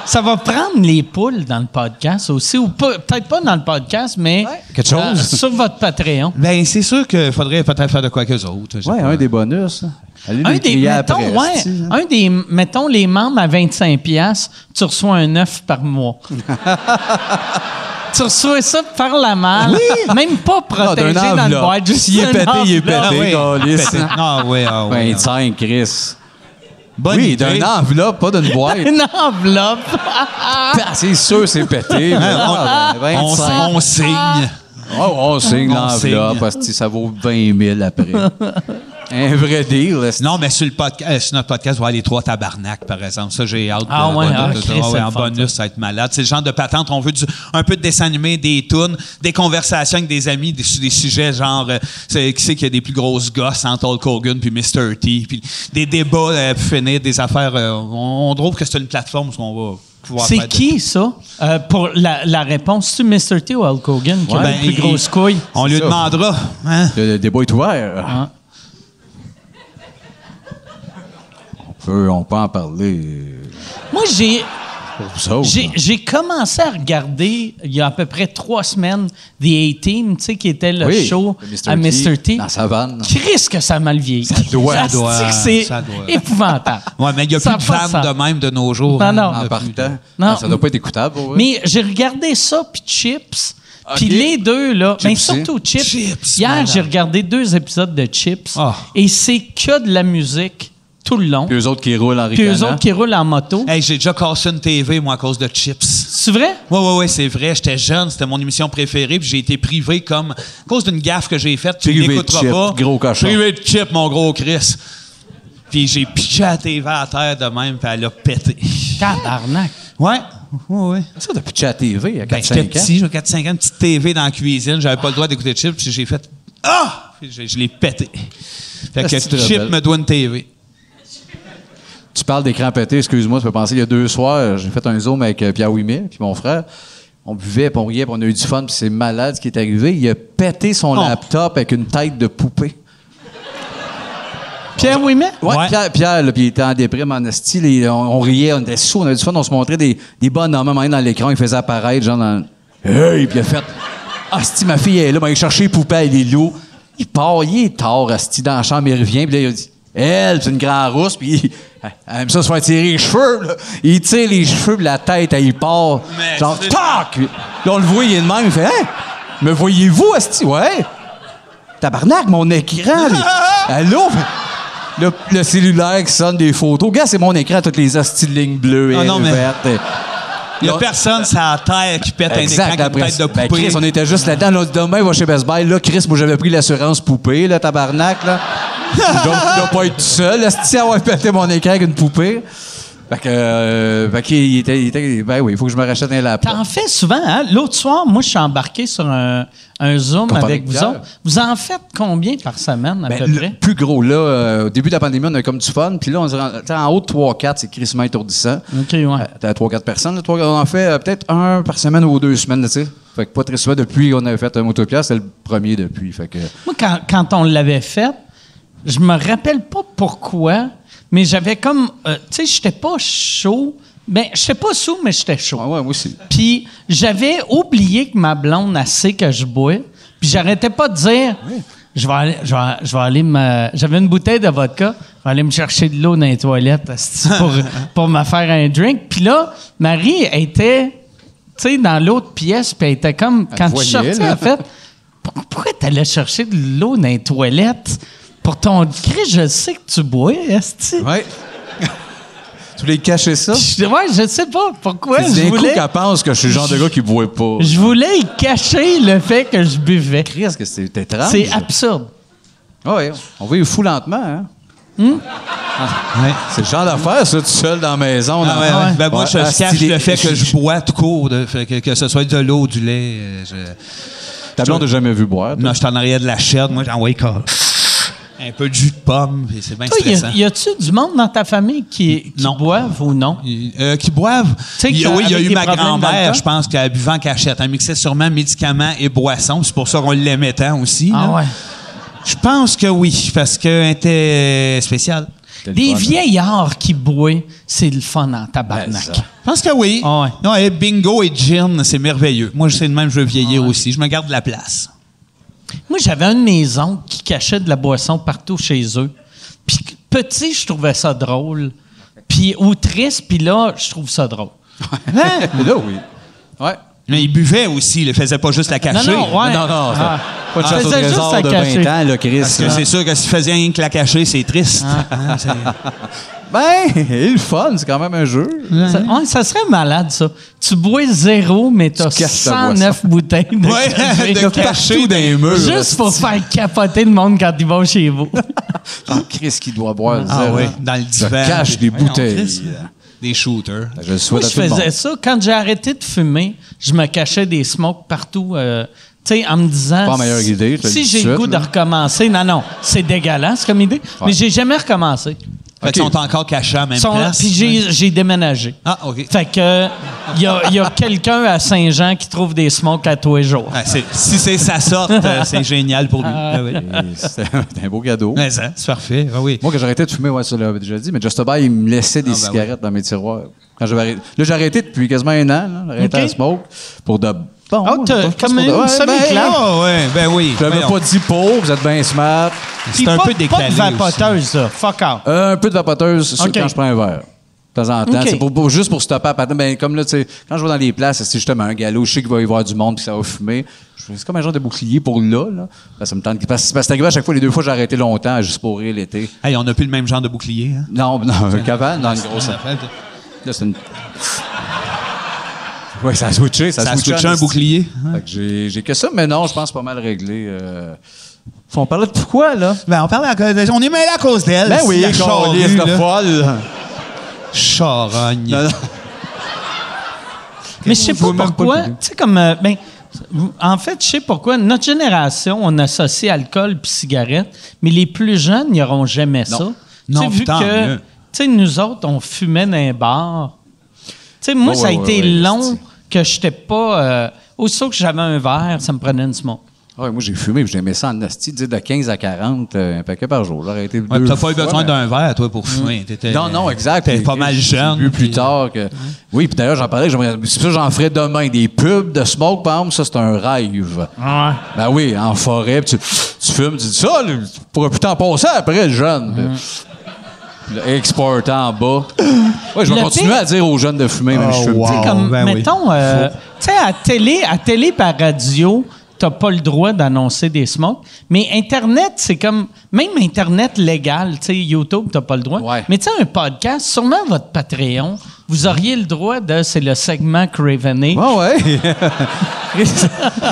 [SPEAKER 1] Ça va prendre les poules dans le podcast aussi, ou pas- peut-être pas dans le podcast, mais euh,
[SPEAKER 6] Quelque chose.
[SPEAKER 1] sur votre Patreon.
[SPEAKER 2] Ben, c'est sûr qu'il faudrait peut-être faire de quoi qu'eux autres. je sais
[SPEAKER 6] Ouais,
[SPEAKER 2] pas.
[SPEAKER 6] un des bonus. Allez
[SPEAKER 1] Un
[SPEAKER 6] les
[SPEAKER 1] des,
[SPEAKER 6] crier
[SPEAKER 1] mettons,
[SPEAKER 6] après.
[SPEAKER 1] ouais,
[SPEAKER 6] hostie, hein.
[SPEAKER 2] Ah
[SPEAKER 1] un des, mettons, les membres à 25$, piastres, tu reçois un œuf par mois. tu reçois ça par la malle, même pas protégé
[SPEAKER 6] d'un
[SPEAKER 1] dans le
[SPEAKER 6] enveloppe.
[SPEAKER 1] boîte. juste
[SPEAKER 6] S'il est
[SPEAKER 1] un
[SPEAKER 6] pété, il est
[SPEAKER 1] enveloppe.
[SPEAKER 6] pété.
[SPEAKER 2] oui.
[SPEAKER 6] Calice.
[SPEAKER 2] Pété. Ah, oui, ah, oui. ah.
[SPEAKER 6] 25, Chris.
[SPEAKER 2] Bonne
[SPEAKER 6] Ben, oui,
[SPEAKER 2] idée.
[SPEAKER 6] d'un enveloppe, pas d'une boîte.
[SPEAKER 1] Une enveloppe.
[SPEAKER 6] Ah, c'est sûr, c'est pété. mais ah, ben,
[SPEAKER 2] On,
[SPEAKER 6] 25.
[SPEAKER 2] on signe.
[SPEAKER 6] Oh, on signe
[SPEAKER 2] On
[SPEAKER 6] l'enveloppe
[SPEAKER 2] signe.
[SPEAKER 6] parce que ça vaut 20 000 après. Un vrai deal. là, c'est-
[SPEAKER 2] Non, mais sur, le podca- euh, sur notre podcast, on va avoir les trois tabarnak, par exemple. Ça, j'ai hâte. de-
[SPEAKER 1] Ah
[SPEAKER 2] de-
[SPEAKER 1] ouais,
[SPEAKER 2] de-
[SPEAKER 1] ah,
[SPEAKER 2] de- de-
[SPEAKER 1] Chris,
[SPEAKER 2] ah ouais,
[SPEAKER 1] c'est le
[SPEAKER 2] en
[SPEAKER 1] fun,
[SPEAKER 2] bonus, ça va être malade. C'est le genre de patente. On veut du- un peu de dessin animé, des tunes, des conversations avec des amis des- sur des sujets genre euh, c'est, qui c'est qui a des plus grosses gosses entre Hulk Hogan puis Mr. T, puis des débats euh, pour finir, des affaires. euh, on, on trouve que c'est une plateforme où on va pouvoir faire
[SPEAKER 1] C'est
[SPEAKER 2] de-
[SPEAKER 1] qui, ça? Euh, pour la, la réponse, c'est Mr. T ou Hulk Hogan qui
[SPEAKER 2] Ouais,
[SPEAKER 1] a
[SPEAKER 2] ben,
[SPEAKER 1] les plus
[SPEAKER 2] il-
[SPEAKER 1] grosses couilles?
[SPEAKER 2] On lui
[SPEAKER 6] ça.
[SPEAKER 2] demandera. Hein?
[SPEAKER 6] Le, le débat est ouvert.
[SPEAKER 1] Ah.
[SPEAKER 6] On peut, on peut en parler
[SPEAKER 1] Moi, j'ai...
[SPEAKER 6] pour ça. ou
[SPEAKER 1] J'ai-
[SPEAKER 6] pas?
[SPEAKER 1] J'ai commencé à regarder, il y a à peu près trois semaines, The A-Team, tu sais, qui était le
[SPEAKER 6] Oui,
[SPEAKER 1] show
[SPEAKER 6] le Mr.
[SPEAKER 1] à Mr. T.
[SPEAKER 6] Dans sa vanne.
[SPEAKER 1] Chris que ça a mal vieilli. Ça
[SPEAKER 6] doit,
[SPEAKER 1] ça
[SPEAKER 2] doit,
[SPEAKER 1] dit que C'est
[SPEAKER 2] ça doit.
[SPEAKER 1] épouvantable.
[SPEAKER 2] Ouais, mais il n'y a
[SPEAKER 1] Ça
[SPEAKER 2] plus de
[SPEAKER 1] pas sens.
[SPEAKER 2] femmes de même de nos jours.
[SPEAKER 1] Non,
[SPEAKER 2] hein.
[SPEAKER 1] non.
[SPEAKER 6] En partant.
[SPEAKER 1] Non.
[SPEAKER 6] Ah, ça doit pas être écoutable. pour vrai.
[SPEAKER 1] Mais j'ai regardé ça, puis Chips. Puis
[SPEAKER 6] Ok.
[SPEAKER 1] les deux, là, mais
[SPEAKER 6] aussi.
[SPEAKER 1] surtout Chips.
[SPEAKER 2] hein? Chips,
[SPEAKER 1] Hier,
[SPEAKER 2] malade.
[SPEAKER 1] j'ai regardé deux épisodes de Chips,
[SPEAKER 2] Ah.
[SPEAKER 1] et c'est que de la musique tout le long.
[SPEAKER 6] Puis eux autres qui roulent en
[SPEAKER 1] Puis
[SPEAKER 6] ricanant.
[SPEAKER 1] eux autres qui roulent en moto.
[SPEAKER 2] Hey, j'ai déjà cassé une TV, moi, à cause de chips.
[SPEAKER 1] C'est vrai?
[SPEAKER 2] Oui, oui, oui, c'est vrai. J'étais jeune, c'était mon émission préférée, puis j'ai été privé comme. À cause d'une gaffe que j'ai faite, tu
[SPEAKER 6] Privé de
[SPEAKER 2] l'écouteras
[SPEAKER 6] chip,
[SPEAKER 2] pas.
[SPEAKER 6] gros cochon.
[SPEAKER 2] Privé de chip, mon gros Chris. Puis j'ai pitché la TV à terre de même, puis elle a pété.
[SPEAKER 1] Tabarnak.
[SPEAKER 2] Ouais, ouais, ouais.
[SPEAKER 6] Ça, depuis Chat TV, il y a
[SPEAKER 2] Ben,
[SPEAKER 6] 4-5
[SPEAKER 2] j'étais
[SPEAKER 6] ans.
[SPEAKER 2] petit, j'avais 4-5 ans, une petite TV dans la cuisine, j'avais pas le droit d'écouter Chip, puis j'ai fait Ah! Puis je, je l'ai pété. Fait que
[SPEAKER 6] Ah, c'est
[SPEAKER 2] Chip
[SPEAKER 6] rebelle.
[SPEAKER 2] me doit une TV.
[SPEAKER 6] Tu parles d'écran pété, excuse-moi, tu peux penser, il y a deux soirs, j'ai fait un zoom avec euh, Pierre Ouimet, puis mon frère. On buvait, puis on riait, puis on a eu du fun, puis c'est malade ce qui est arrivé. Il a pété son laptop avec une tête de poupée.
[SPEAKER 1] Pierre Ouimet?
[SPEAKER 6] Ouais,
[SPEAKER 2] Ouais.
[SPEAKER 6] Pierre, Pierre là, puis il était en déprime, en esti, les- on, on riait, on était sous, on avait du fun, on se montrait des, des bonnes hommes dans l'écran, il faisait apparaître, genre dans Hey! Puis il a fait Asti, ma fille est là, ben, il cherchait les poupées, elle est lourde. Il part, il est tard, Asti, dans la chambre, il revient, puis là, il a dit Elle, c'est une grande rousse, puis il- elle aime ça se faire tirer les cheveux, là. Il tire les cheveux, puis la tête, elle, il part.
[SPEAKER 2] Mais
[SPEAKER 6] genre,
[SPEAKER 2] c'est-
[SPEAKER 6] tac! Puis Là, on le voit, il est de même, il fait Hein? Me voyez-vous, Asti? Ouais! Tabarnak, mon écran! les- Allô? Le, le cellulaire qui sonne des photos. Gars, c'est mon écran, toutes les hosties de lignes bleues et
[SPEAKER 2] Ah non, mais-
[SPEAKER 6] vertes.
[SPEAKER 2] Il y a
[SPEAKER 6] Non.
[SPEAKER 2] personne sur la terre qui pète
[SPEAKER 6] Exact,
[SPEAKER 2] un écran qui a
[SPEAKER 6] après
[SPEAKER 2] une tête de
[SPEAKER 6] ça. Ben,
[SPEAKER 2] poupée.
[SPEAKER 6] Chris, on était juste là-dedans. Là, demain, il va chez Best Buy. Là, Chris, moi, j'avais pris l'assurance poupée, là, tabarnak, là. Je dois- je dois pas être tout seul. Est-ce avoir pété mon écran avec une poupée? Fait que, euh, fait qu'il- il était, il était- ben oui, il faut que je me rachète un laptop.
[SPEAKER 1] T'en fais souvent, hein? L'autre soir, moi, je suis embarqué sur un, un Zoom
[SPEAKER 6] Comparé
[SPEAKER 1] avec
[SPEAKER 6] avec
[SPEAKER 1] vous
[SPEAKER 6] Pierre.
[SPEAKER 1] autres. Vous en faites combien par semaine, à
[SPEAKER 6] Ben,
[SPEAKER 1] peu
[SPEAKER 6] le
[SPEAKER 1] près?
[SPEAKER 6] plus gros, là, euh, au début de la pandémie, on a comme du fun. Puis là, on est en, t'sais, en haut de 3-4, c'est crissement étourdissant.
[SPEAKER 1] OK, ouais.
[SPEAKER 6] Euh, T'as 3-4 personnes. là, trois- on en fait euh, peut-être un par semaine ou deux semaines, là, tu sais. Fait que pas très souvent depuis qu'on avait fait un motopias, c'est le premier depuis. Fait que.
[SPEAKER 1] Moi, quand, quand on l'avait fait, je me rappelle pas pourquoi, mais j'avais comme... euh, tu sais, j'étais pas chaud. Ben, j'étais pas sous, mais j'étais chaud.
[SPEAKER 6] Ah ouais, moi aussi.
[SPEAKER 1] Puis j'avais oublié que ma blonde, elle sait que je bois. Puis j'arrêtais pas de dire, je vais aller, je vais, je vais aller me, j'avais une bouteille de vodka, je vais aller me chercher de l'eau dans les toilettes asti, pour, pour me faire un drink. Puis là, Marie était, tu sais, dans l'autre pièce, puis elle était comme,
[SPEAKER 6] Elle
[SPEAKER 1] quand
[SPEAKER 6] te
[SPEAKER 1] tu
[SPEAKER 6] voyait,
[SPEAKER 1] sortais,
[SPEAKER 6] là.
[SPEAKER 1] en fait, pourquoi, pourquoi t'allais chercher de l'eau dans les toilettes pour ton cri? Je sais que tu bois, esti.
[SPEAKER 6] Ouais. tu voulais cacher ça?
[SPEAKER 1] Je- Ouais, je sais pas pourquoi.
[SPEAKER 6] C'est
[SPEAKER 1] Je
[SPEAKER 6] d'un coup
[SPEAKER 1] voulais,
[SPEAKER 6] qu'elle pense que je suis le genre de gars qui boit pas.
[SPEAKER 1] je voulais y cacher le fait que je buvais.
[SPEAKER 6] Qu'est-ce que c'est étrange? Ah
[SPEAKER 1] C'est absurde.
[SPEAKER 6] Ouais, on va y fou lentement, hein?
[SPEAKER 1] Hmm?
[SPEAKER 6] Ah.
[SPEAKER 2] Ouais.
[SPEAKER 6] C'est le genre d'affaire, ça, tout seul dans la maison.
[SPEAKER 2] Ah
[SPEAKER 6] dans-
[SPEAKER 2] ouais, ouais. Ben, moi,
[SPEAKER 6] Ouais,
[SPEAKER 2] je
[SPEAKER 6] ah,
[SPEAKER 2] cache
[SPEAKER 6] stylé.
[SPEAKER 2] le fait que je
[SPEAKER 6] je-
[SPEAKER 2] bois tout court, de- fait que, que ce soit de l'eau ou du lait. euh, je-
[SPEAKER 6] Ta blonde n'a jamais vu boire. toi.
[SPEAKER 2] Non, je suis en arrière de la chaîne. Moi, j'en wake up. Un peu de jus de pomme, puis c'est bien
[SPEAKER 1] Toi, y
[SPEAKER 2] stressant.
[SPEAKER 1] a- y a-tu du monde dans ta famille qui, qui
[SPEAKER 2] Non.
[SPEAKER 1] boive ou non?
[SPEAKER 2] Euh, qui boivent.
[SPEAKER 1] sais
[SPEAKER 2] Il-
[SPEAKER 1] que-
[SPEAKER 2] oui, il y a
[SPEAKER 1] avec
[SPEAKER 2] eu
[SPEAKER 1] des
[SPEAKER 2] ma
[SPEAKER 1] problèmes
[SPEAKER 2] grand-mère,
[SPEAKER 1] d'alcool?
[SPEAKER 2] je pense, qu'elle buvait en cachette. Elle mixait sûrement médicaments et boissons. C'est pour ça qu'on l'aimait tant aussi.
[SPEAKER 6] Ah
[SPEAKER 1] Ah
[SPEAKER 2] là. Je pense que oui, parce qu'elle était spéciale.
[SPEAKER 6] C'était le
[SPEAKER 1] Des
[SPEAKER 6] fun, hein?
[SPEAKER 1] vieillards qui boivent, c'est le fun en tabarnak.
[SPEAKER 6] Ben, ça.
[SPEAKER 2] Je pense que oui.
[SPEAKER 1] Ah ouais.
[SPEAKER 2] Non, et bingo et gin, c'est merveilleux. Moi, je sais de même, je veux
[SPEAKER 1] Ah
[SPEAKER 2] vieillir aussi. Je me garde de la place.
[SPEAKER 1] Moi, j'avais un de mes oncles qui cachait de la boisson partout chez eux. Puis petit, je trouvais ça drôle. Puis ou triste, puis là, je trouve ça drôle.
[SPEAKER 6] hein. Mais là, oui. Ouais.
[SPEAKER 2] Mais il buvait aussi, il ne faisait pas juste la cacher.
[SPEAKER 1] Non, non, ouais.
[SPEAKER 6] Non, non,
[SPEAKER 1] Ah.
[SPEAKER 6] c'est pas de
[SPEAKER 1] Ah.
[SPEAKER 6] chasse au
[SPEAKER 1] Faisait juste
[SPEAKER 6] trésor
[SPEAKER 1] la
[SPEAKER 6] de 20
[SPEAKER 1] cacher.
[SPEAKER 6] ans, là, Chris.
[SPEAKER 2] Parce que
[SPEAKER 6] là.
[SPEAKER 2] c'est sûr que s'il faisait rien que la cacher, c'est triste. Hein, c'est-
[SPEAKER 6] Ben, et le fun, c'est quand même un jeu.
[SPEAKER 1] Ça, ouais, ça serait malade, ça. Tu bois zéro, mais t'as
[SPEAKER 6] caches ta
[SPEAKER 1] 109 bouteilles de
[SPEAKER 2] Ouais,
[SPEAKER 1] café.
[SPEAKER 2] de cacher dans les murs.
[SPEAKER 1] Juste pour faire capoter le monde quand ils vont chez vous.
[SPEAKER 6] Ah, Chris qui doit boire.
[SPEAKER 2] Ah
[SPEAKER 6] zéro.
[SPEAKER 2] oui, dans le divan.
[SPEAKER 6] cache des
[SPEAKER 2] Voyons,
[SPEAKER 6] bouteilles.
[SPEAKER 2] Christ. Des shooters.
[SPEAKER 6] Ben, Je le
[SPEAKER 1] Moi,
[SPEAKER 6] souhaite
[SPEAKER 1] je
[SPEAKER 6] à tout le monde.
[SPEAKER 1] faisais ça. Quand j'ai arrêté de fumer, je me cachais des smokes partout. euh, tu sais, en me disant.
[SPEAKER 6] Pas la meilleure idée, je te le
[SPEAKER 1] Si
[SPEAKER 6] dis
[SPEAKER 1] j'ai
[SPEAKER 6] tout de
[SPEAKER 1] le goût
[SPEAKER 6] suite,
[SPEAKER 1] de
[SPEAKER 6] là.
[SPEAKER 1] recommencer. Non, non, c'est dégueulasse comme idée. Mais j'ai jamais recommencé.
[SPEAKER 2] Fait qu'ils sont encore cachés à la même
[SPEAKER 1] Sont-
[SPEAKER 2] place.
[SPEAKER 1] Puis j'ai- j'ai déménagé.
[SPEAKER 2] Ah, OK.
[SPEAKER 1] Fait que, il y a, y a quelqu'un à Saint-Jean qui trouve des smokes à tous les jours.
[SPEAKER 2] Ah, c'est- si c'est sa sorte, euh, c'est génial pour lui. Ah oui.
[SPEAKER 6] Et C'était un c'était un beau cadeau.
[SPEAKER 2] Mais hein, c'est parfait. Ah oui.
[SPEAKER 6] Moi, quand j'arrêtais de fumer, ouais, ça l'avais déjà dit, mais Just a Buy, il me laissait des
[SPEAKER 2] Ah, ben
[SPEAKER 6] cigarettes dans mes tiroirs. Quand j'avais arrêté- Là, j'ai arrêté depuis quasiment un an. là. J'ai arrêté
[SPEAKER 1] Ok.
[SPEAKER 6] à smoke pour de bon.
[SPEAKER 1] Ah,
[SPEAKER 6] ouais,
[SPEAKER 1] t'as
[SPEAKER 6] je pense
[SPEAKER 1] comme
[SPEAKER 6] pour de-
[SPEAKER 1] une
[SPEAKER 6] ouais,
[SPEAKER 1] semi-claire.
[SPEAKER 6] ben,
[SPEAKER 2] Ah ouais, ben oui.
[SPEAKER 6] Je l'avais
[SPEAKER 2] Voyons.
[SPEAKER 6] pas dit pour, vous êtes bien smart.
[SPEAKER 2] C'est un
[SPEAKER 1] Pas-
[SPEAKER 2] peu décalé.
[SPEAKER 1] Pas de vapoteuse, ça. Fuck out.
[SPEAKER 6] Euh, un peu de vapoteuse c'est
[SPEAKER 1] Ok.
[SPEAKER 6] quand je prends un verre. De temps en temps.
[SPEAKER 1] Ok.
[SPEAKER 6] C'est pour, pour- juste pour stopper à patin. Ben, comme là, tu sais, quand je vais dans les places, si justement un galop, je sais qu'il va y avoir du monde puis ça va fumer. Je fais- C'est comme un genre de bouclier pour là, là. Ben, ça me tente. Parce, parce que c'est arrivé à chaque fois, les deux fois, j'ai arrêté longtemps juste pour rire l'été.
[SPEAKER 2] Hey, on n'a plus le même genre de bouclier. Hein?
[SPEAKER 6] Non, non, un cavan, non, une grosse.
[SPEAKER 2] Ça fait-
[SPEAKER 6] Là, c'est une. Oui, ça a switché. Ça,
[SPEAKER 2] Ça a
[SPEAKER 6] switché
[SPEAKER 2] switché
[SPEAKER 6] en
[SPEAKER 2] un
[SPEAKER 6] esti.
[SPEAKER 2] bouclier.
[SPEAKER 6] Fait que j'ai- J'ai que ça, mais non, je pense pas mal réglé. euh. Faut on parlait de pourquoi, là?
[SPEAKER 2] Ben, on, parle à cause de- on est mêlé à cause d'elle.
[SPEAKER 6] Ben oui,
[SPEAKER 2] la charrue,
[SPEAKER 6] câlisse de
[SPEAKER 2] là.
[SPEAKER 6] folle.
[SPEAKER 2] Charogne.
[SPEAKER 6] Non, non.
[SPEAKER 1] Mais je sais pas
[SPEAKER 6] Faut même pas
[SPEAKER 1] pourquoi.
[SPEAKER 6] le
[SPEAKER 1] Tu sais, comme. euh, ben, en fait, je sais pourquoi. Notre génération, on associe alcool puis cigarette, mais les plus jeunes ils n'auront jamais ça.
[SPEAKER 6] Non.
[SPEAKER 1] Tu sais,
[SPEAKER 2] Non,
[SPEAKER 1] vu
[SPEAKER 2] tant
[SPEAKER 1] que.
[SPEAKER 2] mieux.
[SPEAKER 1] Tu sais, nous autres, on fumait dans un bar. Tu sais, moi,
[SPEAKER 6] Ouais,
[SPEAKER 1] ça a
[SPEAKER 6] ouais,
[SPEAKER 1] été
[SPEAKER 6] ouais, ouais,
[SPEAKER 1] long
[SPEAKER 6] c'est-
[SPEAKER 1] que je n'étais pas. Euh, aussitôt que j'avais un verre, ça me prenait une smoke.
[SPEAKER 6] Ah ouais, moi, j'ai fumé, puis j'aimais ça en asti, dire de 15 à 40, euh, un paquet par jour. J'aurais été
[SPEAKER 2] Ouais,
[SPEAKER 6] deux
[SPEAKER 2] t'as pas eu
[SPEAKER 6] fois,
[SPEAKER 2] besoin
[SPEAKER 6] mais-
[SPEAKER 2] d'un verre, toi, pour fumer. T'étais-
[SPEAKER 6] Hum. Non, non, exact.
[SPEAKER 2] T'étais
[SPEAKER 6] Puis,
[SPEAKER 2] pas mal
[SPEAKER 6] j'ai
[SPEAKER 2] jeune.
[SPEAKER 6] bu plus
[SPEAKER 2] puis-
[SPEAKER 6] tard que. Oui, puis d'ailleurs, j'en parlais, j'aimerais- c'est pour ça que j'en ferais demain. Des pubs de smoke, par exemple, ça, c'est un rêve. Ben oui, en forêt, puis tu, tu fumes, tu dis ça, là, tu pourrais plus t'en passer après, le jeune.
[SPEAKER 2] Mm.
[SPEAKER 6] Puis là, exportant en bas. Oui, je vais
[SPEAKER 1] Le
[SPEAKER 6] continuer
[SPEAKER 1] pire-
[SPEAKER 6] à dire aux jeunes de fumer, même
[SPEAKER 2] Oh,
[SPEAKER 6] si je fume
[SPEAKER 2] wow.
[SPEAKER 6] plus.
[SPEAKER 2] Ah,
[SPEAKER 1] comme,
[SPEAKER 2] ben oui.
[SPEAKER 1] mettons, euh, tu sais, à télé, à télé par radio, t'as pas le droit d'annoncer des smokes. Mais Internet, c'est comme, même Internet légal, tu sais, YouTube, t'as pas le droit.
[SPEAKER 6] Ouais.
[SPEAKER 1] Mais tu sais, un podcast, sûrement votre Patreon, vous auriez le droit de, c'est le segment Cravené.
[SPEAKER 6] Ouais, ouais.
[SPEAKER 2] Non,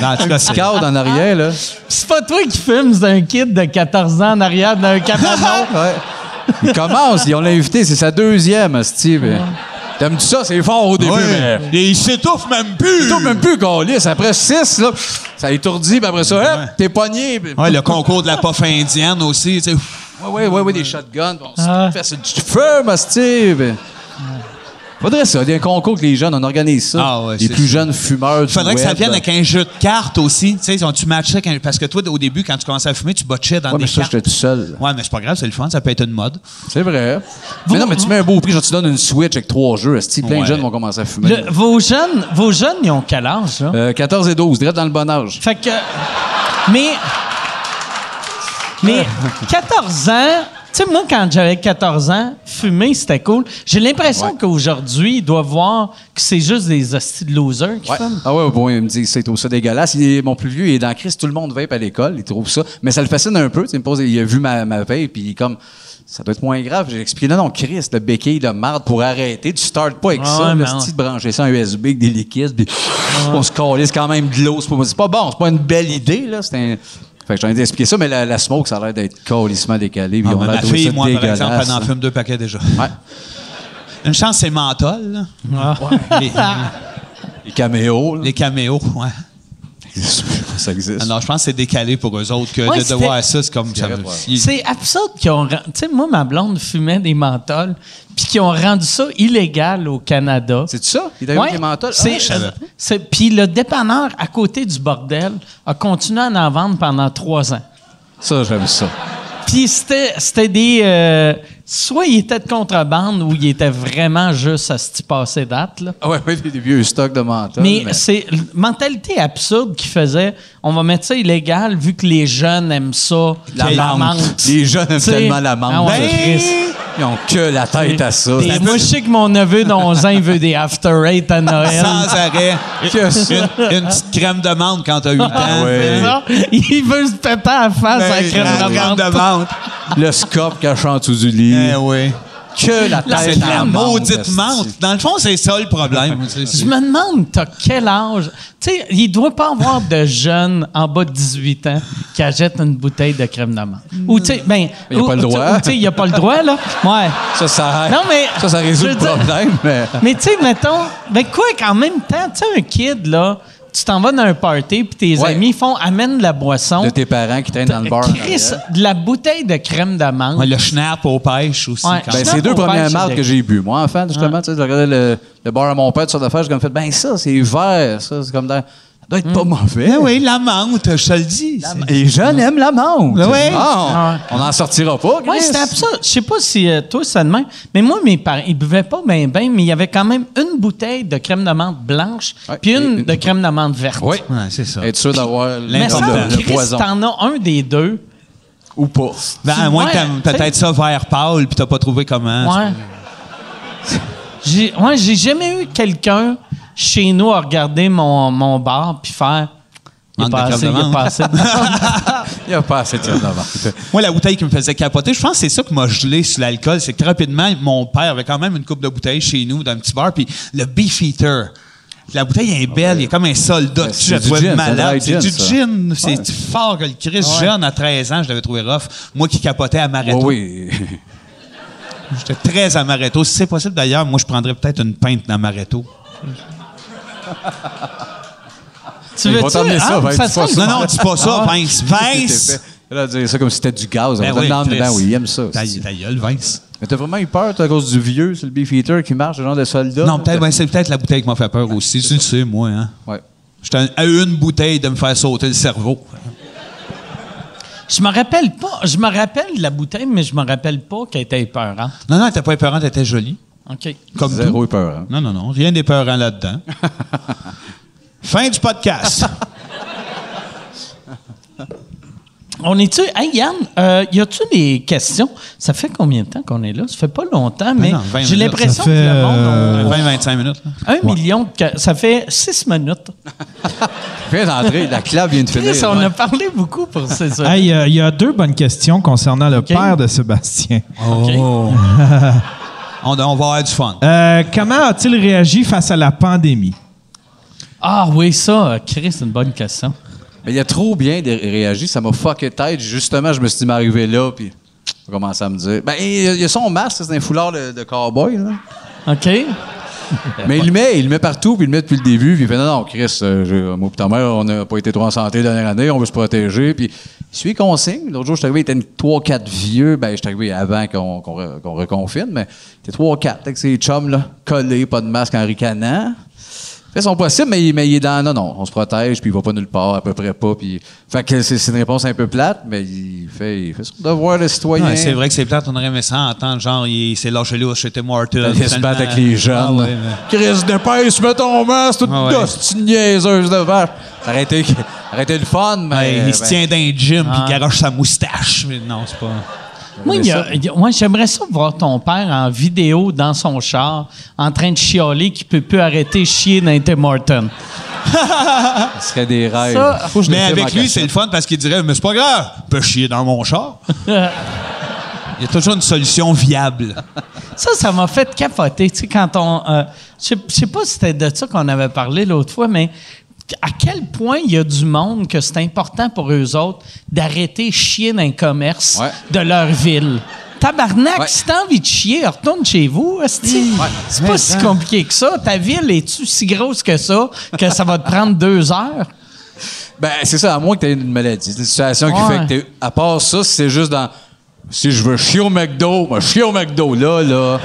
[SPEAKER 2] Ben, en tout cas, c'est-
[SPEAKER 6] Cadre en arrière, là.
[SPEAKER 1] C'est pas toi qui fumes, c'est un kid de 14 ans en arrière d'un cabanon.
[SPEAKER 6] Ouais. Il commence, ils ont l'invité, c'est sa deuxième, Steve. T'aimes-tu ça? C'est fort au début, mais.
[SPEAKER 2] Ouais. Et il s'étouffe même plus.
[SPEAKER 6] Plutôt même plus lisse. Après 6, là, ça étourdit, puis après ça, hop, t'es pogné. puis-
[SPEAKER 2] Ouais, le concours de la pof indienne aussi. tu sais.
[SPEAKER 6] Ouais, ouais, ouais, ouais, des shotguns. puis On se
[SPEAKER 1] Ah.
[SPEAKER 6] fait c'est du feu, ma Steve. Faudrait ça. Il y a un concours que les jeunes, on organise ça.
[SPEAKER 2] Ah ouais,
[SPEAKER 6] les
[SPEAKER 2] c'est
[SPEAKER 6] plus
[SPEAKER 2] ça.
[SPEAKER 6] jeunes fumeurs du
[SPEAKER 2] Faudrait que ça
[SPEAKER 6] web.
[SPEAKER 2] vienne avec un jeu de cartes aussi. Tu sais, si on- tu matchais avec un- parce que toi, au début, quand tu commençais à fumer, tu botchais dans
[SPEAKER 6] Ouais,
[SPEAKER 2] des
[SPEAKER 6] mais ça,
[SPEAKER 2] cartes.
[SPEAKER 6] j'étais tout seul. Ah,
[SPEAKER 2] Ouais, mais c'est pas grave, c'est le fun, ça peut être une mode.
[SPEAKER 6] C'est vrai. mais non, mais tu mets un beau prix, genre tu donnes une Switch avec trois jeux. esti, plein
[SPEAKER 2] Ouais.
[SPEAKER 6] de jeunes vont commencer à fumer.
[SPEAKER 1] Le- vos jeunes, vos jeunes, ils ont quel âge, là?
[SPEAKER 6] Euh, 14 et 12, direct dans le bon âge.
[SPEAKER 1] Fait que. Mais, mais 14 ans, tu sais, moi, quand j'avais 14 ans, fumer, c'était cool. J'ai l'impression
[SPEAKER 6] Ouais.
[SPEAKER 1] qu'aujourd'hui, ils doivent voir que c'est juste des hosties de losers qui
[SPEAKER 6] Ouais.
[SPEAKER 1] fument.
[SPEAKER 6] Ah ouais, bon, il me dit c'est tout ça dégueulasse. Il est- mon plus vieux, il est dans la crise, tout le monde vape à l'école, il trouve ça. Mais ça le fascine un peu. tu sais, Il, me pose, il a vu ma, ma vape, puis il est comme ça doit être moins grave. J'ai expliqué non, non, Chris, le béquille de marde pour arrêter, tu startes pas avec
[SPEAKER 1] Ah ouais,
[SPEAKER 6] ça,
[SPEAKER 1] mais
[SPEAKER 6] le
[SPEAKER 1] ouais.
[SPEAKER 6] style de brancher ça en USB avec des liquides, puis
[SPEAKER 2] Ah
[SPEAKER 6] on se calisse quand même de l'eau. C'est pas, c'est pas bon, c'est pas une belle idée, là. C'est un. Fait que j'en ai expliqué ça, mais la, la smoke, ça a l'air d'être calissement décalé. Puis
[SPEAKER 2] Ah,
[SPEAKER 6] on
[SPEAKER 2] mais
[SPEAKER 6] a
[SPEAKER 2] ma
[SPEAKER 6] trouvé
[SPEAKER 2] fille,
[SPEAKER 6] ça
[SPEAKER 2] moi, par
[SPEAKER 6] dégueulasse. hein.
[SPEAKER 2] exemple, elle en fume deux paquets déjà.
[SPEAKER 6] Ouais.
[SPEAKER 2] Une chance, c'est menthol. là. Les,
[SPEAKER 6] Les caméos, là.
[SPEAKER 2] les caméos, ouais.
[SPEAKER 6] ça existe.
[SPEAKER 2] Ah non, je pense que c'est décalé pour eux autres que
[SPEAKER 1] Ouais,
[SPEAKER 2] de
[SPEAKER 1] c'était-
[SPEAKER 2] devoir ça, c'est comme ça.
[SPEAKER 6] Cigarette, ouais.
[SPEAKER 2] Il-
[SPEAKER 1] C'est absurde qu'ils ont. ren- Tu sais, moi, ma blonde fumait des menthols, puis qu'ils ont rendu ça illégal au Canada.
[SPEAKER 6] C'est ça? Il y a eu
[SPEAKER 1] Ouais.
[SPEAKER 6] des menthols? Ah,
[SPEAKER 1] C'est-
[SPEAKER 6] je savais pas.
[SPEAKER 1] c'est- Puis le dépanneur à côté du bordel a continué à en vendre pendant trois ans.
[SPEAKER 6] Ça, j'aime ça.
[SPEAKER 1] Puis c'était c'était des. euh, soit il était de contrebande ou il était vraiment juste à se petit passer date, là.
[SPEAKER 6] Ah ouais, ouais, des vieux stocks de mentol.
[SPEAKER 1] Mais c'est la mentalité absurde qui faisait on va mettre ça illégal vu que les jeunes aiment ça.
[SPEAKER 6] la menthe. Les jeunes aiment
[SPEAKER 1] Tu sais,
[SPEAKER 6] tellement la menthe.
[SPEAKER 1] ah ouais,
[SPEAKER 6] Ben,
[SPEAKER 1] Chris.
[SPEAKER 6] Ils ont que la tête à ça.
[SPEAKER 1] Des- moi, je sais que mon neveu d'11 ans, il veut des after eight à Noël.
[SPEAKER 2] Sans arrêt.
[SPEAKER 6] Que ça.
[SPEAKER 2] Une, une petite crème de menthe quand t'as 8 ans.
[SPEAKER 6] Ah ouais.
[SPEAKER 1] C'est ça? Il veut se péter à la face à la
[SPEAKER 2] Ben, la
[SPEAKER 1] crème de
[SPEAKER 2] crème
[SPEAKER 1] menthe.
[SPEAKER 2] de menthe.
[SPEAKER 6] Le scope caché en dessous du lit.
[SPEAKER 2] Eh oui.
[SPEAKER 6] Que la tête
[SPEAKER 2] C'est
[SPEAKER 6] à
[SPEAKER 2] la maudite
[SPEAKER 6] esti.
[SPEAKER 2] menthe. Dans le fond, c'est ça le problème.
[SPEAKER 1] Je me demande, t'as quel âge? Tu sais, il doit pas avoir de jeunes en bas de 18 ans qui achètent une bouteille de crème de menthe. Ou tu sais, ben...
[SPEAKER 6] Il a
[SPEAKER 1] ou-
[SPEAKER 6] pas le
[SPEAKER 1] ou tu-
[SPEAKER 6] droit.
[SPEAKER 1] ou tu sais, il a pas le droit, là. Ouais.
[SPEAKER 6] Ça, ça,
[SPEAKER 1] Non, mais-
[SPEAKER 6] ça, ça résout
[SPEAKER 1] je
[SPEAKER 6] le
[SPEAKER 1] veux dire-
[SPEAKER 6] problème. Mais...
[SPEAKER 1] Mais tu sais, mettons, ben quoi qu'en même temps, tu sais, un kid, là, tu t'en vas dans un party, puis tes
[SPEAKER 6] Ouais.
[SPEAKER 1] amis font « amène de la boisson
[SPEAKER 6] De tes parents qui traînent dans le bar. en
[SPEAKER 1] Chris,
[SPEAKER 6] arrière.
[SPEAKER 1] de la bouteille de crème d'amande.
[SPEAKER 2] Ouais, le schnapp aux pêches aussi.
[SPEAKER 1] Ouais.
[SPEAKER 2] quand
[SPEAKER 6] Ben,
[SPEAKER 2] même.
[SPEAKER 1] Sinon,
[SPEAKER 6] c'est les deux
[SPEAKER 1] pour
[SPEAKER 6] premières
[SPEAKER 1] pêche,
[SPEAKER 6] marques
[SPEAKER 1] c'est
[SPEAKER 6] que j'ai bu. Moi, enfant, justement, tu sais, je regardais le, le bar à mon père, sur d'affaires, j'ai comme fait, ben ça, c'est vert, ça, c'est comme dans... Ça doit être
[SPEAKER 1] Hmm.
[SPEAKER 6] pas mauvais.
[SPEAKER 1] Ben
[SPEAKER 2] Eh oui, la menthe, je te le dis.
[SPEAKER 6] La- Les jeunes aiment la menthe.
[SPEAKER 2] Ben oui.
[SPEAKER 6] Ah, on n'en sortira pas,
[SPEAKER 1] Ouais,
[SPEAKER 6] Chris.
[SPEAKER 1] c'était absurde. Je sais pas si euh, toi, c'est de même. Mais moi, mes parents, ils buvaient pas bien, ben, mais il y avait quand même une bouteille de crème d'amande blanche,
[SPEAKER 6] Ouais,
[SPEAKER 1] puis une,
[SPEAKER 6] et une-
[SPEAKER 1] de crème d'amande verte.
[SPEAKER 6] Oui.
[SPEAKER 2] Ouais, c'est ça.
[SPEAKER 6] Être sûr d'avoir
[SPEAKER 1] Mais ça,
[SPEAKER 6] le, le
[SPEAKER 1] Chris,
[SPEAKER 6] poison.
[SPEAKER 1] t'en as un des deux.
[SPEAKER 6] Ou pas.
[SPEAKER 2] Ben, à
[SPEAKER 1] tu-
[SPEAKER 2] moins
[SPEAKER 1] ouais,
[SPEAKER 2] que t'aimes
[SPEAKER 1] t'sais.
[SPEAKER 2] peut-être ça vert pâle, puis t'as pas trouvé comment.
[SPEAKER 1] Ouais. J'ai, ouais, j'ai jamais eu quelqu'un chez nous à regarder mon, mon bar puis faire. Il est
[SPEAKER 2] Manque de
[SPEAKER 1] pas
[SPEAKER 2] crème
[SPEAKER 1] assez, il
[SPEAKER 2] d'amande.
[SPEAKER 1] est pas assez.
[SPEAKER 6] Il n'y a pas assez de tir d'avant.
[SPEAKER 2] Moi, la bouteille qui me faisait capoter, je pense que c'est ça qui m'a gelé sur l'alcool. C'est que très rapidement, mon père avait quand même une coupe de bouteille chez nous, dans un petit bar, puis le Beefeater. La bouteille est belle, il est comme un soldat.
[SPEAKER 6] Ah Ben,
[SPEAKER 2] dessus,
[SPEAKER 6] c'est
[SPEAKER 2] je la
[SPEAKER 6] du
[SPEAKER 2] trouvais
[SPEAKER 6] gin, ça doit
[SPEAKER 2] malade.
[SPEAKER 6] être
[SPEAKER 2] C'est du
[SPEAKER 6] gin, ça.
[SPEAKER 2] gin. C'est du fort que le Christ. Jeune, à 13 ans, je l'avais trouvé rough. Moi qui capotais à Maretto.
[SPEAKER 6] oui.
[SPEAKER 2] J'étais très amaretto. Si c'est possible d'ailleurs, moi je prendrais peut-être une pinte d'amaretto.
[SPEAKER 1] tu
[SPEAKER 6] Ils
[SPEAKER 1] veux
[SPEAKER 6] vont t'emmener ça,
[SPEAKER 1] ah,
[SPEAKER 6] ben,
[SPEAKER 1] ça
[SPEAKER 6] tu vas
[SPEAKER 1] sonne-
[SPEAKER 6] ça. Ah.
[SPEAKER 2] Non, non, dis pas ça, Vince. Vince!
[SPEAKER 6] Là, dire ça comme si c'était du gaz.
[SPEAKER 2] Ben
[SPEAKER 6] on va
[SPEAKER 2] oui,
[SPEAKER 6] te l'emmener
[SPEAKER 2] Chris.
[SPEAKER 6] dedans, oui, il aime ça.
[SPEAKER 2] Ta, ta gueule, Vince.
[SPEAKER 6] Mais t'as vraiment eu peur t'as à cause du vieux sur le beefeater qui marche, le genre de soldat?
[SPEAKER 2] Non,
[SPEAKER 6] là?
[SPEAKER 2] peut-être, ben, c'est peut-être la bouteille qui m'a fait peur aussi. Tu le sais, moi, hein.
[SPEAKER 6] Ouais.
[SPEAKER 2] J'étais à une bouteille de me faire sauter le cerveau.
[SPEAKER 1] Je me rappelle pas. Je me rappelle de la bouteille, mais je me rappelle pas qu'elle était épeurante.
[SPEAKER 2] Non, non, t'es pas épeurant, t'étais jolie.
[SPEAKER 1] OK.
[SPEAKER 2] Comme
[SPEAKER 6] Zéro
[SPEAKER 2] tout.
[SPEAKER 6] eu peur. Hein?
[SPEAKER 2] Non, non, non, rien d'épeurant là-dedans. fin du podcast.
[SPEAKER 1] On est-tu. Hey Yann, euh, y a-tu des questions? Ça fait combien de temps qu'on est là? Ça fait pas longtemps, mais
[SPEAKER 2] non, 20
[SPEAKER 1] j'ai
[SPEAKER 2] minutes.
[SPEAKER 1] l'impression
[SPEAKER 4] Ça fait, euh,
[SPEAKER 1] que le
[SPEAKER 2] Euh.
[SPEAKER 1] monde.
[SPEAKER 2] 20-25 minutes. là.
[SPEAKER 1] a- Un million de. que- Ça fait six minutes.
[SPEAKER 6] Viens d'entrer, la clave vient de finir.
[SPEAKER 1] Chris, on
[SPEAKER 6] ouais.
[SPEAKER 1] a parlé beaucoup pour ces
[SPEAKER 4] Ah, Il y, a- il y a deux bonnes questions concernant le père de Sébastien.
[SPEAKER 2] Oh. on, on va avoir du fun.
[SPEAKER 4] Euh, comment a-t-il réagi face à la pandémie?
[SPEAKER 1] Ah oui, ça, euh, Chris, c'est une bonne question.
[SPEAKER 6] Mais il a trop bien dé- réagi, ça m'a fucké tête. Justement, je me suis dit, m'arriver là, puis j'ai commencé à me dire. Ben, il y a- il y a son masque, c'est un foulard de, de cowboy, là.
[SPEAKER 1] OK?
[SPEAKER 6] Mais il le met, il le met partout, puis il le met depuis le début, puis il fait non, non, Chris, euh, je- moi, puis ta mère, on n'a pas été trop en santé la dernière année, on veut se protéger, puis il suit consigne. L'autre jour, je suis arrivé, il était une- trois, quatre vieux, ben, je suis arrivé avant qu'on qu'on re- qu'on reconfine, mais il était trois, quatre, avec ses chums, là, collés, pas de masque en ricanant. Fait son possible, mais, il- mais il est dans non, non, on se protège, puis il va pas nulle part, à peu près pas, puis. Fait que c'est c'est une réponse un peu plate, mais il fait, il fait son devoir de citoyen.
[SPEAKER 2] Ouais, c'est vrai que c'est plate, on aurait aimé ça entendre, genre, il s'est lâché là chez Tim Hortons.
[SPEAKER 6] Il se
[SPEAKER 2] finalement.
[SPEAKER 6] battre avec les jeunes.
[SPEAKER 2] Ah ouais, mais-
[SPEAKER 6] Chris Dépêche, mets ton masque, toute
[SPEAKER 2] Ah ouais.
[SPEAKER 6] dust, une niaiseuse de vache. Ça aurait été, arrêtez le fun, mais.
[SPEAKER 2] Ouais, il se
[SPEAKER 6] ben,
[SPEAKER 2] tient d'un gym puis il garoche sa moustache. Mais non, c'est pas.
[SPEAKER 1] Moi,
[SPEAKER 6] Mais
[SPEAKER 1] il y a-
[SPEAKER 6] ça-
[SPEAKER 1] il y a- moi, j'aimerais ça voir ton père en vidéo dans son char, en train de chialer qu'il peut plus arrêter de chier dans tes Morton.
[SPEAKER 6] Ce serait des rêves.
[SPEAKER 1] Ça-
[SPEAKER 6] Faut que je
[SPEAKER 2] Mais
[SPEAKER 6] le filme
[SPEAKER 2] avec
[SPEAKER 6] en
[SPEAKER 2] lui, c'est le fun parce qu'il dirait Mais c'est pas grave, je peux chier dans mon char. Il y a toujours une solution viable.
[SPEAKER 1] Ça, ça m'a fait capoter. Tu sais, quand on. euh, je sais- je sais pas si c'était de ça qu'on avait parlé l'autre fois, mais à quel point il y a du monde que c'est important pour eux autres d'arrêter de chier dans un commerce
[SPEAKER 6] Ouais.
[SPEAKER 1] de leur ville. Tabarnak,
[SPEAKER 6] Ouais.
[SPEAKER 1] si t'as envie de chier, retourne chez vous. esti. C'est pas si compliqué que ça. Ta ville est-tu si grosse que ça que ça va te prendre deux heures?
[SPEAKER 6] Ben, c'est ça, à moins que tu aies une maladie. C'est une situation qui
[SPEAKER 1] Ouais.
[SPEAKER 6] fait que t'es. À part ça, c'est juste dans. Si je veux chier au McDo, ben, chier au McDo, là, là.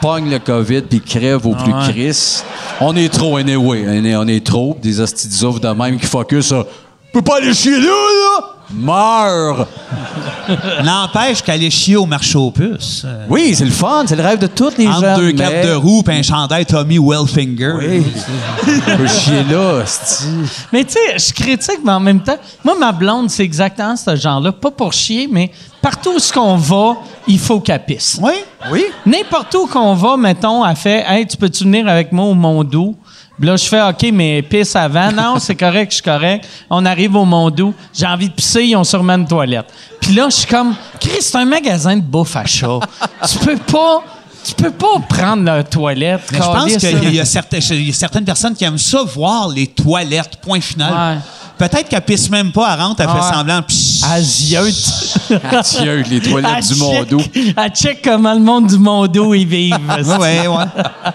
[SPEAKER 6] Pogne le COVID puis crève au
[SPEAKER 2] Ah
[SPEAKER 6] plus Chris. On est trop, anyway. On est, on est trop. Des hosties d'offres de même qui focus sur. Je peux pas aller chier là, là! Meurs!
[SPEAKER 2] N'empêche qu'aller chier au marché aux puces. euh,
[SPEAKER 6] Oui, c'est le fun, c'est le rêve de toutes les gens.
[SPEAKER 2] entre deux capes de roue et un chandail Tommy Wellfinger.
[SPEAKER 6] Je peux chier là, hostie.
[SPEAKER 1] Mais tu sais, je critique, mais en même temps, moi, ma blonde, c'est exactement ce genre-là. Pas pour chier, mais partout où ce qu'on va, il faut qu'elle pisse.
[SPEAKER 2] Oui.
[SPEAKER 6] Oui?
[SPEAKER 1] N'importe où qu'on va, mettons, elle fait Hey, tu peux-tu venir avec moi au Mondou? Puis là, je fais OK, mais pisse avant. Non, c'est correct, je suis correct. On arrive au Mondou. J'ai envie de pisser, ils ont sûrement une toilette. Puis là, je suis comme Chris, c'est un magasin de bouffe à chat. tu peux pas. Tu peux pas prendre leur toilette.
[SPEAKER 2] Mais je pense
[SPEAKER 1] câlisse, là.
[SPEAKER 2] qu'il y, a certains- il y a certaines personnes qui aiment ça, voir les toilettes, point final. Peut-être qu'elle pisse même pas, elle rentre, elle
[SPEAKER 1] Ouais.
[SPEAKER 2] fait semblant. Psst.
[SPEAKER 6] Ah,
[SPEAKER 1] À ziote.
[SPEAKER 6] Adieu, les toilettes du Mondo.
[SPEAKER 1] À check comment le monde du Mondo ils vivent.
[SPEAKER 2] Ouais, ouais, ouais.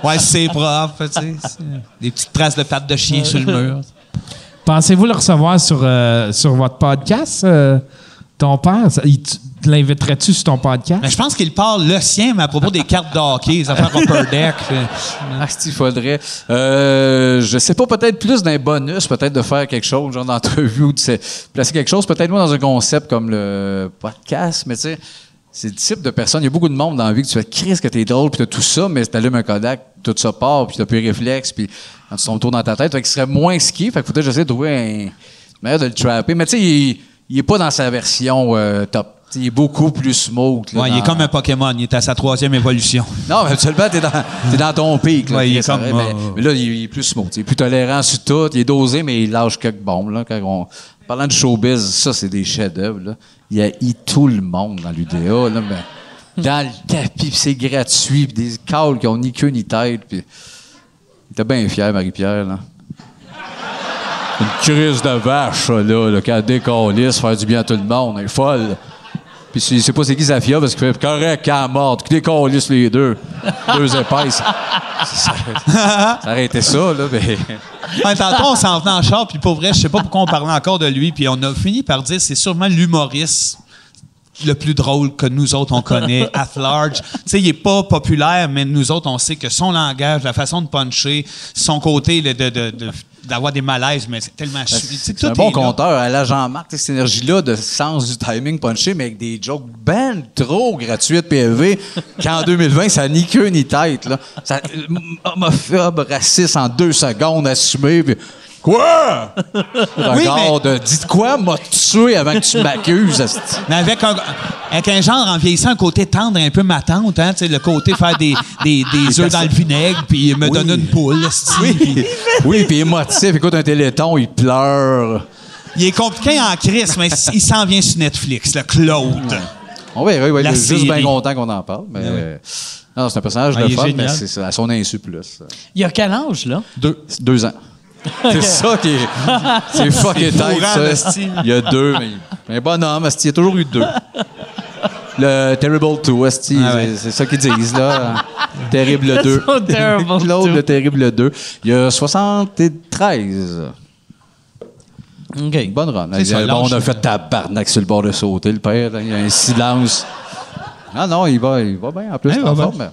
[SPEAKER 2] Ouais, c'est propre, tu sais. c'est- Des petites traces de pattes de chien sur le mur.
[SPEAKER 5] Pensez-vous le recevoir sur, euh, sur votre podcast, euh, ton père? Ça- il- tu te l'inviterais-tu sur ton podcast?
[SPEAKER 2] Mais je pense qu'il parle le sien, mais à propos des cartes de hockey, les affaires upper deck.
[SPEAKER 6] Ah, il faudrait. Euh, je sais pas, peut-être plus d'un bonus, peut-être de faire quelque chose, genre d'entrevue ou de se- placer quelque chose, peut-être moins dans un concept comme le podcast, mais tu sais, c'est le type de personne. Il y a beaucoup de monde dans la vie que tu fais crise que t'es drôle, puis t'as tout ça, mais t'allumes un Kodak, tout ça part, puis t'as plus de réflexe, puis quand tu tombes autour dans ta tête, fait qu'il serait moins ski, fait que peut-être j'essaie de trouver un- une manière de le trapper. Mais tu sais, il, il est pas dans sa version euh, top. Tu sais, il est beaucoup plus smooth. là,
[SPEAKER 2] Ouais, il est
[SPEAKER 6] dans-
[SPEAKER 2] comme un Pokémon, il est à sa troisième évolution.
[SPEAKER 6] non, mais absolument, t'es dans, t'es dans ton pic. Là,
[SPEAKER 2] Ouais, il est
[SPEAKER 6] C'est vrai,
[SPEAKER 2] comme,
[SPEAKER 6] mais,
[SPEAKER 2] euh,
[SPEAKER 6] mais là, il, il est plus smooth. Il est plus tolérant sur tout. Il est dosé, mais il lâche quelques bombes. Là, quand on- Parlant de showbiz, ça, c'est des chefs-d'œuvre. là. Il a tout le monde dans l'UDA. Là, mais dans le tapis, puis c'est gratuit. Puis des calls qui ont ni queue ni tête. Puis... Il était bien fier, Marie-Pierre. Là. Une crise de vache, ça, là, là, quand décalisse, faire du bien à tout le monde, elle est folle. Puis c'est c'est pas c'est qui Zafia, parce qu'il fait correct quand elle morde, qui décalisse les deux. Deux épaisses. Ça, ça aurait été ça, là, mais.
[SPEAKER 2] Ouais, tantôt, on s'en venait en char, puis pour vrai, je sais pas pourquoi on parlait encore de lui, puis on a fini par dire c'est sûrement l'humoriste le plus drôle que nous autres on connaît, at large. Tu sais, il est pas populaire, mais nous autres, on sait que son langage, la façon de puncher, son côté le- de- de- de- d'avoir des malaises, mais c'est tellement... chi- tu sais,
[SPEAKER 6] Ben, C'est un
[SPEAKER 2] tout
[SPEAKER 6] bon
[SPEAKER 2] est là.
[SPEAKER 6] compteur. À la Jean-Marc, tu sais, cette énergie-là de sens du timing punché, mais avec des jokes ben trop gratuites PLV, qu'en 2020, ça ni queue ni tête. Là. Ça, euh, homophobe, raciste en deux secondes, assumé. Puis, quoi? Regarde, dites quoi, m'a tué avant que tu m'accuses. asti.
[SPEAKER 2] Mais avec un, avec un genre, en vieillissant, un côté tendre, un peu matante, hein, tu sais, le côté faire des, des, des œufs dans le vinaigre, puis me
[SPEAKER 6] Ah, Oui.
[SPEAKER 2] donner une poule. esti.
[SPEAKER 6] Oui, oui, puis émotif. Écoute un téléthon, il pleure.
[SPEAKER 2] Il est compliqué en crise, mais il s'en vient sur Netflix, le Claude.
[SPEAKER 6] On verra, oui,
[SPEAKER 2] La
[SPEAKER 6] est juste
[SPEAKER 2] série.
[SPEAKER 6] bien content qu'on en parle. Mais, euh, Non, c'est un personnage
[SPEAKER 2] Ah,
[SPEAKER 6] de
[SPEAKER 2] il est
[SPEAKER 6] fun, mais
[SPEAKER 2] génial.
[SPEAKER 6] c'est ça, à son insu plus.
[SPEAKER 1] Il y a quel âge, là?
[SPEAKER 6] Deux. Deux ans. C'est ça qui est. C'est
[SPEAKER 2] C'est
[SPEAKER 6] fucking tight,
[SPEAKER 2] fourrant,
[SPEAKER 6] ça.
[SPEAKER 2] esti.
[SPEAKER 6] Il y a deux, mais. Un bonhomme, Asti. Il y a toujours eu deux. Le Terrible 2, Asti.
[SPEAKER 2] Ah ouais.
[SPEAKER 6] c'est- C'est ça qu'ils disent, là. Terrible 2.
[SPEAKER 1] Son Terrible
[SPEAKER 6] L'autre,
[SPEAKER 1] Two.
[SPEAKER 6] le Terrible 2. Il y a 73.
[SPEAKER 1] OK.
[SPEAKER 6] Bonne run.
[SPEAKER 2] C'est ça,
[SPEAKER 6] Il- bon,
[SPEAKER 2] lâche.
[SPEAKER 6] on a fait tabarnak sur le bord de sauter, le père. là. Il y a un silence. Ah non, il va, il va bien. En plus, il est en forme.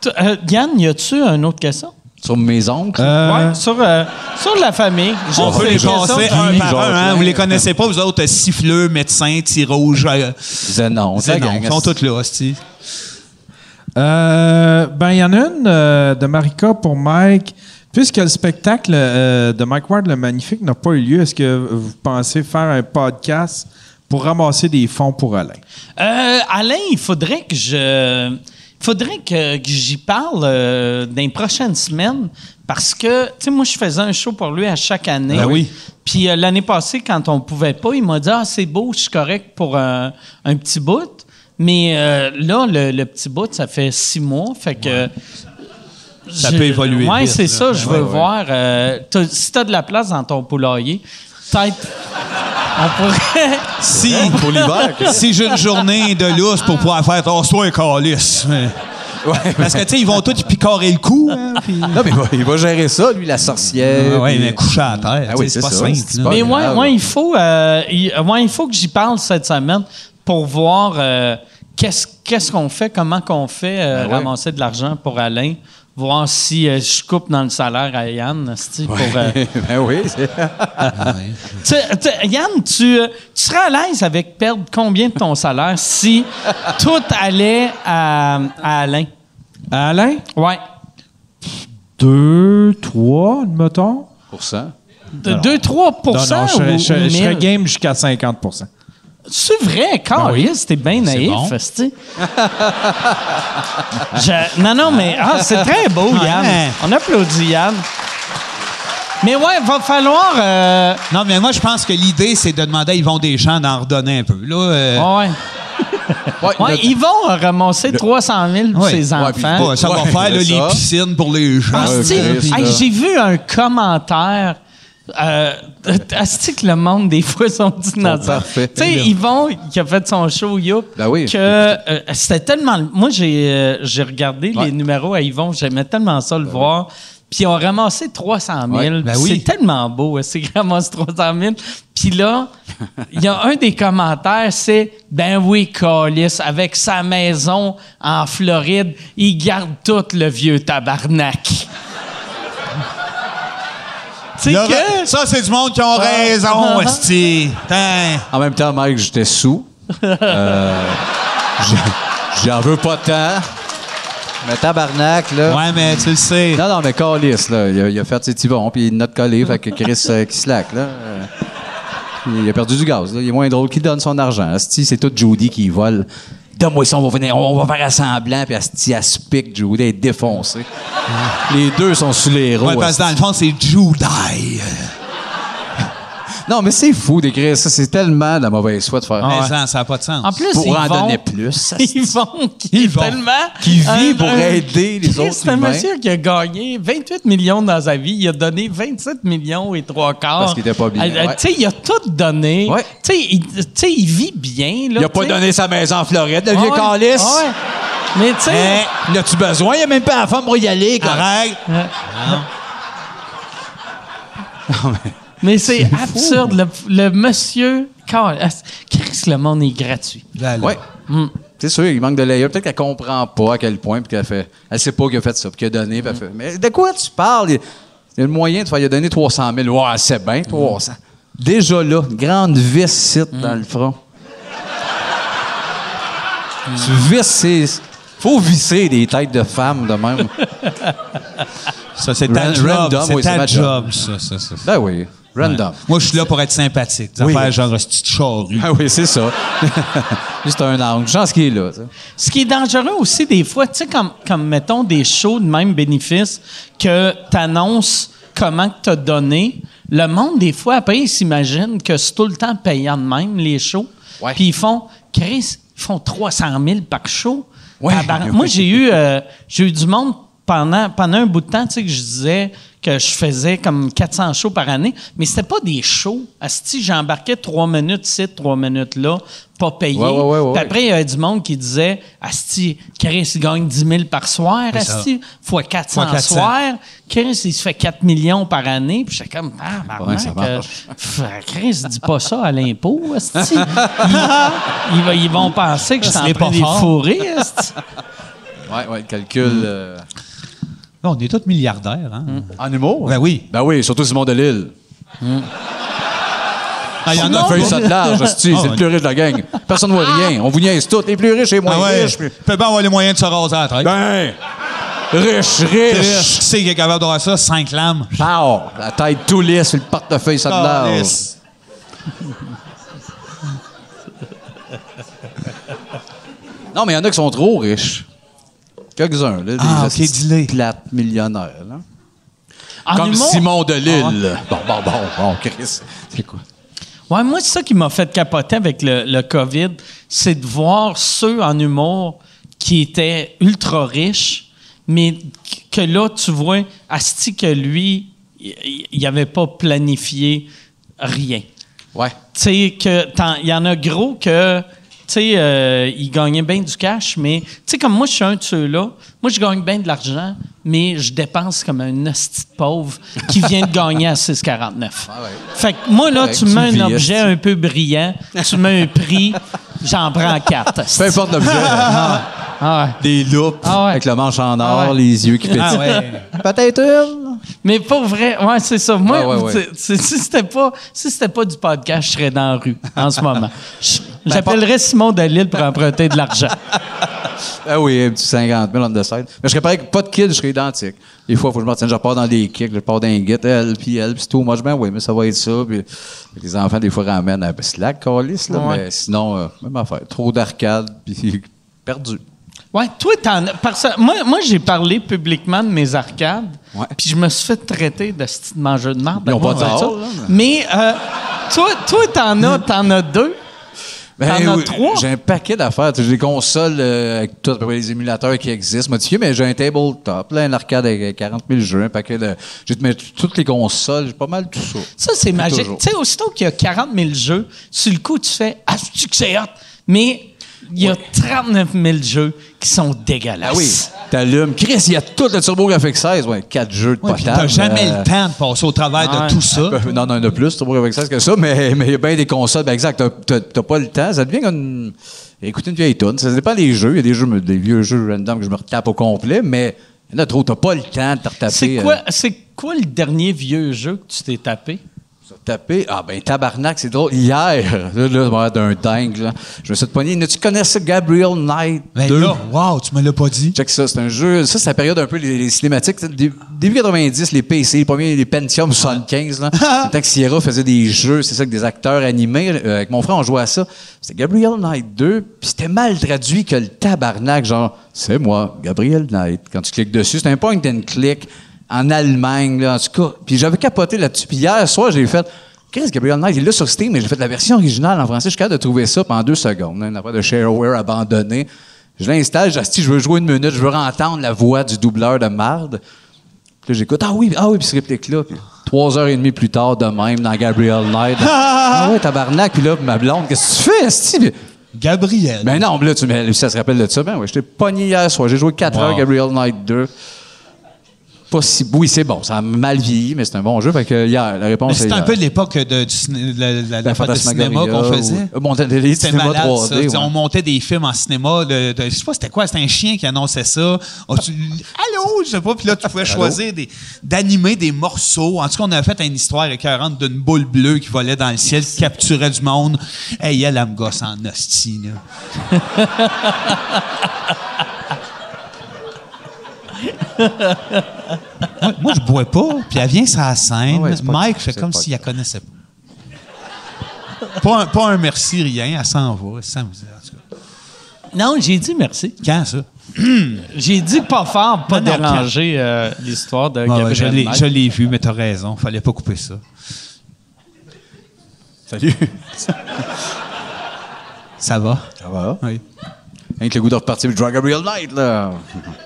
[SPEAKER 1] T- euh, Yann, y a-tu une autre question?
[SPEAKER 6] Sur mes oncles.
[SPEAKER 5] Euh,
[SPEAKER 1] Ouais, sur, euh, sur la famille.
[SPEAKER 2] On
[SPEAKER 1] Juste
[SPEAKER 2] peut
[SPEAKER 1] une
[SPEAKER 2] les
[SPEAKER 1] question.
[SPEAKER 2] passer un par
[SPEAKER 6] Jean-Pierre.
[SPEAKER 2] un. Hein? Vous les connaissez pas, vous autres, euh, siffleux, médecins, tirouges. rouge.
[SPEAKER 6] Zénon.
[SPEAKER 2] ils sont tous là, hostie.
[SPEAKER 5] euh, Euh, ben, il y en a une euh, de Marika pour Mike. Puisque le spectacle euh, de Mike Ward le Magnifique n'a pas eu lieu, est-ce que vous pensez faire un podcast pour ramasser des fonds pour Alain?
[SPEAKER 1] Euh, Alain, il faudrait que je. il faudrait que, que j'y parle euh, dans les prochaines semaines parce que, tu sais, moi, je faisais un show pour lui à chaque année.
[SPEAKER 2] Ah oui.
[SPEAKER 1] Puis euh, l'année passée, quand on pouvait pas, il m'a dit Ah, c'est beau, je suis correct pour un, un petit bout. Mais euh, là, le, le petit bout, ça fait six mois. Fait que.
[SPEAKER 2] Ça
[SPEAKER 1] je-
[SPEAKER 2] peut évoluer
[SPEAKER 1] Ouais,
[SPEAKER 2] vite,
[SPEAKER 1] c'est
[SPEAKER 2] là.
[SPEAKER 1] ça, je veux voir. euh, t'as- si tu as de la place dans ton poulailler, peut-être. on pourrait.
[SPEAKER 2] Si,
[SPEAKER 6] Pour l'hiver, que-
[SPEAKER 2] si j'ai une journée de lousse pour pouvoir faire ton soin calice. mais-
[SPEAKER 6] Ouais.
[SPEAKER 2] Parce que, tu sais, ils vont tous picorer le cou. hein, puis-
[SPEAKER 6] Non, mais il va, il va gérer ça, lui, la sorcière.
[SPEAKER 2] Ah ouais,
[SPEAKER 6] Euh, puis-
[SPEAKER 2] mais coucher à terre.
[SPEAKER 6] Ah
[SPEAKER 2] tu
[SPEAKER 6] oui,
[SPEAKER 2] sais, c'est
[SPEAKER 6] c'est
[SPEAKER 2] pas simple.
[SPEAKER 6] ça, c'est
[SPEAKER 2] là.
[SPEAKER 6] pas-
[SPEAKER 1] Mais ouais,
[SPEAKER 6] grave.
[SPEAKER 1] ouais, il faut, euh, il, ouais, il faut que j'y parle cette semaine pour voir euh, qu'est-ce qu'est-ce qu'on fait, comment qu'on fait euh,
[SPEAKER 6] Ben ouais.
[SPEAKER 1] ramasser de l'argent pour Alain, voir si euh, je coupe dans le salaire à Yann. esti, pour, euh,
[SPEAKER 6] ben oui,
[SPEAKER 1] tu-
[SPEAKER 6] c'est-
[SPEAKER 1] tu- Yann, tu, euh, tu serais à l'aise avec perdre combien de ton salaire si tout allait à, à Alain?
[SPEAKER 5] Alain?
[SPEAKER 1] Ouais.
[SPEAKER 5] Deux, trois, mettons.
[SPEAKER 6] pour ça.
[SPEAKER 1] De 2-3
[SPEAKER 5] Non,
[SPEAKER 1] ou-
[SPEAKER 5] non, je, je-
[SPEAKER 1] ou Hein?
[SPEAKER 5] je serais
[SPEAKER 1] 1000?
[SPEAKER 5] game jusqu'à 50
[SPEAKER 1] C'est vrai, Carlis, t'es bien naïf,
[SPEAKER 2] bon.
[SPEAKER 1] esti. Je- Non, non, mais ah, c'est très beau, Yann.
[SPEAKER 2] Ouais.
[SPEAKER 1] On applaudit Yann. Mais ouais, va falloir. euh,
[SPEAKER 2] Non, mais moi, je pense que l'idée, c'est de demander à Yvon Deschamps d'en redonner un peu. Là, euh,
[SPEAKER 1] ouais.
[SPEAKER 6] Ouais,
[SPEAKER 1] Ouais,
[SPEAKER 6] le-
[SPEAKER 1] ils vont euh, ramasser 300 000 pour
[SPEAKER 2] Ouais.
[SPEAKER 1] ses
[SPEAKER 6] Ouais,
[SPEAKER 1] enfants.
[SPEAKER 6] puis-
[SPEAKER 2] ouais, ça va
[SPEAKER 6] hein? Ouais,
[SPEAKER 2] faire là,
[SPEAKER 6] c'est ça.
[SPEAKER 2] les piscines pour les gens.
[SPEAKER 6] Ah,
[SPEAKER 1] Asti,
[SPEAKER 6] ouais,
[SPEAKER 1] hey,
[SPEAKER 6] là.
[SPEAKER 1] j'ai vu un commentaire. Euh, asti que le monde, des fois, sont dinosaures. Tu
[SPEAKER 6] parfaits.
[SPEAKER 1] sais, Yvon, qui a fait son show Youp,
[SPEAKER 6] Ben oui.
[SPEAKER 1] que euh, c'était tellement... Moi, j'ai euh, j'ai regardé
[SPEAKER 6] Ouais. Ben
[SPEAKER 1] les numéros à Yvon, j'aimais tellement ça le voir. Puis ils ont ramassé 300 000.
[SPEAKER 6] Ouais,
[SPEAKER 2] ben
[SPEAKER 1] Puis
[SPEAKER 2] oui.
[SPEAKER 1] C'est tellement beau, hein, c'est qu'ils ramassent 300 000. Puis là, il y a un des commentaires, c'est « Ben oui, Callis, avec sa maison en Floride, il garde tout le vieux tabarnak. » Tu sais
[SPEAKER 2] Là,
[SPEAKER 1] que...
[SPEAKER 2] Ça, c'est du monde qui
[SPEAKER 6] Ah.
[SPEAKER 2] ont raison, esti. Tain.
[SPEAKER 6] En même temps, Mike, j'étais sous. Euh, j'en- J'en veux pas tant. Mais tabarnak, là.
[SPEAKER 2] Ouais, mais tu le sais.
[SPEAKER 6] Non, non, mais Carlis, là, il a, il a fait ses tibons, puis il est notre collé, fait que Chris euh, qui slack, là. euh, il a perdu du gaz, là. Il est moins drôle. Qui donne son argent? Asti, c'est tout Judy qui vole. Donne-moi ça, on va venir, on va faire un semblant, puis Asti, elle se pique, Judy, elle est défoncée. Les deux sont sous les roues.
[SPEAKER 2] Ouais, parce que dans le fond, c'est Judaï.
[SPEAKER 6] Non, mais c'est fou d'écrire ça. C'est tellement de la mauvaise foi de faire
[SPEAKER 2] Mais ça, ça n'a pas de sens.
[SPEAKER 1] En plus,
[SPEAKER 6] pour
[SPEAKER 1] ils
[SPEAKER 6] Ah, en
[SPEAKER 1] vont-
[SPEAKER 6] donner plus.
[SPEAKER 1] Ils vont, qui est
[SPEAKER 2] vont.
[SPEAKER 1] tellement.
[SPEAKER 6] Qui vit pour aider les
[SPEAKER 1] Christ,
[SPEAKER 6] autres
[SPEAKER 1] C'est un
[SPEAKER 6] humains.
[SPEAKER 1] monsieur qui a gagné 28 millions dans sa vie. Il a donné 27 millions et trois quarts.
[SPEAKER 6] Parce qu'il était pas bien,
[SPEAKER 1] Euh, euh,
[SPEAKER 6] ouais.
[SPEAKER 1] Tu sais, il a tout donné.
[SPEAKER 6] Ouais.
[SPEAKER 1] Tu sais, il- tu sais, il vit bien. Là,
[SPEAKER 6] Il a pas
[SPEAKER 1] tu sais.
[SPEAKER 6] donné sa maison en Floride, le
[SPEAKER 1] Ah
[SPEAKER 6] vieux
[SPEAKER 1] ouais,
[SPEAKER 6] calice.
[SPEAKER 1] ah ouais. Mais tu sais.
[SPEAKER 2] Mais-
[SPEAKER 6] Il a-tu besoin? Il a même pas la femme pour y aller. quoi.
[SPEAKER 2] Eh, Arrête.
[SPEAKER 1] euh, Mais c'est absurde. Le, le monsieur. Christ, Christ, le monde est gratuit.
[SPEAKER 2] Ben là.
[SPEAKER 6] Ouais. C'est sûr, il manque de layer. Peut-être qu'elle comprend pas à quel point, puis qu'elle fait. Elle sait pas qu'il a fait ça, puis qu'elle a donné. puis elle fait, Mais de quoi tu parles? Il il y a le moyen de faire. Il a donné 300 000. Ouais, c'est bien, 300. Déjà là, une grande vis cite dans le front. Tu visses, c'est. Faut visser des têtes de femmes de même.
[SPEAKER 2] Ça, c'est ta
[SPEAKER 6] Ran-
[SPEAKER 2] job.
[SPEAKER 6] random,
[SPEAKER 2] C'est
[SPEAKER 6] oui, c'est
[SPEAKER 2] ta
[SPEAKER 6] ma
[SPEAKER 2] job, ça, ça, ça.
[SPEAKER 6] ben oui, random.
[SPEAKER 2] Moi, je suis là pour être sympathique. Des
[SPEAKER 6] Oui.
[SPEAKER 2] affaires genre, esti de charrue.
[SPEAKER 6] Ah oui, c'est ça. Juste un angle. Chance qu'il est là. tu sais.
[SPEAKER 1] Ce qui est dangereux aussi, des fois, tu sais, comme, comme, mettons, des shows de même bénéfice que t'annonces comment que t'as donné, le monde, des fois, après, ils s'imaginent que c'est tout le temps payant de même, les shows.
[SPEAKER 6] Ouais.
[SPEAKER 1] Puis ils font, Chris, ils font 300 000 par show.
[SPEAKER 6] Ouais.
[SPEAKER 1] Tabarnak. Moi, j'ai eu, euh, j'ai eu du monde pendant, pendant un bout de temps, tu sais, que je disais que je faisais comme 400 shows par année, mais c'était pas des shows. Asti, j'embarquais trois minutes ici, trois minutes là, pas payé.
[SPEAKER 6] Ouais, ouais, ouais, ouais,
[SPEAKER 1] Puis
[SPEAKER 6] ouais.
[SPEAKER 1] après, il y avait du monde qui disait Asti, Chris, il gagne 10 000 par soir,
[SPEAKER 2] C'est ça.
[SPEAKER 1] Asti, fois 400,
[SPEAKER 2] Fois 400.
[SPEAKER 1] soir. Chris, il se fait 4 millions par année. Puis j'étais comme, ah,
[SPEAKER 6] Ouais, ça
[SPEAKER 1] marnac, euh,
[SPEAKER 6] marche.
[SPEAKER 1] pff, Chris, dis pas ça à l'impôt, Asti. Ils, ils va- ils vont penser que je
[SPEAKER 2] Ça
[SPEAKER 1] t'en
[SPEAKER 2] serait pas
[SPEAKER 1] prends des
[SPEAKER 2] fort.
[SPEAKER 1] fourrés, Asti.
[SPEAKER 6] Ouais, ouais, le calcul. euh,
[SPEAKER 2] Bon, on est tous milliardaires, hein?
[SPEAKER 6] En humour?
[SPEAKER 2] Ben oui.
[SPEAKER 6] Ben oui, surtout Simon Delille.
[SPEAKER 2] Ah, il y en
[SPEAKER 6] On a
[SPEAKER 2] a
[SPEAKER 6] fait ça de large, hostie,
[SPEAKER 2] Ah,
[SPEAKER 6] c'est le
[SPEAKER 2] ouais.
[SPEAKER 6] plus riche de la gang. Personne ne voit rien. On vous niaise tous. Les plus riches et les moins
[SPEAKER 2] Ah ouais.
[SPEAKER 6] riches. puis-
[SPEAKER 2] Peut bien avoir les moyens de se raser à la tête.
[SPEAKER 6] Ben! Riche, riche.
[SPEAKER 2] Qui c'est qui est capable d'avoir ça? Cinq lames.
[SPEAKER 6] Pow! La tête tout lisse, le portefeuille, ça te lâche.
[SPEAKER 2] Calisse.
[SPEAKER 6] Non, mais il y en a qui sont trop riches. Quelques-uns, là. Des
[SPEAKER 2] Ah, ok,
[SPEAKER 6] hosties de
[SPEAKER 2] dis-les.
[SPEAKER 6] plates millionnaires, là.
[SPEAKER 1] En
[SPEAKER 6] Comme
[SPEAKER 1] humour- Ah,
[SPEAKER 6] Simon de Lille. Bon, bon, bon, bon, Chris. C'est quoi?
[SPEAKER 1] Ouais, moi, c'est ça qui m'a fait capoter avec le, le COVID, c'est de voir ceux en humour qui étaient ultra riches, mais que là, tu vois, Asti, que lui, il n'avait pas planifié rien.
[SPEAKER 6] Ouais.
[SPEAKER 1] Tu sais, que t'en- il y en a gros que, tu sais, euh, ils gagnaient bien du cash, mais, tu sais, comme moi, je suis un de ceux-là, moi, je gagne bien de l'argent, mais je dépense comme un hostie de pauvre qui vient de gagner à 6,49.
[SPEAKER 6] Ah ouais.
[SPEAKER 1] Fait que moi, là,
[SPEAKER 6] Correct,
[SPEAKER 1] tu me mets
[SPEAKER 6] tu
[SPEAKER 1] un
[SPEAKER 6] vis,
[SPEAKER 1] objet
[SPEAKER 6] hostie.
[SPEAKER 1] un peu brillant, tu mets un prix, j'en prends quatre. hostie.
[SPEAKER 6] Peu importe l'objet.
[SPEAKER 1] Ah ouais.
[SPEAKER 6] Des loupes
[SPEAKER 1] Ah ouais.
[SPEAKER 6] avec le manche en or,
[SPEAKER 1] Ah ouais.
[SPEAKER 6] les yeux qui pétillent. Peut-être une.
[SPEAKER 1] Mais pas vrai, ouais, c'est ça. Moi,
[SPEAKER 6] Ouais, ouais, ouais.
[SPEAKER 1] c'est- c'est- si c'était pas, si c'était pas du podcast, je serais dans la rue en ce moment. Je- J'appellerais Simon Dalil pour emprunter de l'argent.
[SPEAKER 6] Ah oui, un petit 50 000 on the side. Mais je serais pareil, que pas de kick, je serais identique. Des fois, il faut que je m'en tienne, je repars dans les kicks, je pars dans les guettes, elle, puis elle, puis c'est tout. Moi, je ben oui, mais ça va être ça. Puis les enfants, des fois, ramènent un slack, calice, là. Mais sinon, euh, même affaire. Trop d'arcade, puis perdu.
[SPEAKER 1] Ouais, toi, t'en as- parce- moi, moi j'ai parlé publiquement de mes arcades,
[SPEAKER 6] Ouais.
[SPEAKER 1] puis je me suis fait traiter de ce petit mangeur de merde.
[SPEAKER 6] Ils ont
[SPEAKER 1] Moi,
[SPEAKER 6] pas
[SPEAKER 1] on
[SPEAKER 6] tort,
[SPEAKER 1] fait ça.
[SPEAKER 6] là,
[SPEAKER 1] Mais euh, toi, toi, t'en as, t'en as deux. T'en as
[SPEAKER 6] Ben oui,
[SPEAKER 1] trois?
[SPEAKER 6] J'ai un paquet d'affaires. Tu sais, J'ai des consoles euh, avec tout, à peu près les émulateurs qui existent. Moi, tu sais, mais j'ai un tabletop, là, un arcade avec euh, 40 000 jeux, un paquet de. J'ai mais toutes les consoles, j'ai pas mal tout ça.
[SPEAKER 1] Ça, c'est magique.
[SPEAKER 6] toujours.
[SPEAKER 1] Tu sais, aussitôt qu'il y a 40 000 jeux, sur le coup, tu fais « Ah, c'est-tu que c'est hot? » Mais il y a 39 000 jeux qui sont dégueulasses.
[SPEAKER 6] Ah oui, t'allumes. Chris, il y a tout le TurboGrafx 16, ouais, quatre jeux de
[SPEAKER 2] Ouais,
[SPEAKER 6] potable.
[SPEAKER 2] puis T'as jamais
[SPEAKER 6] euh,
[SPEAKER 2] le temps de passer au travers
[SPEAKER 1] ouais.
[SPEAKER 2] de tout ça.
[SPEAKER 6] Euh, Non, non, il y en a plus, TurboGrafx 16 que ça, mais mais il y a bien des consoles. Ben exact, t'as- t'as t'as pas le temps. Ça devient comme une- écouter une vieille tonne. Ça dépend des jeux. Il y a des jeux, des vieux jeux random que je me retape au complet, mais il y en a trop. T'as pas le temps de te retaper.
[SPEAKER 1] C'est
[SPEAKER 6] euh,
[SPEAKER 1] quoi, c'est quoi le dernier vieux jeu que tu t'es tapé?
[SPEAKER 6] Taper. Ah, ben, tabarnak, c'est drôle. Hier, là, là, ouais, d'un dingue, là, je me suis pogné. Ne tu connais ça, Gabriel Knight?
[SPEAKER 2] Mais
[SPEAKER 6] 2?
[SPEAKER 2] Ben là, wow, tu me l'as pas dit.
[SPEAKER 6] Check ça, c'est un jeu. Ça, c'est la période un peu les, les cinématiques. tu sais, dé- Début 90, les PC, les premiers, les Pentium 75, là. Le temps que Sierra faisait des jeux, c'est ça, avec des acteurs animés. euh, avec mon frère, on jouait à ça. C'était Gabriel Knight 2, puis c'était mal traduit que le tabarnak, genre, c'est moi, Gabriel Knight. Quand tu cliques dessus, c'est un point and click en Allemagne, là, en tout cas. Puis j'avais capoté là-dessus. Puis hier soir, j'ai fait. Qu'est-ce que Gabriel Knight? Il est là sur Steam, mais j'ai fait la version originale en français. Je suis capable de trouver ça pendant deux secondes. là, Une affaire de shareware abandonné. Je l'installe, j'ai dit, si je veux jouer une minute, je veux entendre la voix du doubleur de marde. Puis là, j'écoute, ah oui, ah oui, puis ce réplique-là. Puis trois heures et demie plus tard, de même, dans Gabriel Knight. ah ouais, tabarnak, puis là, ma blonde, qu'est-ce que tu fais, esti? Puis-
[SPEAKER 2] Gabriel.
[SPEAKER 6] Ben non, mais là, tu, mais, ça se rappelle de ça. Ben ouais, j'étais pogné hier soir. J'ai joué quatre heures Gabriel Knight 2. Pas si. Oui, c'est bon, ça a mal vieilli, mais c'est un bon jeu. Fait que hier, la
[SPEAKER 2] Mais
[SPEAKER 6] réponse
[SPEAKER 2] c'est un
[SPEAKER 6] hier.
[SPEAKER 2] peu l'époque de, du ciné- de la, de la- de la fête de cinéma qu'on
[SPEAKER 6] Fantasmagoria,
[SPEAKER 2] faisait.
[SPEAKER 6] ou- Bon, t'as des
[SPEAKER 2] C'était
[SPEAKER 6] cinémas
[SPEAKER 2] malade,
[SPEAKER 6] 3D,
[SPEAKER 2] ça.
[SPEAKER 6] ouais.
[SPEAKER 2] Tu sais, On montait des films en cinéma. de- de- je sais pas c'était quoi, c'était un chien qui annonçait ça. Oh, tu- Allô, je sais pas. Puis là, tu pouvais choisir des- d'animer des morceaux. En tout cas, on a fait une histoire écœurante d'une boule bleue qui volait dans le ciel, qui capturait du monde. Hey, elle, elle me gosse en hostie, là. moi, moi, je bois pas. Puis elle vient sur la scène.
[SPEAKER 6] Ah ouais, c'est pas
[SPEAKER 2] Mike
[SPEAKER 6] grave,
[SPEAKER 2] fait
[SPEAKER 6] c'est
[SPEAKER 2] comme
[SPEAKER 6] pas
[SPEAKER 2] s'il la connaissait pas pas, un, pas un merci, rien. Elle s'en va. Elle s'en va. En tout cas.
[SPEAKER 1] Non, j'ai dit merci.
[SPEAKER 2] Quand, ça?
[SPEAKER 1] J'ai dit pas fort, pas
[SPEAKER 2] Non, non,
[SPEAKER 1] déranger euh, l'histoire de
[SPEAKER 2] Ah Ouais, ouais, je
[SPEAKER 1] Gabriel
[SPEAKER 2] l'ai-
[SPEAKER 1] Knight.
[SPEAKER 2] je l'ai vu, mais t'as raison. Fallait pas couper ça.
[SPEAKER 6] Salut.
[SPEAKER 2] Ça va?
[SPEAKER 6] Ça va?
[SPEAKER 2] Oui.
[SPEAKER 6] Avec le goût de repartir, puis je joue à Gabriel Knight, là. Non,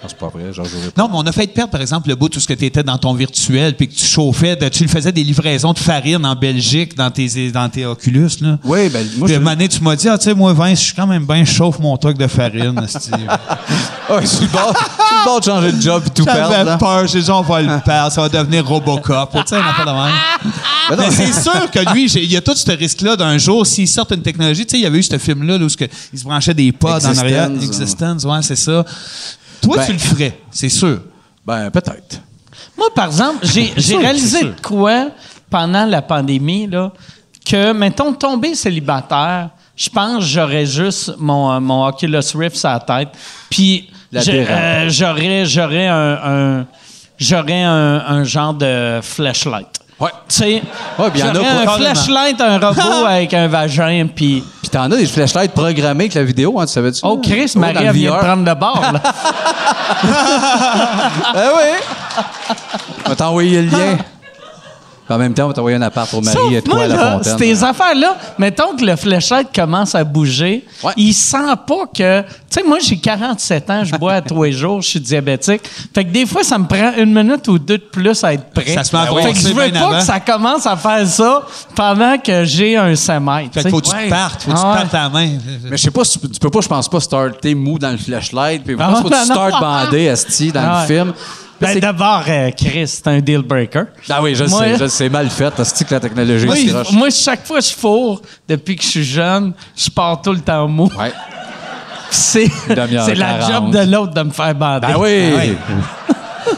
[SPEAKER 6] c'est pas vrai, j'en jouerai pas.
[SPEAKER 2] Non, mais on a fait perdre, par exemple, le bout de tout ce que tu étais dans ton virtuel, puis que tu chauffais, de- tu le faisais des livraisons de farine en Belgique dans tes, dans tes Oculus. Là.
[SPEAKER 6] Oui, ben, moi,
[SPEAKER 2] Puis,
[SPEAKER 6] je-
[SPEAKER 2] à un moment donné, tu m'as dit, ah, tu sais, moi, Vince, je suis quand même bien, je chauffe mon truc de farine. esti.
[SPEAKER 6] Ah, je suis le bord, je suis le bord de changer de job et tout perdre,
[SPEAKER 2] J'avais
[SPEAKER 6] là. Ah.
[SPEAKER 2] peur, j'ai dit, on va le perdre, ça va devenir Robocop. Tu sais, on a pas de même.
[SPEAKER 6] Ben non.
[SPEAKER 2] Mais c'est sûr que lui, j'ai- il y a tout ce risque-là d'un jour, s'il sort une technologie, tu sais, il y avait eu ce film-là là, où ce que- il se branchait des pods en
[SPEAKER 6] Existence,
[SPEAKER 2] arrière.
[SPEAKER 6] ouais.
[SPEAKER 2] Existence, ouais, c'est ça. Toi,
[SPEAKER 6] Ben.
[SPEAKER 2] tu le ferais, c'est sûr.
[SPEAKER 6] Ben, peut-être.
[SPEAKER 1] Moi, par exemple, j'ai j'ai
[SPEAKER 2] sûr,
[SPEAKER 1] réalisé
[SPEAKER 2] c'est
[SPEAKER 1] de quoi pendant la pandémie, là, que, mettons, tomber célibataire, je pense que j'aurais juste mon, euh, mon Oculus Rift sur la tête. Puis
[SPEAKER 6] La
[SPEAKER 1] J'ai-
[SPEAKER 6] dérape.
[SPEAKER 1] euh, J'aurais, j'aurais un, un- j'aurais un, un genre de flashlight.
[SPEAKER 6] Ouais.
[SPEAKER 1] Tu sais,
[SPEAKER 6] Ouais, puis y en a
[SPEAKER 1] j'aurais
[SPEAKER 6] pour-
[SPEAKER 1] un flashlight, un robot avec un vagin, puis...
[SPEAKER 6] Puis t'en as des flashlights programmés avec la vidéo, hein, tu savais-tu?
[SPEAKER 1] Oh, Chris,
[SPEAKER 6] Ouais, dans
[SPEAKER 1] Marie,
[SPEAKER 6] le
[SPEAKER 1] elle vient de
[SPEAKER 6] VR.
[SPEAKER 1] prendre le bord, là.
[SPEAKER 6] Ah oui! On va t'envoyer le lien. Puis en même temps, on va t'envoyer un appart pour Marie et
[SPEAKER 1] Sauf
[SPEAKER 6] toi
[SPEAKER 1] moi,
[SPEAKER 6] à la
[SPEAKER 1] là,
[SPEAKER 6] fontaine. hein.
[SPEAKER 1] ces affaires-là, mettons que le fléchette commence à bouger,
[SPEAKER 6] Ouais.
[SPEAKER 1] il sent pas que... Tu sais, moi, j'ai 47 ans, je bois à tous les jours, je suis diabétique. Fait que des fois, ça me prend une minute ou deux de plus à être prêt.
[SPEAKER 2] Ça se met à
[SPEAKER 1] Ben oui. Fait que je veux
[SPEAKER 2] brasser bien
[SPEAKER 1] pas
[SPEAKER 2] avant.
[SPEAKER 1] que ça commence à faire ça pendant que j'ai un 5 mètres.
[SPEAKER 2] Fait
[SPEAKER 1] tu
[SPEAKER 2] que faut que
[SPEAKER 1] sais.
[SPEAKER 2] tu te partes, faut que tu
[SPEAKER 1] Ah ouais.
[SPEAKER 2] partes ta main.
[SPEAKER 6] Mais je sais pas, si tu, tu peux pas, je pense pas, starter mou dans le flashlight. Puis je
[SPEAKER 1] Ah,
[SPEAKER 6] pense pas que tu
[SPEAKER 1] non.
[SPEAKER 6] startes bandé, asti, dans
[SPEAKER 1] Ah ouais.
[SPEAKER 6] le film.
[SPEAKER 1] Ben,
[SPEAKER 6] C'est-
[SPEAKER 1] d'abord, euh, Chris, c'est un deal breaker.
[SPEAKER 6] ah oui, je le
[SPEAKER 1] Moi-
[SPEAKER 6] sais, je le sais, mal fait, asti, que la technologie
[SPEAKER 1] Moi,
[SPEAKER 6] c'est
[SPEAKER 1] il-
[SPEAKER 6] roche.
[SPEAKER 1] moi, chaque fois que je fourre, depuis que je suis jeune, je pars tout le temps mou.
[SPEAKER 6] Ouais.
[SPEAKER 1] C'est
[SPEAKER 6] demi-heure,
[SPEAKER 1] c'est la
[SPEAKER 6] 40.
[SPEAKER 1] job de l'autre de me faire bander.
[SPEAKER 6] Ben oui!
[SPEAKER 2] Ah oui.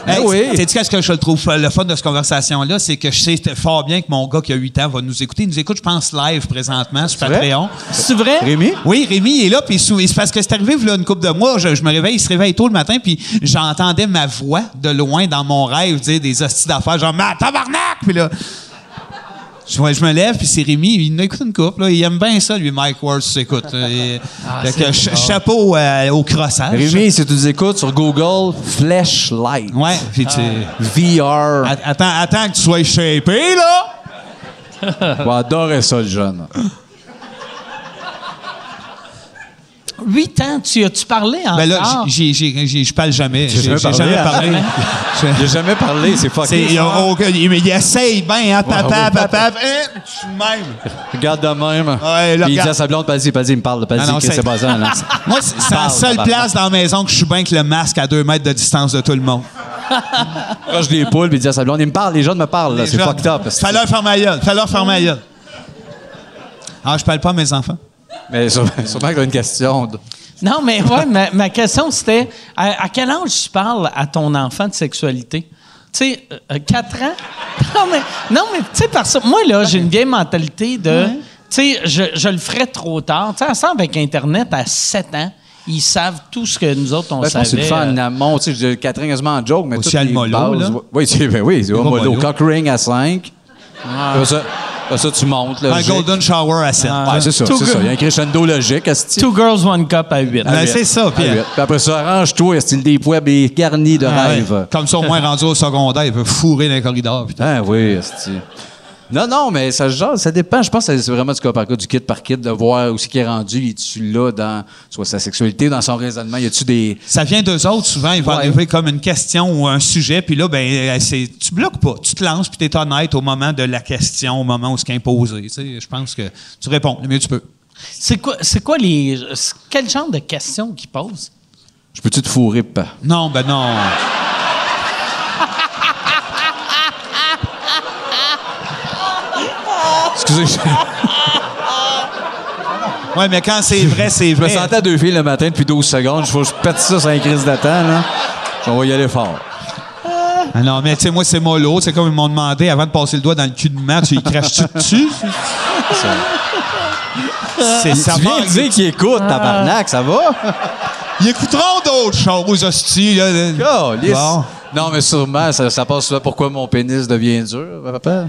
[SPEAKER 6] Ben
[SPEAKER 2] Hey,
[SPEAKER 6] oui!
[SPEAKER 2] Sais-tu qu'est-ce que je le trouve euh, le fun de cette conversation-là? C'est que je sais fort bien que mon gars qui a 8 ans va nous écouter. Il nous écoute, je pense, live présentement sur
[SPEAKER 6] vrai?
[SPEAKER 2] Patreon.
[SPEAKER 1] C'est vrai?
[SPEAKER 6] Rémi?
[SPEAKER 2] Oui, Rémi il est là, puis sou- c'est parce que c'est arrivé il y a une couple de mois, je, je me réveille, il se réveille tôt le matin, puis j'entendais ma voix de loin dans mon rêve dire des hosties d'affaires, genre « Ma tabarnak! » Puis là, je, ouais, je me lève, puis c'est Rémi, il écoute une couple, là, il aime bien ça, lui, Mike Ward, s'écoute. chapeau euh, au crossage.
[SPEAKER 6] Ah, Rémi, si tu nous écoutes sur Google, flashlight.
[SPEAKER 2] Ouais, Ah. puis tu...
[SPEAKER 6] Ah. VR.
[SPEAKER 2] Att- Attends, attends que tu sois shapé, là!
[SPEAKER 6] va adorer ça, le jeune.
[SPEAKER 1] 8 ans, tu as-tu parlé encore?
[SPEAKER 2] Ben là, j'ai- j'ai- j'ai- je parle jamais. J'ai
[SPEAKER 6] jamais
[SPEAKER 2] j'ai
[SPEAKER 6] parlé,
[SPEAKER 2] jamais
[SPEAKER 6] hein?
[SPEAKER 2] parlé.
[SPEAKER 6] J'ai jamais parlé, c'est
[SPEAKER 2] C'est-
[SPEAKER 6] fucké.
[SPEAKER 2] il, y a aucun- il- mais il essaye bien, hein, papa, papa, hein, je suis de même.
[SPEAKER 6] Regarde de
[SPEAKER 2] Ouais,
[SPEAKER 6] même.
[SPEAKER 2] là,
[SPEAKER 6] Puis il
[SPEAKER 2] regarde.
[SPEAKER 6] dit à sa blonde, Pazzi, Pazzi, il me parle de Pazzi,
[SPEAKER 2] Ah non,
[SPEAKER 6] Chris,
[SPEAKER 2] c'est-
[SPEAKER 6] c'est pas ça. hein, là.
[SPEAKER 2] Moi, c'est c'est la
[SPEAKER 6] Parle,
[SPEAKER 2] seule
[SPEAKER 6] tabarnak.
[SPEAKER 2] place dans la maison que je suis bien avec le masque à deux mètres de distance de tout le monde.
[SPEAKER 6] Proche des poules, puis il dit à sa blonde, il me parle, les jeunes me parlent, là,
[SPEAKER 2] Les
[SPEAKER 6] c'est
[SPEAKER 2] gens-
[SPEAKER 6] fucked up. c'est-
[SPEAKER 2] Fallait faire ma gueule, fallait faire ma gueule. Ah, je parle pas à mes enfants.
[SPEAKER 6] Mais sûrement sûrement que t'as une question. de-
[SPEAKER 1] Non, mais ouais, ma, ma question, c'était à, à quel âge tu parles à ton enfant de sexualité? Tu sais, 4 ans? Non, mais, non, mais tu sais, parce que moi, là, j'ai une vieille mentalité de. Tu sais, je, je le ferais trop tard. Tu sais, ensemble avec Internet, à 7 ans, ils savent tout ce que nous autres, on
[SPEAKER 6] Ben, je pense
[SPEAKER 1] savait.
[SPEAKER 6] que c'est de faire en
[SPEAKER 1] euh,
[SPEAKER 6] amont. Tu sais, je dis Catherine quasiment en joke, mais
[SPEAKER 2] Aussi
[SPEAKER 6] toutes les
[SPEAKER 2] Almolo,
[SPEAKER 6] bases-
[SPEAKER 2] là.
[SPEAKER 6] Oui, c'est ben oui, c'est
[SPEAKER 2] pas
[SPEAKER 6] Almolo.
[SPEAKER 2] Almolo.
[SPEAKER 6] Cock ring à 5.
[SPEAKER 1] Ah.
[SPEAKER 6] Ça, après ça, tu montes.
[SPEAKER 2] Un
[SPEAKER 6] logique.
[SPEAKER 2] golden shower à 7.
[SPEAKER 6] Ouais, c'est ça,
[SPEAKER 1] Two
[SPEAKER 6] c'est ça.
[SPEAKER 1] good.
[SPEAKER 6] Il y a un crescendo logique. asti.
[SPEAKER 1] Two girls, one cup à 8.
[SPEAKER 6] À
[SPEAKER 2] Ben,
[SPEAKER 6] huit.
[SPEAKER 2] c'est ça,
[SPEAKER 6] À
[SPEAKER 2] puis-
[SPEAKER 6] huit. Puis après ça, arrange-toi, est-ce des poids est garni de
[SPEAKER 2] Ah,
[SPEAKER 6] rêve?
[SPEAKER 2] Comme ça, au moins rendu au secondaire, il peut fourrer dans les corridors. putain.
[SPEAKER 6] Ah oui, esti. Non, non, mais ça se jase, ça dépend. Je pense que c'est vraiment du cas par cas, du kit par kit, de voir où c'est qu'il est rendu. Es-tu là dans soit sa sexualité, dans son raisonnement? Y a-tu des.
[SPEAKER 2] Ça vient d'eux autres, souvent, ils vont
[SPEAKER 6] Ouais.
[SPEAKER 2] arriver comme une question ou un sujet, puis là, ben, euh, c'est, tu bloques pas. Tu te lances, puis t'es honnête au moment de la question, au moment où c'est imposé. Tu sais, je pense que tu réponds le mieux que tu peux.
[SPEAKER 1] C'est quoi, c'est quoi les. c'est- Quel genre de questions qu'ils posent?
[SPEAKER 6] Je peux-tu te fourrer, pas?
[SPEAKER 2] Non, ben non.
[SPEAKER 6] Excusez, je,
[SPEAKER 2] Ouais, mais quand c'est vrai, c'est
[SPEAKER 6] je me
[SPEAKER 2] vrai.
[SPEAKER 6] sentais à deux filles le matin depuis 12 secondes. Je faut que je pète ça sur un crise de temps, là. On va y aller fort.
[SPEAKER 2] Ah non, mais tu sais, moi, c'est mollo. C'est comme ils m'ont demandé avant de passer le doigt dans le cul de match, tu y craches-tu dessus? C'est ça.
[SPEAKER 6] tu viens de dire qu'il écoute,
[SPEAKER 1] Ah.
[SPEAKER 6] tabarnak, ça va?
[SPEAKER 2] Ils écouteront d'autres choses, hosties. là.
[SPEAKER 6] Calisse.
[SPEAKER 2] Bon.
[SPEAKER 6] Non, mais sûrement, ça, ça passe souvent. Pourquoi mon pénis devient dur, papa?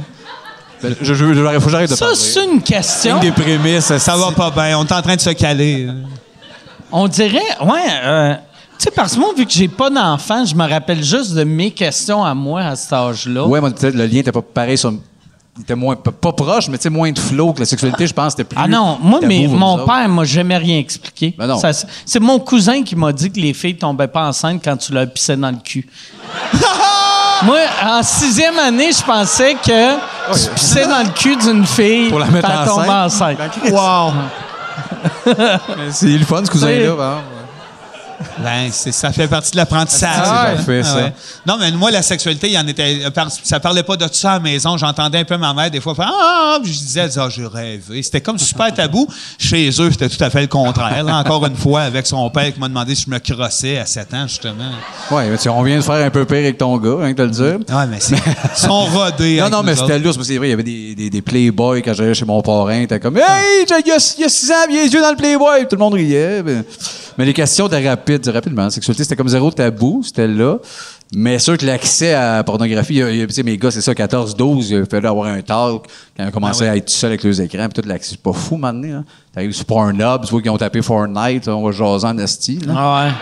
[SPEAKER 6] Ben, Je, je, je, faut que j'arrête de
[SPEAKER 1] Ça,
[SPEAKER 6] parler.
[SPEAKER 1] c'est une
[SPEAKER 6] Une
[SPEAKER 1] question.
[SPEAKER 6] des prémices,
[SPEAKER 2] Ça va pas bien. On est en train de se caler.
[SPEAKER 1] On dirait, ouais, euh, tu sais, parce que moi, vu que j'ai pas d'enfant, je me rappelle juste de mes questions à moi à cet âge-là.
[SPEAKER 6] Ouais, mais peut-être le lien était pas pareil sur. Il était moins, p- pas proche, mais tu sais, moins de flow que la sexualité, je pense, c'était plus.
[SPEAKER 1] Ah non, moi,
[SPEAKER 6] tabou
[SPEAKER 1] mais
[SPEAKER 6] pour
[SPEAKER 1] mon
[SPEAKER 6] nous autres.
[SPEAKER 1] père m'a jamais rien expliqué.
[SPEAKER 6] Ben non.
[SPEAKER 1] Ça, c'est c'est mon cousin qui m'a dit que les filles tombaient pas enceintes quand tu leur pissais dans le cul. moi, en sixième année, je pensais que tu pissais dans le cul d'une fille
[SPEAKER 6] Pour la mettre
[SPEAKER 1] quand elle tombait
[SPEAKER 6] enceinte.
[SPEAKER 1] enceinte.
[SPEAKER 2] Wow!
[SPEAKER 6] Mais C'est le fun, ce cousin-là,
[SPEAKER 1] C'est-
[SPEAKER 6] par exemple.
[SPEAKER 2] Ben, c'est- ça fait partie de l'apprentissage.
[SPEAKER 6] Ah ouais.
[SPEAKER 2] Ah
[SPEAKER 6] Fait ça.
[SPEAKER 2] Non, mais moi, la sexualité, il y en était, euh, par- ça parlait pas de tout ça à la maison. J'entendais un peu ma mère des fois faire Ah, ah, puis je disais, ah, j'ai rêvé. C'était comme super tabou. Chez eux, c'était tout à fait le contraire. là. encore une fois, avec son père qui m'a demandé si je me crossais à 7 ans, justement.
[SPEAKER 6] Ouais, mais tu- on vient de faire un peu pire avec ton gars, hein, que te le dire.
[SPEAKER 2] Ouais, mais c'est. Ils sont rodés.
[SPEAKER 6] Non,
[SPEAKER 2] avec
[SPEAKER 6] non, mais
[SPEAKER 2] nous
[SPEAKER 6] c'était
[SPEAKER 2] autres.
[SPEAKER 6] lourd, parce que c'est vrai, il y avait des, des, des Playboy quand
[SPEAKER 2] Ah.
[SPEAKER 6] j'allais chez mon parrain, t'es comme Hey, il y a 6 ans, il y a les yeux dans le Playboy, Puis tout le monde riait. ben, Mais les questions de rapide, de rapidement, la sexualité, c'était comme zéro tabou, c'était là. Mais sûr que l'accès à la pornographie, il y a- il y a- tu sais, mes gars, c'est ça, 14, 12, il a fallu avoir un talk quand ils
[SPEAKER 2] Ah
[SPEAKER 6] commençaient à être tout seuls avec leurs écrans, puis tout l'accès. C'est pas fou, maintenant, hein. T'arrives sur Pornhub, tu vois qu'ils ont tapé Fortnite, on va jaser en esti, là.
[SPEAKER 7] Ah ouais.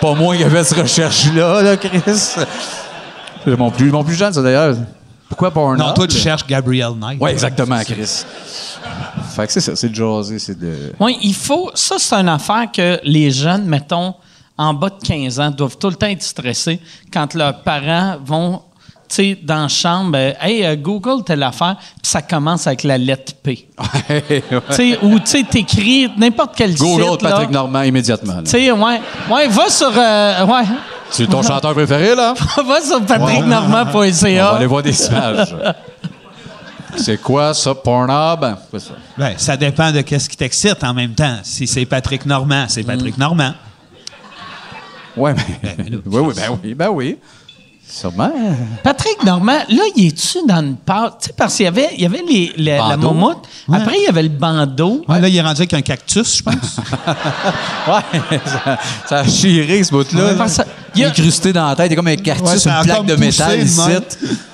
[SPEAKER 6] Pas moi qui avait cette recherche-là, là, Chris. Mon plus, mon plus jeune, ça, d'ailleurs. Pourquoi Pornhub?
[SPEAKER 2] Non, toi, tu cherches Gabriel Knight.
[SPEAKER 6] Oui, exactement, Chris. Fait que c'est ça, c'est de jaser, c'est de...
[SPEAKER 1] Oui, il faut. Ça, c'est une affaire que les jeunes, mettons, en bas de 15 ans, doivent tout le temps être stressés quand leurs parents vont, tu sais, dans la chambre, euh, hey, euh, Google telle affaire, puis ça commence avec la lettre P.
[SPEAKER 6] Ouais, ouais.
[SPEAKER 1] Tu sais, ou tu sais, t'écris n'importe quel
[SPEAKER 6] Google
[SPEAKER 1] site. là.
[SPEAKER 6] Patrick Normand immédiatement. là.
[SPEAKER 1] Tu sais, ouais, ouais, va sur, euh, ouais,
[SPEAKER 6] C'est ton chanteur préféré, là?
[SPEAKER 1] va sur
[SPEAKER 6] On va
[SPEAKER 1] patricknormand.ca.
[SPEAKER 6] aller voir des images. C'est quoi ça, Pornhub? Quoi ça?
[SPEAKER 2] Ben, ça dépend de qu'est-ce qui t'excite en même temps. Si c'est Patrick Normand, c'est
[SPEAKER 6] Mm.
[SPEAKER 2] Patrick Normand.
[SPEAKER 6] Ouais, mais... oui, oui, ben oui, ben oui. Sûrement.
[SPEAKER 1] Patrick Normand, là, il est-tu dans une part? Tu sais, parce qu'il y avait, il y avait les, les- la
[SPEAKER 6] Bandeau.
[SPEAKER 1] moumoute. Après, il y avait le bandeau.
[SPEAKER 2] Ouais, là, il est rendu avec un cactus, je pense.
[SPEAKER 6] Ouais, ça, ça a chiré, ce bout-là.
[SPEAKER 1] Ouais, parce que- il
[SPEAKER 6] Il
[SPEAKER 1] y
[SPEAKER 6] est
[SPEAKER 1] a-
[SPEAKER 6] incrusté dans la tête. Il est comme un cactus,
[SPEAKER 2] Ouais, ça
[SPEAKER 6] sur une
[SPEAKER 2] a
[SPEAKER 6] plaque
[SPEAKER 2] comme
[SPEAKER 6] de
[SPEAKER 2] poussé
[SPEAKER 6] métal,
[SPEAKER 2] de
[SPEAKER 6] ici.
[SPEAKER 2] même.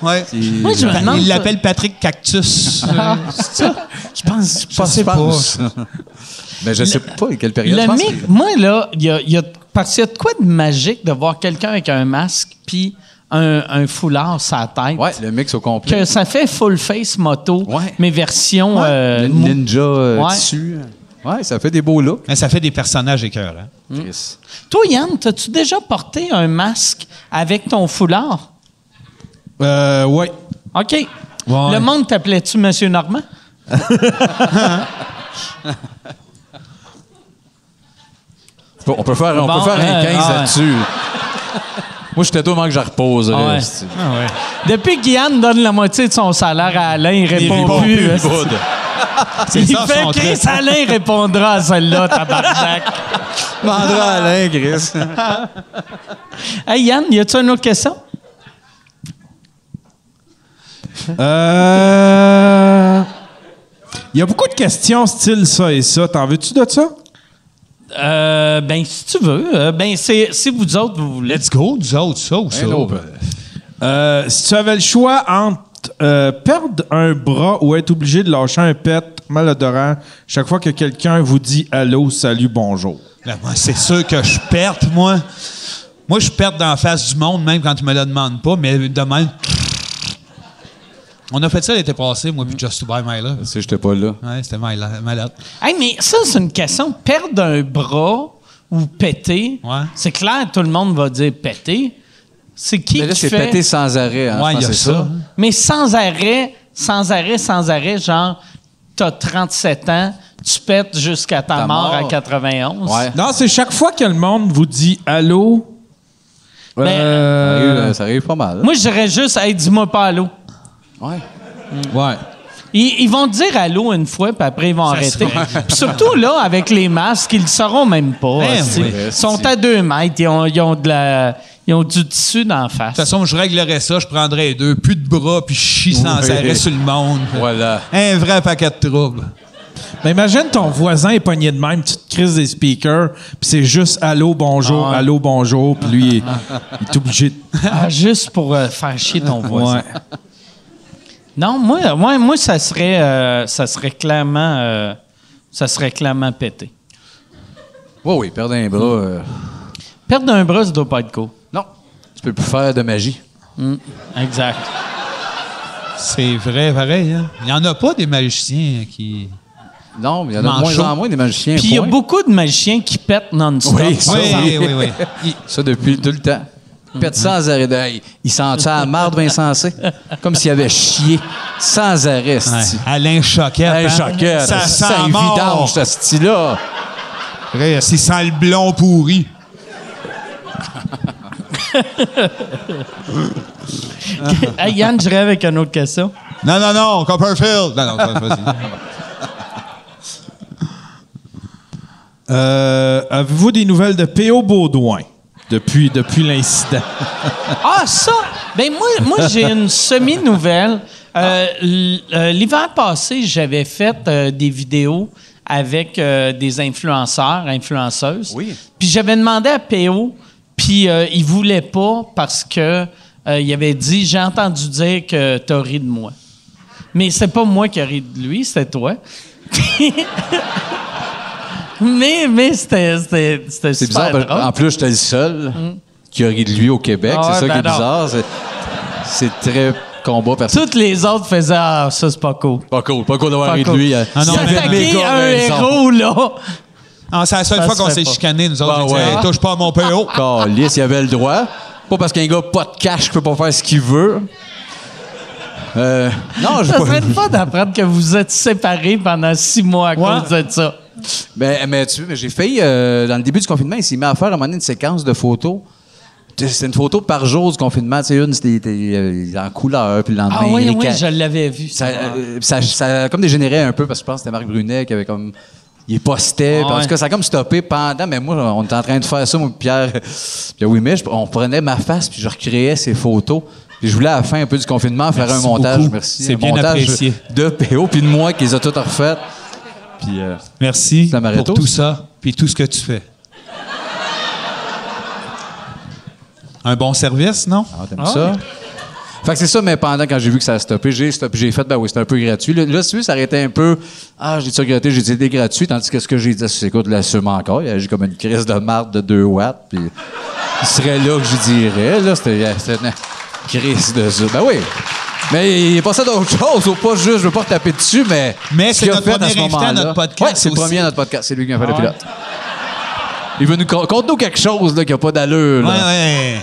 [SPEAKER 2] Ouais.
[SPEAKER 6] Puis-
[SPEAKER 1] Moi, je me demande.
[SPEAKER 2] Il l'appelle Patrick Cactus.
[SPEAKER 6] Je pense, je pense,
[SPEAKER 2] sais pas.
[SPEAKER 6] Mais Ben, je sais pas à quelle période.
[SPEAKER 1] Le
[SPEAKER 6] je pense
[SPEAKER 1] mi- moi, là, il y a, il y a- parce qu'il y a de quoi de magique de voir quelqu'un avec un masque puis un, un foulard sur la tête.
[SPEAKER 6] que- Ouais, le mix au complet.
[SPEAKER 1] Que ça fait full face moto,
[SPEAKER 6] Ouais.
[SPEAKER 1] mais version. euh,
[SPEAKER 6] Le
[SPEAKER 1] mou-
[SPEAKER 6] ninja euh,
[SPEAKER 1] Ouais.
[SPEAKER 6] tissu. Ouais, ça fait des beaux looks.
[SPEAKER 2] Mais ça fait des personnages écœurants.
[SPEAKER 1] Hmm.
[SPEAKER 6] Chris.
[SPEAKER 1] Toi, Yann, t'as-tu déjà porté un masque avec ton foulard?
[SPEAKER 5] Euh, ouais.
[SPEAKER 1] OK. Le monde t'appelait-tu Monsieur Normand?
[SPEAKER 6] Bon, On peut faire, on
[SPEAKER 1] Bon,
[SPEAKER 6] peut faire un
[SPEAKER 1] euh,
[SPEAKER 6] 15
[SPEAKER 1] ah ouais.
[SPEAKER 6] là-dessus. Moi, j'étais tôt, que je repose. là,
[SPEAKER 1] Ah ouais.
[SPEAKER 6] c'est-
[SPEAKER 1] Depuis que Yann donne la moitié de son salaire à Alain, il répond plus. hein.
[SPEAKER 2] Ah, C'est
[SPEAKER 1] il
[SPEAKER 2] ça,
[SPEAKER 1] fait
[SPEAKER 2] son
[SPEAKER 1] Chris
[SPEAKER 2] truc.
[SPEAKER 1] Alain répondra à celle-là, tabarnak.
[SPEAKER 6] Vendra
[SPEAKER 2] Ah.
[SPEAKER 6] à Alain, Chris.
[SPEAKER 1] hey Yann, y a-tu une autre question?
[SPEAKER 5] Euh, Il y a beaucoup de questions style ça et ça. T'en veux-tu de ça?
[SPEAKER 1] Euh, ben, si tu veux. Euh, ben, c'est, si vous autres, vous voulez.
[SPEAKER 2] Let's go, nous autres, ça ou ça?
[SPEAKER 6] Un
[SPEAKER 1] ben.
[SPEAKER 6] autre.
[SPEAKER 5] Euh, si tu avais le choix entre euh, perdre un bras ou être obligé de lâcher un pet malodorant chaque fois que quelqu'un vous dit allô, salut, bonjour.
[SPEAKER 2] Ben, moi, c'est sûr que je perte, moi. Moi, je perte dans la face du monde, même quand tu me le demandes pas, mais demain. On a fait ça l'été passé, moi, puis Just to Buy My Love.
[SPEAKER 6] Si j'étais pas là.
[SPEAKER 2] Ouais, c'était mal- malade.
[SPEAKER 1] Hey, mais ça, c'est une question. Perdre un bras ou péter,
[SPEAKER 2] Ouais.
[SPEAKER 1] c'est clair, tout le monde va dire péter. C'est qui
[SPEAKER 6] Mais là,
[SPEAKER 1] qui
[SPEAKER 6] c'est
[SPEAKER 1] fait-
[SPEAKER 6] pété sans arrêt. hein,
[SPEAKER 2] Ouais,
[SPEAKER 6] je pense
[SPEAKER 2] il y a
[SPEAKER 6] que c'est
[SPEAKER 2] ça.
[SPEAKER 1] Mais sans arrêt, sans arrêt, sans arrêt, genre, t'as 37 ans, tu pètes jusqu'à ta,
[SPEAKER 6] Ta
[SPEAKER 1] mort, à
[SPEAKER 6] mort.
[SPEAKER 1] 91.
[SPEAKER 6] Ouais.
[SPEAKER 5] Non, c'est chaque fois que le monde vous dit allô.
[SPEAKER 1] Ben,
[SPEAKER 6] Ça arrive, euh,
[SPEAKER 5] euh,
[SPEAKER 6] ça arrive pas mal.
[SPEAKER 1] Moi, je dirais juste, hey, dis-moi pas allô.
[SPEAKER 6] Ouais.
[SPEAKER 1] Hmm.
[SPEAKER 5] ouais.
[SPEAKER 1] Ils, ils vont te dire allô une fois, puis après, ils vont
[SPEAKER 2] Ça
[SPEAKER 1] arrêter.
[SPEAKER 2] serait-
[SPEAKER 1] Puis surtout, là, avec les masques, ils le sauront même pas.
[SPEAKER 2] Ben
[SPEAKER 1] hostie.
[SPEAKER 2] oui.
[SPEAKER 1] Ils sont à deux mètres. Ils ont, ils ont de la- ils ont du tissu d'en face.
[SPEAKER 2] De toute façon, je réglerais ça, je prendrais les deux. Plus de bras, puis je chie sans
[SPEAKER 6] Oui.
[SPEAKER 2] arrêt sur le monde.
[SPEAKER 6] Voilà.
[SPEAKER 2] Un vrai paquet de troubles.
[SPEAKER 5] Mais ben, imagine ton voisin est pogné de même, petite crise des speakers, puis c'est juste allô, bonjour, allô, bonjour, puis lui, il, il est obligé de.
[SPEAKER 1] Ah, juste pour euh, faire chier ton voisin.
[SPEAKER 5] Ouais.
[SPEAKER 1] Non, moi, euh, moi, moi, ça serait, euh, ça serait clairement, euh, ça serait clairement pété.
[SPEAKER 6] Ouais, oui, perdre un bras. euh,
[SPEAKER 1] Perdre un bras, ça doit pas être cool.
[SPEAKER 6] Non. Tu peux plus faire de magie.
[SPEAKER 1] Exact.
[SPEAKER 2] C'est vrai, pareil. hein. Il n'y en a pas des magiciens qui.
[SPEAKER 6] Non, mais il y en a de
[SPEAKER 2] Manchot.
[SPEAKER 6] moins en moins des magiciens.
[SPEAKER 1] Puis il y a
[SPEAKER 6] point.
[SPEAKER 1] beaucoup de magiciens qui pètent non-stop.
[SPEAKER 6] Oui, ça,
[SPEAKER 2] Oui, oui, oui. Mm-hmm.
[SPEAKER 6] Ça, depuis tout le temps. Pète sans arrêt. Hey, Il sentait à la marde, Vincent C. Comme s'il avait chié. Sans arrêt,
[SPEAKER 2] Ouais.
[SPEAKER 6] c'ti.
[SPEAKER 2] hein, Alain Choquette.
[SPEAKER 6] Hey,
[SPEAKER 2] hein.
[SPEAKER 6] Choquette,
[SPEAKER 2] Ça
[SPEAKER 6] ça
[SPEAKER 2] sent mort.
[SPEAKER 6] vidange, ce style-là.
[SPEAKER 2] Après, C'est sans le blond pourri.
[SPEAKER 1] Hey, Yann, je rêve avec une autre question.
[SPEAKER 2] Non, non, non, Copperfield. Non, non, vas-y.
[SPEAKER 5] Euh, Avez-vous des nouvelles de P.O. Baudouin depuis, depuis l'incident?
[SPEAKER 1] Ah, ça! Ben moi, moi j'ai une semi-nouvelle. Euh, l- euh, L'hiver passé, j'avais fait euh, des vidéos avec euh, des influenceurs, influenceuses.
[SPEAKER 6] Oui.
[SPEAKER 1] Puis j'avais demandé à PO, puis euh, il voulait pas parce que euh, il avait dit j'ai entendu dire que t'as ri de moi. Mais c'est pas moi qui ai ri de lui, c'était toi. mais mais c'était c'était c'était
[SPEAKER 6] C'est
[SPEAKER 1] super
[SPEAKER 6] bizarre. parce que,
[SPEAKER 1] drôle.
[SPEAKER 6] en plus, j'étais le seul
[SPEAKER 2] Mm-hmm.
[SPEAKER 6] qui a ri de lui au Québec.
[SPEAKER 1] Ah
[SPEAKER 6] c'est ça
[SPEAKER 1] ouais,
[SPEAKER 6] qui est
[SPEAKER 1] ben non.
[SPEAKER 6] bizarre. C'est- C'est très combat personnel.
[SPEAKER 1] Toutes les autres faisaient ah ça c'est pas cool.
[SPEAKER 6] Pas cool. Pas cool d'avoir
[SPEAKER 1] Pas
[SPEAKER 6] ri de
[SPEAKER 1] cool.
[SPEAKER 6] lui. euh,
[SPEAKER 2] Ah non,
[SPEAKER 6] il avait
[SPEAKER 1] S'attaquer
[SPEAKER 6] méga
[SPEAKER 1] à un
[SPEAKER 6] raison.
[SPEAKER 1] héros là.
[SPEAKER 2] Ah, c'est la seule
[SPEAKER 1] Ça
[SPEAKER 2] fois
[SPEAKER 1] se
[SPEAKER 2] qu'on
[SPEAKER 1] fait
[SPEAKER 2] s'est
[SPEAKER 1] pas.
[SPEAKER 2] chicanés, nous autres.
[SPEAKER 6] Ben
[SPEAKER 2] J'ai dit,
[SPEAKER 6] ouais.
[SPEAKER 2] Hey, touche pas à mon PO.
[SPEAKER 6] Calisse, il avait le droit. Pas parce qu'un gars pas de cash peut pas faire ce qu'il veut. Euh, non, je
[SPEAKER 1] Ça serait pas d'apprendre que vous êtes séparés pendant six mois à
[SPEAKER 2] Ouais.
[SPEAKER 1] cause de ça.
[SPEAKER 6] Mais, Ben, mais tu mais j'ai failli, euh, dans le début du confinement, il s'est mis à faire à un moment donné une séquence de photos. C'était une photo par jour du confinement. Tu sais, une, c'était était, euh, en couleur, puis le lendemain,
[SPEAKER 1] Ah oui,
[SPEAKER 6] il
[SPEAKER 1] oui,
[SPEAKER 6] réca-
[SPEAKER 1] je l'avais vu.
[SPEAKER 6] ça, euh, ça, ça a comme dégénéré un peu parce que je pense que c'était Marc Brunet qui avait comme. Il postait. puis En
[SPEAKER 1] Ouais.
[SPEAKER 6] tout cas, ça a comme stoppé pendant. Mais moi, on était en train de faire ça, moi, puis Pierre. Puis oui, mais je- on prenait ma face, puis je recréais ces photos. Puis je voulais, à la fin un peu du confinement, faire
[SPEAKER 2] Merci
[SPEAKER 6] un montage.
[SPEAKER 2] beaucoup.
[SPEAKER 6] Merci.
[SPEAKER 2] C'est
[SPEAKER 6] un
[SPEAKER 2] bien
[SPEAKER 6] montage
[SPEAKER 2] apprécié.
[SPEAKER 6] De PO, puis de moi, qui les a toutes refaites. Puis. euh,
[SPEAKER 2] Merci
[SPEAKER 6] Ça m'arrête
[SPEAKER 2] pour
[SPEAKER 6] tous.
[SPEAKER 2] tout ça, puis tout ce que tu fais. Un bon service, non?
[SPEAKER 6] Ah, t'aimes ça? Fait que c'est ça, mais pendant, quand j'ai vu que ça a stoppé, j'ai stoppé, j'ai fait, ben oui, c'était un peu gratuit. Là, là, si tu veux, ça aurait été un peu, ah, j'ai-tu regretté, j'ai dit, c'était gratuit, tandis que ce que j'ai dit, c'est écoute, l'assume encore, il agit comme une crise de marde de 2 watts, puis il serait là que je dirais, là, c'était c'était une crise de ça. Ben oui. Mais il est passé à d'autres choses, ou pas juste, je veux pas taper dessus, mais.
[SPEAKER 2] Mais
[SPEAKER 6] ce
[SPEAKER 2] c'est
[SPEAKER 6] qu'il a
[SPEAKER 2] notre
[SPEAKER 6] fait
[SPEAKER 2] premier
[SPEAKER 6] ce
[SPEAKER 2] invité à
[SPEAKER 6] moment-là-
[SPEAKER 2] notre podcast
[SPEAKER 6] Ouais, c'est le
[SPEAKER 2] aussi. Ah
[SPEAKER 6] premier à notre podcast, c'est lui qui a fait le pilote. Il veut nous. Conte-nous quelque chose, là, qui a pas d'allure,
[SPEAKER 2] Ouais,
[SPEAKER 6] là.
[SPEAKER 2] ouais.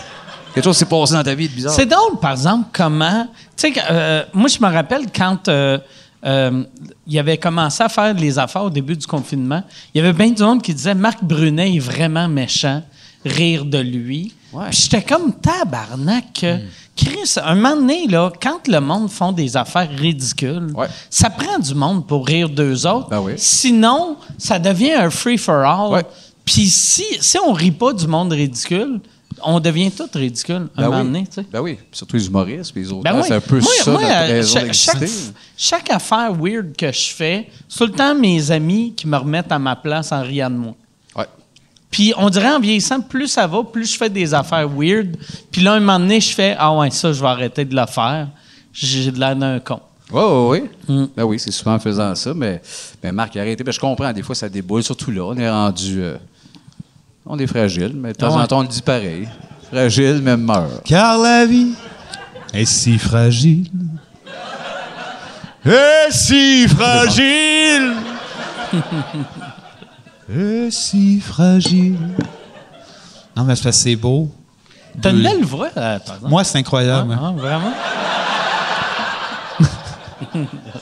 [SPEAKER 6] Quelque chose s'est passé dans ta vie de bizarre.
[SPEAKER 1] C'est drôle, par exemple, comment. Tu sais, que, euh, moi, je me rappelle quand euh, euh, il avait commencé à faire les affaires au début du confinement, il y avait bien du monde qui disait Marc Brunet est vraiment méchant, rire de lui.
[SPEAKER 6] Ouais. Hmm.
[SPEAKER 1] Puis j'étais comme tabarnak. euh, Chris, un moment donné, là, quand le monde font des affaires ridicules,
[SPEAKER 6] Ouais.
[SPEAKER 1] ça prend du monde pour rire d'eux autres.
[SPEAKER 6] Ben oui.
[SPEAKER 1] Sinon, ça devient un free-for-all.
[SPEAKER 6] Ouais.
[SPEAKER 1] Puis si, si on rit pas du monde ridicule, on devient tout ridicule un moment donné, tu sais.
[SPEAKER 6] Ben oui, puis surtout les humoristes, puis les autres.
[SPEAKER 1] Ben oui.
[SPEAKER 6] Ah, C'est un peu
[SPEAKER 1] Moi-
[SPEAKER 6] ça
[SPEAKER 1] moi,
[SPEAKER 6] notre
[SPEAKER 1] euh,
[SPEAKER 6] raison
[SPEAKER 1] chaque,
[SPEAKER 6] d'exister.
[SPEAKER 1] chaque- chaque affaire weird que je fais, c'est tout le temps mes amis qui me remettent à ma place en riant de moi.
[SPEAKER 6] Ouais.
[SPEAKER 1] Puis on dirait en vieillissant, plus ça va, plus je fais des affaires weird. Puis là, un moment donné, je fais Ah ouais, ça, je vais arrêter de le faire. J'ai de l'air d'un con.
[SPEAKER 6] Ouais, ouais, ouais.
[SPEAKER 1] Mm.
[SPEAKER 6] Ben oui, c'est souvent en faisant ça, mais, mais Marc, arrêtez. Ben, je comprends, des fois, ça déboule, surtout là. On est rendu. euh, on est fragile, mais de
[SPEAKER 1] Ah
[SPEAKER 6] temps en temps, on le dit pareil. Fragile, mais meurt.
[SPEAKER 2] Car la vie est si fragile. Est si fragile. Est si fragile. Non, mais c'est parce que c'est beau.
[SPEAKER 1] T'as une
[SPEAKER 2] Deux-
[SPEAKER 1] belle voix, euh, par exemple.
[SPEAKER 2] Moi, c'est incroyable. hein.
[SPEAKER 1] Ah, vraiment?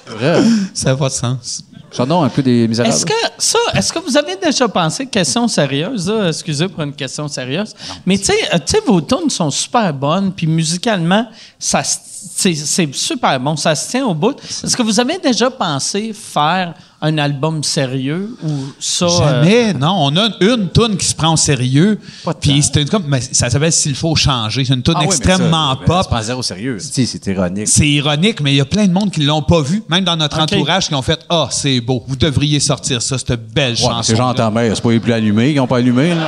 [SPEAKER 6] Vrai.
[SPEAKER 2] Ça n'a pas de sens.
[SPEAKER 6] J'en ai Hein? un peu des misérables.
[SPEAKER 1] Est-ce que ça, est-ce que vous avez déjà pensé, question sérieuse, là, excusez pour une question sérieuse, mais tu sais, euh, tu sais, vos tunes sont super bonnes, puis musicalement, ça, se- c'est, c'est super bon, ça se tient au bout. Est-ce que vous avez déjà pensé faire un album sérieux ou ça? euh,
[SPEAKER 2] Jamais, non. On a une toune qui se prend au sérieux.
[SPEAKER 1] Pas de
[SPEAKER 2] Puis
[SPEAKER 1] temps.
[SPEAKER 2] c'était une- comme, mais ça s'appelle S'il faut changer. C'est une toune
[SPEAKER 6] Ah oui, mais ça,
[SPEAKER 2] extrêmement
[SPEAKER 6] ben,
[SPEAKER 2] pop.
[SPEAKER 6] C'est pas zéro sérieux. Si, c'est ironique.
[SPEAKER 2] C'est ironique, mais il y a plein de monde qui l'ont pas vu, même dans notre
[SPEAKER 1] Ok.
[SPEAKER 2] entourage, qui ont fait Ah, c'est beau, vous devriez sortir ça, cette belle
[SPEAKER 6] Ouais, mais
[SPEAKER 2] chanson.
[SPEAKER 6] c'est genre ta mère, c'est pas les plus allumés, ils n'ont pas allumé, là.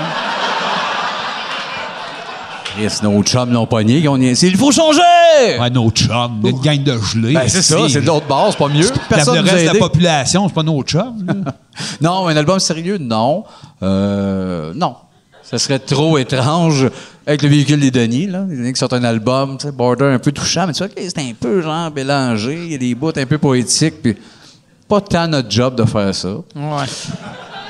[SPEAKER 6] Chris, nos chums l'ont pogné, ils ont niaisé. Il faut changer!
[SPEAKER 2] Ouais, nos chums, notre gang de gelés.
[SPEAKER 6] Ben, c'est ça, c'est de l'autre bord, c'est pas mieux. Personne
[SPEAKER 2] le
[SPEAKER 6] nous a
[SPEAKER 2] reste de la
[SPEAKER 6] aidé.
[SPEAKER 2] population, c'est pas nos chums. là.
[SPEAKER 6] Non, un album sérieux, non. Euh, non. Ça serait trop étrange avec le véhicule des Denis, là. Les Denis qui sortent un album, tu sais, border un peu touchant, mais tu vois, que c'est un peu genre mélangé, il y a des bouts un peu poétiques, puis pas tant notre job de faire ça.
[SPEAKER 1] ouais.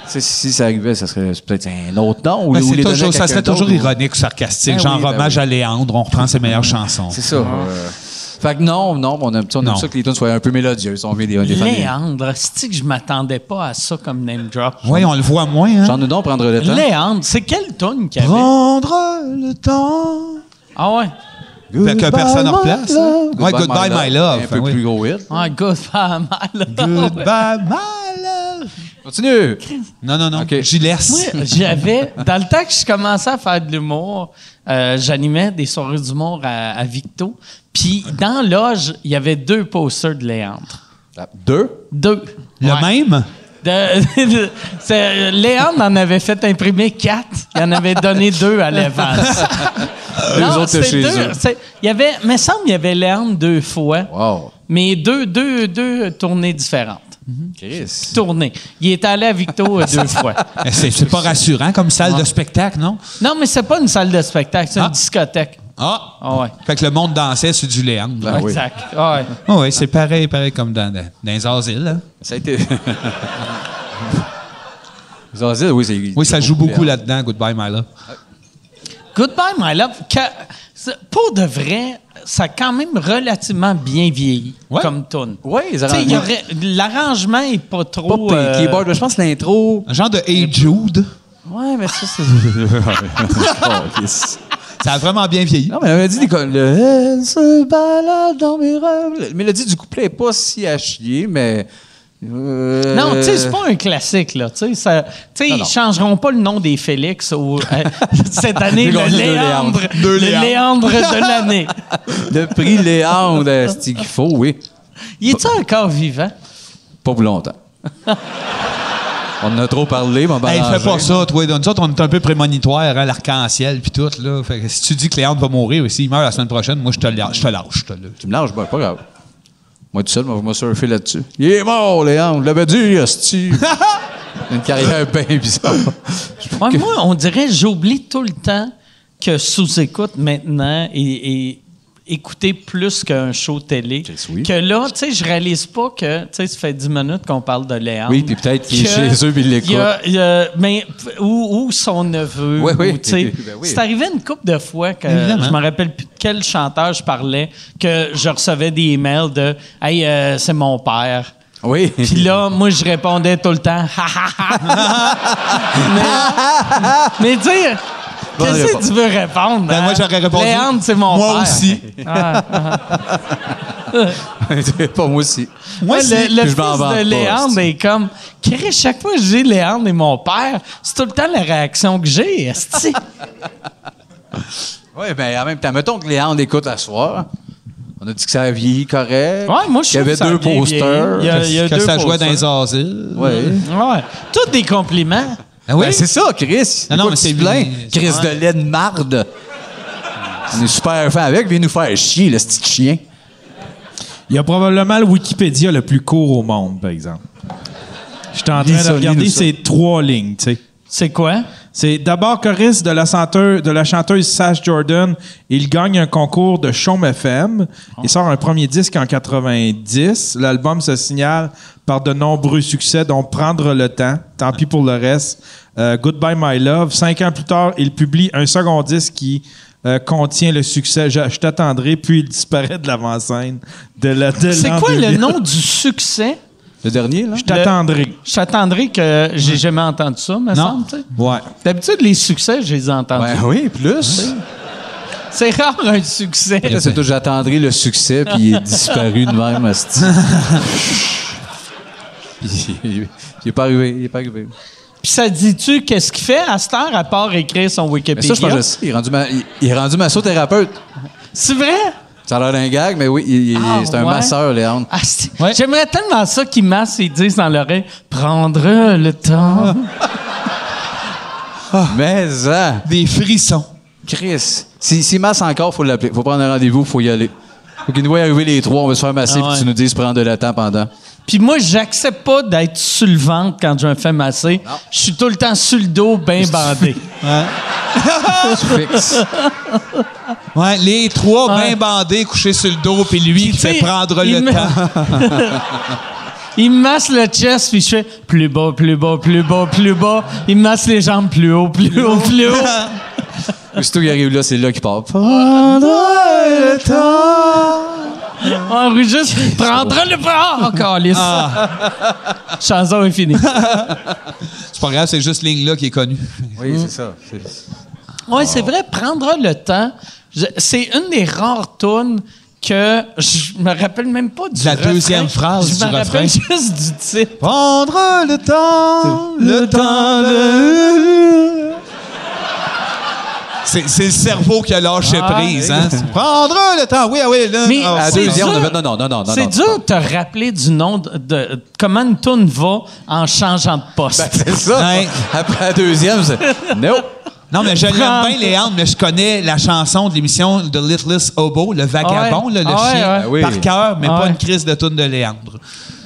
[SPEAKER 6] Tu sais, si ça arrivait, ça serait peut-être un autre nom. ou-
[SPEAKER 2] Ben,
[SPEAKER 6] ou
[SPEAKER 2] c'est
[SPEAKER 6] les donner à
[SPEAKER 2] toujours- ça
[SPEAKER 6] quelqu'un
[SPEAKER 2] serait
[SPEAKER 6] d'autre,
[SPEAKER 2] toujours
[SPEAKER 6] ou-
[SPEAKER 2] ironique, sarcastique.
[SPEAKER 6] Ben
[SPEAKER 2] genre
[SPEAKER 6] oui, ben
[SPEAKER 2] hommage
[SPEAKER 6] oui.
[SPEAKER 2] à Léandre, on reprend ses meilleures chansons.
[SPEAKER 6] C'est ça. euh, Fait que non, non, on aime, tu sais, on aime
[SPEAKER 2] Ah. Non.
[SPEAKER 6] ça que les tunes soient un peu mélodieuses. On vit des, on est des fans des-
[SPEAKER 1] Léandre, c'est que je m'attendais pas à ça comme name drop.
[SPEAKER 2] Oui, on le voit moins.
[SPEAKER 6] Jean
[SPEAKER 2] Hein?
[SPEAKER 6] Noudon prendre le temps.
[SPEAKER 1] Léandre, c'est quelle tune qu'il y avait?
[SPEAKER 2] Prendre le temps.
[SPEAKER 1] Ah ouais.
[SPEAKER 2] Fait que personne en place. hein. Ouais, Goodbye, my love.
[SPEAKER 6] Un
[SPEAKER 2] Enfin,
[SPEAKER 6] peu
[SPEAKER 2] oui.
[SPEAKER 6] plus gros hit.
[SPEAKER 1] Ah, goodbye, my love.
[SPEAKER 2] Goodbye, my love.
[SPEAKER 6] Continue.
[SPEAKER 2] Non, non, non.
[SPEAKER 6] Ok.
[SPEAKER 2] J'y laisse.
[SPEAKER 1] Moi, j'avais, dans le temps que je commençais à faire de l'humour, euh, j'animais des soirées d'humour à, à Victo. Puis dans Loge, il y avait deux posters de Léandre.
[SPEAKER 6] Deux.
[SPEAKER 1] Deux.
[SPEAKER 2] Le
[SPEAKER 1] Ouais.
[SPEAKER 2] même?
[SPEAKER 1] De- de- c'est- Léon en avait fait imprimer quatre. Il en avait donné deux à l'avance.
[SPEAKER 6] Les autres, c'est chez eux.
[SPEAKER 1] c'est- Il y avait, me semble, il y avait Léon deux fois,
[SPEAKER 6] Wow.
[SPEAKER 1] mais deux, deux, deux tournées différentes.
[SPEAKER 6] Chris.
[SPEAKER 1] Tournées. Il est allé à Victo euh, deux fois.
[SPEAKER 2] Eh, C'est c'est pas rassurant comme salle de spectacle, non?
[SPEAKER 1] Non, mais c'est pas une salle de spectacle, c'est
[SPEAKER 2] Ah.
[SPEAKER 1] une discothèque.
[SPEAKER 2] Ah!
[SPEAKER 1] Ah ouais.
[SPEAKER 2] Fait que le monde dansait sur du Léandre.
[SPEAKER 6] Ben oui.
[SPEAKER 1] Exact. Ah ouais.
[SPEAKER 2] Ah oui, c'est pareil, pareil comme dans, dans les asiles. hein.
[SPEAKER 6] Ça a été. Zazil, oui, c'est.
[SPEAKER 2] Oui, ça joue beaucoup
[SPEAKER 6] populaire.
[SPEAKER 2] là-dedans, Goodbye My Love.
[SPEAKER 1] Goodbye, my love. Que, c'est- pour de vrai, ça a quand même relativement bien vieilli
[SPEAKER 2] Ouais.
[SPEAKER 1] comme tune.
[SPEAKER 6] Oui, les
[SPEAKER 1] Tu sais, il y
[SPEAKER 6] arrangements.
[SPEAKER 1] aurait- L'arrangement est pas
[SPEAKER 6] Pas
[SPEAKER 1] trop.
[SPEAKER 6] pire.
[SPEAKER 1] euh,
[SPEAKER 6] Keyboard, je pense que l'intro.
[SPEAKER 2] Un genre de Hey Jude.
[SPEAKER 6] Ouais, mais ça, c'est.
[SPEAKER 2] Ça a vraiment bien vieilli.
[SPEAKER 6] Non, mais la mélodie des. co- Le. Elle se balade dans mes rêves. La mélodie du couplet est pas si à chier, mais. euh,
[SPEAKER 1] Non, tu sais, c'est pas un classique, là. Tu sais, ça- tu sais,
[SPEAKER 6] Non,
[SPEAKER 1] ils
[SPEAKER 6] non.
[SPEAKER 1] changeront pas le nom des Félix au- euh, cette année,
[SPEAKER 6] Ils ont
[SPEAKER 1] le
[SPEAKER 6] dit deux
[SPEAKER 1] Léandre,
[SPEAKER 6] Léandres.
[SPEAKER 1] le Léandre de l'année.
[SPEAKER 6] Le prix Léandre, euh, c'est qu'il faut, oui.
[SPEAKER 1] Il est-tu encore vivant?
[SPEAKER 6] Pas pour longtemps. On en a trop parlé, mon
[SPEAKER 2] Hey,
[SPEAKER 6] barrage.
[SPEAKER 2] fais pas ça, toi. Nous autres, on est un peu prémonitoire, hein, l'arc-en-ciel, puis tout. Là. Fait que si tu dis que Léandre va mourir, et s'il meurt la semaine prochaine, moi, je te lâche. Je te lâche, je te lâche.
[SPEAKER 6] Tu me lâches, ben, pas grave. Moi tout seul, moi, je me surfer là-dessus. Il est mort, Léandre, je l'avais dit, hostie. Une carrière bien bizarre.
[SPEAKER 1] Ouais, Moi, on dirait, j'oublie tout le temps que sous-écoute maintenant et, et écouter plus qu'un show télé.
[SPEAKER 6] Yes, oui.
[SPEAKER 1] Que là, tu sais, je réalise pas que, tu sais, ça fait 10 minutes qu'on parle de Léandre.
[SPEAKER 6] Oui, puis peut-être qu'il est
[SPEAKER 1] Que
[SPEAKER 6] chez eux, puis il l'écoute.
[SPEAKER 1] y a- il y a- mais, p- ou, ou son neveu.
[SPEAKER 6] Oui, oui.
[SPEAKER 1] ou, tu sais.
[SPEAKER 6] Ben oui.
[SPEAKER 1] C'est arrivé une couple de fois que
[SPEAKER 2] Évidemment.
[SPEAKER 1] je me rappelle plus de quel chanteur je parlais, que je recevais des emails de Hey, euh, c'est mon père.
[SPEAKER 6] Oui.
[SPEAKER 1] Puis là, moi, je répondais tout le temps, ha ha ha. mais, mais tu sais,
[SPEAKER 6] Bonne
[SPEAKER 1] qu'est-ce que
[SPEAKER 6] réponse.
[SPEAKER 1] tu veux répondre? hein?
[SPEAKER 2] Ben, moi, j'aurais répondu,
[SPEAKER 1] Léandre, c'est mon
[SPEAKER 2] moi
[SPEAKER 1] père.
[SPEAKER 2] aussi.
[SPEAKER 1] Ah, ah.
[SPEAKER 6] pas moi aussi.
[SPEAKER 2] Moi,
[SPEAKER 1] Ouais,
[SPEAKER 2] si,
[SPEAKER 1] le, le
[SPEAKER 6] je
[SPEAKER 1] fils
[SPEAKER 6] m'en vante pas,
[SPEAKER 1] de Léandre
[SPEAKER 6] c'est-
[SPEAKER 1] est comme, Chris, chaque fois que j'ai Léandre et mon père, c'est tout le temps la réaction que j'ai. esti.
[SPEAKER 6] Oui, mais ben, en même temps, mettons que Léandre écoute à soir. On a dit que ça a vieilli correct.
[SPEAKER 1] Ouais, moi, je
[SPEAKER 6] Qu'il
[SPEAKER 1] trouve
[SPEAKER 6] y avait
[SPEAKER 1] que ça
[SPEAKER 6] deux
[SPEAKER 1] a bien
[SPEAKER 6] posters.
[SPEAKER 1] vieilli. Il y a- il y a
[SPEAKER 2] que
[SPEAKER 1] deux
[SPEAKER 2] ça jouait dans
[SPEAKER 1] posters.
[SPEAKER 2] les asiles.
[SPEAKER 6] Ouais.
[SPEAKER 1] Ouais. Tous des compliments.
[SPEAKER 2] Ah oui?
[SPEAKER 6] Ben, c'est ça, Chris.
[SPEAKER 2] Non, non, mais c'est-
[SPEAKER 6] plein.
[SPEAKER 2] c'est-
[SPEAKER 6] Chris de laine marde. On est super fin avec. Viens nous faire chier, le petit chien.
[SPEAKER 5] Il y a probablement le Wikipédia le plus court au monde, par exemple. J'étais en
[SPEAKER 6] Lis
[SPEAKER 5] train
[SPEAKER 6] ça,
[SPEAKER 5] de regarder
[SPEAKER 6] lis ça.
[SPEAKER 5] ces trois lignes, tu sais.
[SPEAKER 1] C'est quoi?
[SPEAKER 5] C'est d'abord choriste de la, chanteuse, de la chanteuse Sash Jordan. Il gagne un concours de Chaume FM. Il sort un premier disque en 90. L'album se signale par de nombreux succès, dont Prendre le temps, Tant pis pour le reste, euh, Goodbye My Love. Cinq ans plus tard, il publie un second disque qui euh, contient le succès Je, Je t'attendrai, puis il disparaît de l'avant-scène de la de
[SPEAKER 1] C'est
[SPEAKER 5] l'an
[SPEAKER 1] quoi le
[SPEAKER 5] 2000.
[SPEAKER 1] nom du succès?
[SPEAKER 6] Le dernier, là?
[SPEAKER 5] Je t'attendrai.
[SPEAKER 1] Je t'attendrai que j'ai jamais entendu ça, me semble. tu sais.
[SPEAKER 5] Ouais.
[SPEAKER 1] D'habitude, les succès, je les ai entendus.
[SPEAKER 6] Ben oui, plus.
[SPEAKER 1] C'est rare un succès.
[SPEAKER 6] Là, c'est tout, j'attendrai le succès, puis il est disparu de même, hostie. Puis, il n'est pas arrivé, il est pas arrivé.
[SPEAKER 1] Puis ça dit-tu qu'est-ce qu'il fait à cette heure à part écrire son
[SPEAKER 6] Mais
[SPEAKER 1] Wikipédia?
[SPEAKER 6] ça, je pense que je sais. Il est rendu, ma- il- il est rendu massothérapeute.
[SPEAKER 1] C'est vrai?
[SPEAKER 6] Ça a l'air d'un gag, mais oui, il- il-
[SPEAKER 1] Ah,
[SPEAKER 6] c'est un
[SPEAKER 1] ouais?
[SPEAKER 6] masseur, Léandre.
[SPEAKER 1] Ah, c'est-
[SPEAKER 2] Ouais.
[SPEAKER 1] J'aimerais tellement ça qu'ils massent et ils disent dans l'oreille Prendre le temps.
[SPEAKER 6] Mais, ah,
[SPEAKER 2] Des frissons.
[SPEAKER 6] Chris, s'il s'il masse encore, faut l'appeler. faut prendre un rendez-vous, faut y aller. faut qu'il nous voie arriver les trois, on va se faire masser,
[SPEAKER 1] Ah,
[SPEAKER 6] puis
[SPEAKER 1] ouais.
[SPEAKER 6] tu nous dises prendre de la temps pendant.
[SPEAKER 1] Puis moi, j'accepte pas d'être sur le ventre quand je me fais masser. Je suis tout le temps sur le dos, bien bandé.
[SPEAKER 6] Tu fixes.
[SPEAKER 2] Ouais, les trois
[SPEAKER 1] Ouais.
[SPEAKER 2] bien bandés, couchés sur le dos, puis lui qui
[SPEAKER 1] tu sais,
[SPEAKER 2] fait prendre
[SPEAKER 1] il
[SPEAKER 2] le
[SPEAKER 1] me-
[SPEAKER 2] temps.
[SPEAKER 1] Il me masse le chest, puis je fais plus bas, plus bas, plus bas, plus bas. Il me masse les jambes plus haut, plus haut, plus haut.
[SPEAKER 6] Aussitôt qu'il arrive là, c'est là qu'il part. Prendre le temps.
[SPEAKER 1] On rue juste prendre le bras. Oh, calice. Chanson est finie.
[SPEAKER 2] C'est pas grave, c'est juste ligne-là qui est connue.
[SPEAKER 6] Oui, c'est ça.
[SPEAKER 1] Oui, c'est vrai, prendre le temps. Je- C'est une des rares tunes que je me rappelle même pas du
[SPEAKER 2] De la
[SPEAKER 1] refrain.
[SPEAKER 2] deuxième phrase
[SPEAKER 1] Je
[SPEAKER 2] du
[SPEAKER 1] me rappelle
[SPEAKER 2] refrain.
[SPEAKER 1] juste du titre.
[SPEAKER 2] Prendre le temps, le temps de... C'est c'est le cerveau qui a lâché prise. Hein? Prendre le temps. Oui, ah oui. Là,
[SPEAKER 1] Mais
[SPEAKER 2] ah,
[SPEAKER 6] à
[SPEAKER 2] c'est-
[SPEAKER 6] deux
[SPEAKER 1] c'est
[SPEAKER 6] bières, on
[SPEAKER 1] dur.
[SPEAKER 6] devait- non, non, non, non, Ah, non,
[SPEAKER 1] C'est
[SPEAKER 6] non.
[SPEAKER 1] dur de te rappeler du nom de, de- comment une toune va en changeant de poste.
[SPEAKER 6] Ben, c'est ça.
[SPEAKER 2] Ouais.
[SPEAKER 6] Après la deuxième, c'est. Nope.
[SPEAKER 2] Non, mais je l'aime
[SPEAKER 1] Prends-
[SPEAKER 2] bien, Léandre, mais je connais la chanson de l'émission de Littlest Hobo, le vagabond,
[SPEAKER 1] Ouais.
[SPEAKER 2] là, le
[SPEAKER 1] Ah ouais,
[SPEAKER 2] chien,
[SPEAKER 1] ouais.
[SPEAKER 6] Ah oui.
[SPEAKER 2] par cœur, mais pas
[SPEAKER 1] Ouais.
[SPEAKER 2] une crise de tune de Léandre.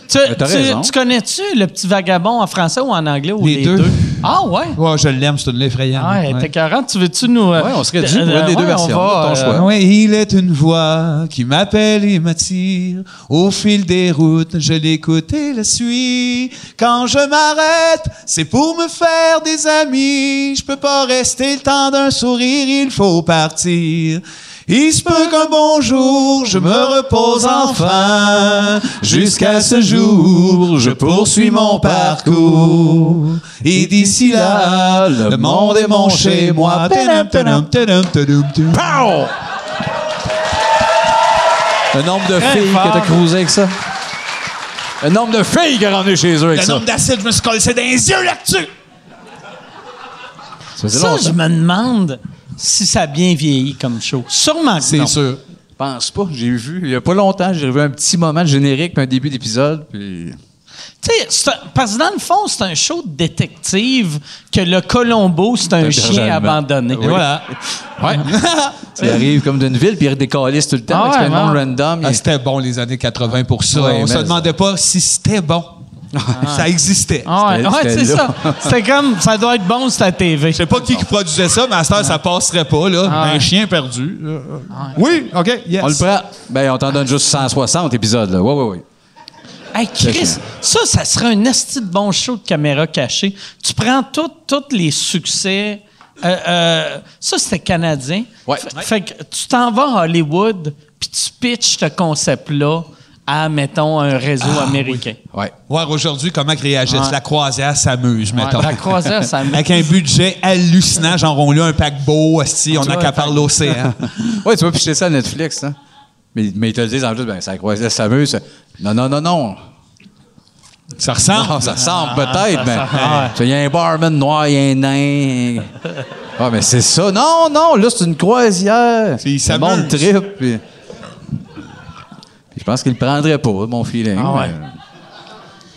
[SPEAKER 1] tu,
[SPEAKER 6] ben, t'as
[SPEAKER 1] tu-
[SPEAKER 6] raison.
[SPEAKER 1] tu connais-tu le petit vagabond en français ou en anglais ou
[SPEAKER 2] Les
[SPEAKER 1] les,
[SPEAKER 2] deux.
[SPEAKER 1] Ah ouais.
[SPEAKER 2] Ouais, je l'aime, c'est une effrayante.
[SPEAKER 1] Ah, t'es 40, tu veux-tu nous euh,
[SPEAKER 6] Ouais, on serait dû
[SPEAKER 1] euh,
[SPEAKER 6] pour une des deux
[SPEAKER 1] ouais, on
[SPEAKER 6] versions,
[SPEAKER 1] va,
[SPEAKER 6] ton
[SPEAKER 1] euh,
[SPEAKER 6] choix.
[SPEAKER 2] Oui, il est une voix qui m'appelle et m'attire. Au fil des routes, je l'écoute et la suis. Quand je m'arrête, c'est pour me faire des amis. Je peux pas rester le temps d'un sourire, il faut partir. Il se peut qu'un bon jour, je me repose enfin. Jusqu'à ce jour, je poursuis mon parcours. Et d'ici là, le monde est mon chez moi. Tadam, tadam, tadam, tadam, tadam.
[SPEAKER 6] Pow! Le nombre de filles
[SPEAKER 1] fort.
[SPEAKER 6] que t'as cruisé avec ça. Le nombre de filles qui est rendu chez eux avec
[SPEAKER 2] Le
[SPEAKER 6] ça.
[SPEAKER 2] nombre d'acides, je me suis collé dans les yeux là-dessus.
[SPEAKER 6] Ça faisait
[SPEAKER 1] Ça,
[SPEAKER 6] longtemps.
[SPEAKER 1] je me demande si ça a bien vieilli comme show. Sûrement que non.
[SPEAKER 2] sûr.
[SPEAKER 6] Je pense pas. J'ai vu, il y a pas longtemps, j'ai vu un petit moment de générique, puis un début d'épisode, puis...
[SPEAKER 1] Tu sais, c'est un- parce que dans le fond, c'est un show de détective que le Colombo, c'est un
[SPEAKER 6] un
[SPEAKER 1] chien
[SPEAKER 6] berger allemand.
[SPEAKER 1] abandonné.
[SPEAKER 6] Oui.
[SPEAKER 1] Voilà.
[SPEAKER 6] Ouais. il arrive comme d'une ville, puis il redécalisse tout le temps,
[SPEAKER 1] Euh. Ah
[SPEAKER 6] avec
[SPEAKER 1] ouais,
[SPEAKER 6] un nom
[SPEAKER 1] ouais.
[SPEAKER 6] random. il-
[SPEAKER 2] Ah, c'était bon les années 80 pour ça.
[SPEAKER 6] Ouais,
[SPEAKER 2] On se
[SPEAKER 6] mais-
[SPEAKER 2] demandait pas si c'était bon. Ça existait.
[SPEAKER 1] Ah ouais,
[SPEAKER 6] C'était-
[SPEAKER 1] ouais,
[SPEAKER 6] c'était
[SPEAKER 1] c'est
[SPEAKER 6] là.
[SPEAKER 1] ça. C'était comme, ça doit être bon, c'est la TV.
[SPEAKER 2] Je sais pas qui, qui produisait ça, mais à cette heure, ça passerait pas. Là. Un chien perdu. Euh, euh, Oui, OK, yes.
[SPEAKER 6] On le prend. Ben, on t'en donne juste 160 épisodes, là. Ouais, ouais, ouais.
[SPEAKER 1] Hey, Chris, ça, ça serait un esti de bon show de caméra cachée. Tu prends tous tous les succès. euh, euh, ça, c'était canadien.
[SPEAKER 6] Ouais.
[SPEAKER 1] F- Fait que tu t'en vas à Hollywood, puis tu pitches ce concept-là à, mettons, un réseau américain.
[SPEAKER 6] Ouais.
[SPEAKER 2] Voir aujourd'hui comment qu'ils réagissent.
[SPEAKER 1] Ouais.
[SPEAKER 2] La croisière s'amuse, mettons.
[SPEAKER 1] Ouais, la croisière, ça me-
[SPEAKER 2] Avec un budget hallucinant, genre on a un paquebot, hostie, on n'a
[SPEAKER 1] Ouais,
[SPEAKER 2] qu'à
[SPEAKER 1] fait-
[SPEAKER 2] parler l'océan.
[SPEAKER 6] Ouais, tu vas picher ça à Netflix, hein. Mais, mais ils te le disent en plus, ben, ça croise, ça s'amuse. Non, non, non, non.
[SPEAKER 2] Ça ressemble.
[SPEAKER 6] Ah, ça semble peut-être, mais
[SPEAKER 1] ah,
[SPEAKER 6] il y a un barman noir, il y a un nain. Ah, mais c'est ça. Non, non, là, c'est une croisière.
[SPEAKER 2] Il
[SPEAKER 6] Le monde
[SPEAKER 2] s'amuse.
[SPEAKER 6] trip. Puis... puis je pense qu'il le prendrait pas, mon feeling.
[SPEAKER 1] Ah ouais.
[SPEAKER 6] mais-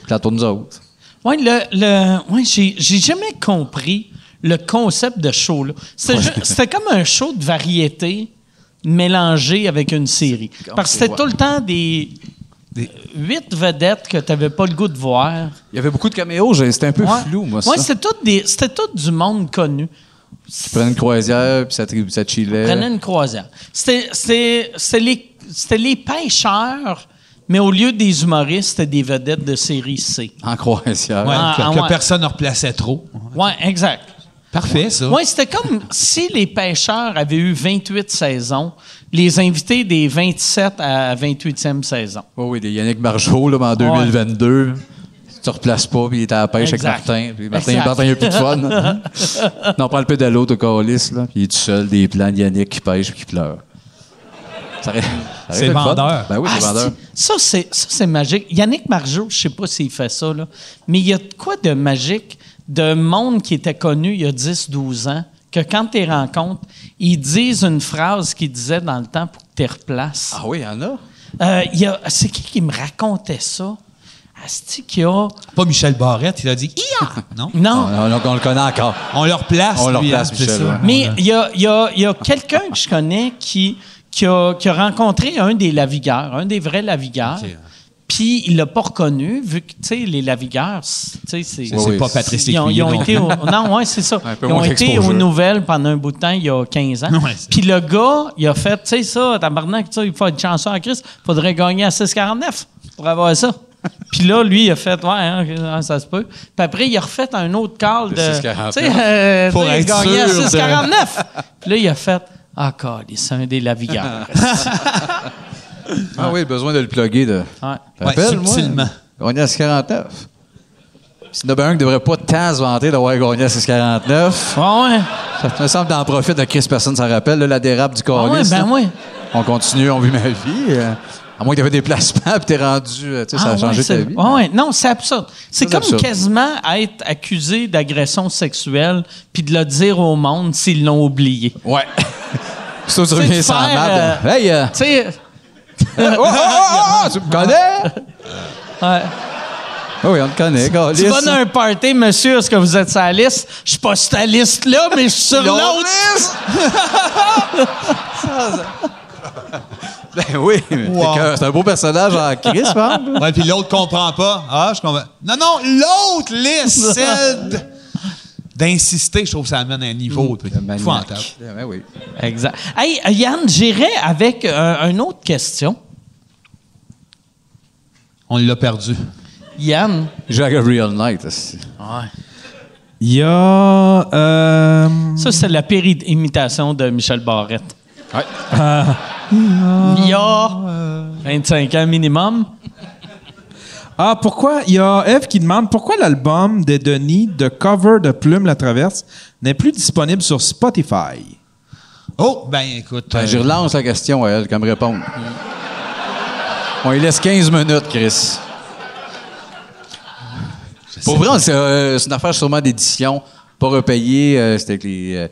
[SPEAKER 6] Puis la tourne nous autres.
[SPEAKER 1] Oui, le, le, ouais, j'ai, j'ai jamais compris le concept de show-là. C'était, ju- c'était comme un show de variété mélangé avec une série. Parce que c'était
[SPEAKER 6] ouais.
[SPEAKER 1] tout le temps des huit vedettes que tu n'avais pas le goût de voir.
[SPEAKER 6] Il y avait beaucoup de caméos, j'ai- c'était un peu
[SPEAKER 1] Ouais.
[SPEAKER 6] flou, moi,
[SPEAKER 1] Ouais,
[SPEAKER 6] ça. Euh.
[SPEAKER 1] c'était, tout des, c'était tout du monde connu.
[SPEAKER 6] Tu prenais une croisière, puis ça, tri- ça chillait.
[SPEAKER 1] Prenait une croisière. C'était, c'était, c'était les, c'était les pêcheurs, mais au lieu des humoristes, c'était des vedettes de série C.
[SPEAKER 6] En croisière.
[SPEAKER 2] Ouais,
[SPEAKER 1] Ah,
[SPEAKER 2] que,
[SPEAKER 1] ah,
[SPEAKER 2] que
[SPEAKER 1] ouais.
[SPEAKER 2] personne ne replaçait trop.
[SPEAKER 1] Ouais, exact.
[SPEAKER 2] Parfait, ça.
[SPEAKER 1] Oui, c'était comme si les pêcheurs avaient eu 28 saisons, les invités des 27 à 28e saison.
[SPEAKER 6] Oui, Oh oui, des Yannick Margeau, là, en 2022. Tu te replaces pas, puis il est à la pêche
[SPEAKER 1] Exact.
[SPEAKER 6] avec Martin. Puis Martin,
[SPEAKER 1] Exact.
[SPEAKER 6] Martin, il a plus de fun. non, prends le pédalo, t'as calice, là. Puis il est tout seul, des plans de Yannick qui pêche puis qui pleure. Ça aurait- ça aurait
[SPEAKER 2] C'est
[SPEAKER 6] été le fun.
[SPEAKER 2] vendeur.
[SPEAKER 6] Ben oui, c'est
[SPEAKER 1] Ah,
[SPEAKER 6] vendeur.
[SPEAKER 1] c'est- Ça, c'est, ça, c'est magique. Yannick Margeau, je sais pas s'il fait ça, là, mais il y a de quoi de magique de monde qui était connu il y a 10-12 ans, que quand tu les rencontres, ils disent une phrase qu'ils disaient dans le temps pour que tu les replaces.
[SPEAKER 6] Ah oui, il y en a.
[SPEAKER 1] Euh, il y a- c'est qui qui me racontait ça? Asti qu'il y a...
[SPEAKER 2] Pas Michel Barrette, il a dit Ia! Non?
[SPEAKER 6] On,
[SPEAKER 1] Non,
[SPEAKER 6] Ah, on- on le connaît encore.
[SPEAKER 2] On leur place.
[SPEAKER 6] On leur
[SPEAKER 2] lui,
[SPEAKER 6] place,
[SPEAKER 2] hein, c'est
[SPEAKER 6] Michel,
[SPEAKER 2] ça.
[SPEAKER 6] ouais.
[SPEAKER 1] Mais il y a, il y a- il y a quelqu'un que je connais qui, qui, a, qui a rencontré un des lavigueurs, un des vrais lavigueurs.
[SPEAKER 2] Ok.
[SPEAKER 1] Puis il l'a pas reconnu, vu que, tu sais, les lavigueurs, tu sais, c'est...
[SPEAKER 2] C'est
[SPEAKER 6] Oui,
[SPEAKER 2] pas
[SPEAKER 6] oui.
[SPEAKER 2] Patrice
[SPEAKER 1] Ils ont,
[SPEAKER 2] Lécuyer
[SPEAKER 1] ils ont
[SPEAKER 2] non
[SPEAKER 1] été
[SPEAKER 2] plus.
[SPEAKER 1] au- non, ouais, c'est ça.
[SPEAKER 6] Un peu
[SPEAKER 1] Ils ont
[SPEAKER 6] moins
[SPEAKER 1] été
[SPEAKER 6] d'exposure.
[SPEAKER 1] aux nouvelles pendant un bout de temps, il y a 15 ans.
[SPEAKER 2] Ouais, c'est-
[SPEAKER 1] Puis le gars, il a fait, tu sais, ça, tabarnak, tu sais, il faut une chanson à Christ, faudrait gagner à 6,49 pour avoir ça. Puis là, lui, il a fait, ouais, hein, hein, ça se peut. Puis après, il a refait un autre call de.
[SPEAKER 6] De 6,49.
[SPEAKER 1] tu sais, euh,
[SPEAKER 2] Pour
[SPEAKER 1] tu sais, il
[SPEAKER 2] être
[SPEAKER 1] gagnait à
[SPEAKER 2] sûr de-
[SPEAKER 1] 6,49. Puis là, il a fait, ah, il c'est un des lavigueurs.
[SPEAKER 6] Ah oui, besoin de le plugger. De...
[SPEAKER 1] Ah. Ouais.
[SPEAKER 6] Rappelle-moi,
[SPEAKER 2] subtilement.
[SPEAKER 6] Gagné à 649. Puis il y en a bien un qui devrait pas tant se vanter d'avoir gagné à 649.
[SPEAKER 1] Ouais, ouais.
[SPEAKER 6] Ça me semble d'en profiter de Chris, personne s'en rappelle, là, la dérape du
[SPEAKER 1] Ah
[SPEAKER 6] Carlis.
[SPEAKER 1] ouais, ben
[SPEAKER 6] là.
[SPEAKER 1] ouais.
[SPEAKER 6] On continue, on vit ma vie. euh. À moins que tu avais des placements, puis t'es rendu. euh, Tu sais, ça a
[SPEAKER 1] Ah,
[SPEAKER 6] changé
[SPEAKER 1] ouais,
[SPEAKER 6] ta
[SPEAKER 1] c'est-
[SPEAKER 6] vie.
[SPEAKER 1] ouais, ouais. Non, c'est absurde. C'est
[SPEAKER 6] Ça, c'est
[SPEAKER 1] comme
[SPEAKER 6] absurde.
[SPEAKER 1] quasiment être accusé d'agression sexuelle puis de le dire au monde s'ils l'ont oublié.
[SPEAKER 6] Ouais. Ça, tu
[SPEAKER 1] sais,
[SPEAKER 6] reviens
[SPEAKER 1] de
[SPEAKER 6] sans
[SPEAKER 1] faire,
[SPEAKER 6] map.
[SPEAKER 1] euh,
[SPEAKER 6] Hey, euh,
[SPEAKER 1] Tu sais,
[SPEAKER 6] oh, oh, oh, oh, tu me connais?
[SPEAKER 1] ouais.
[SPEAKER 6] Ah oui, on te connaît.
[SPEAKER 1] tu vas dans un party, monsieur, est-ce que vous êtes sur la liste? Je suis pas sur ta liste-là, mais je suis sur l'autre.
[SPEAKER 6] Ben oui, mais
[SPEAKER 2] Wow.
[SPEAKER 6] t'es que- c'est un beau personnage en Chris, par exemple.
[SPEAKER 2] Ouais, puis l'autre comprend pas. Ah, je comprends. Non, non, l'autre liste, celle d- d'insister, je trouve que ça amène à un niveau puis,
[SPEAKER 6] Maniaque.
[SPEAKER 2] épouvantable.
[SPEAKER 6] Ben oui.
[SPEAKER 1] Exact. Hey, euh, Yann, j'irai avec euh, une autre question.
[SPEAKER 2] On l'a perdu.
[SPEAKER 1] Yann.
[SPEAKER 6] J'ai un Real Night. aussi.
[SPEAKER 5] Il y a. euh,
[SPEAKER 1] Ça, c'est la pire i- imitation de Michel Barrette. Euh,
[SPEAKER 6] Ouais.
[SPEAKER 1] Il y a 25 ans minimum.
[SPEAKER 5] Ah, pourquoi? Il y a Eve qui demande pourquoi l'album des Denis de cover de Plume La Traverse n'est plus disponible sur Spotify.
[SPEAKER 2] Oh, ben écoute.
[SPEAKER 6] Ben,
[SPEAKER 2] euh,
[SPEAKER 6] je relance la question à elle, qu'elle me réponde. On lui laisse 15 minutes, Chris. Pour vrai, c'est euh, c'est une affaire sûrement d'édition, pas repayée. euh, C'était avec les. euh,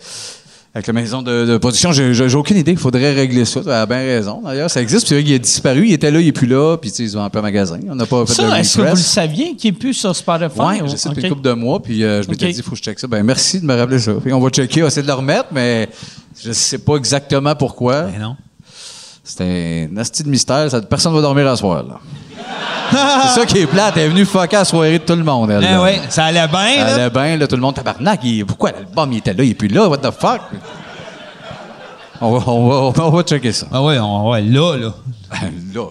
[SPEAKER 6] avec la maison de, de production, j'ai j'ai- j'ai aucune idée. Il faudrait régler ça. Tu as bien raison. D'ailleurs, ça existe. Puis il est disparu. Il était là, il est plus là. Puis tu sais, ils ont un peu magasin. On n'a pas fait de
[SPEAKER 1] Ça, est-ce que vous le
[SPEAKER 6] repress.
[SPEAKER 1] saviez qu'il est plus sur Spotify?
[SPEAKER 6] Oui,
[SPEAKER 1] ou-
[SPEAKER 6] j'ai ça
[SPEAKER 1] OK.
[SPEAKER 6] depuis une couple de mois, puis euh, je m'étais
[SPEAKER 1] Ok.
[SPEAKER 6] dit, il faut que je check ça. Ben, merci de me rappeler ça. Puis on va checker, on va essayer de le remettre, mais je sais pas exactement pourquoi.
[SPEAKER 2] ben non.
[SPEAKER 6] C'était un asti de mystère. Ça, personne ne va dormir à soir, là. C'est ça qui est plate. Elle est venue fucker la soirée de tout le monde, elle.
[SPEAKER 2] Ben
[SPEAKER 6] là.
[SPEAKER 2] ouais, ça allait bien,
[SPEAKER 6] Elle
[SPEAKER 2] là.
[SPEAKER 6] allait bien, là, tout le monde tabarnak. il- pourquoi l'album, il était là, il est plus là, what the fuck? On va, on va- on va- on va checker ça.
[SPEAKER 2] Ah ouais, on, ouais, là, là.
[SPEAKER 6] Là,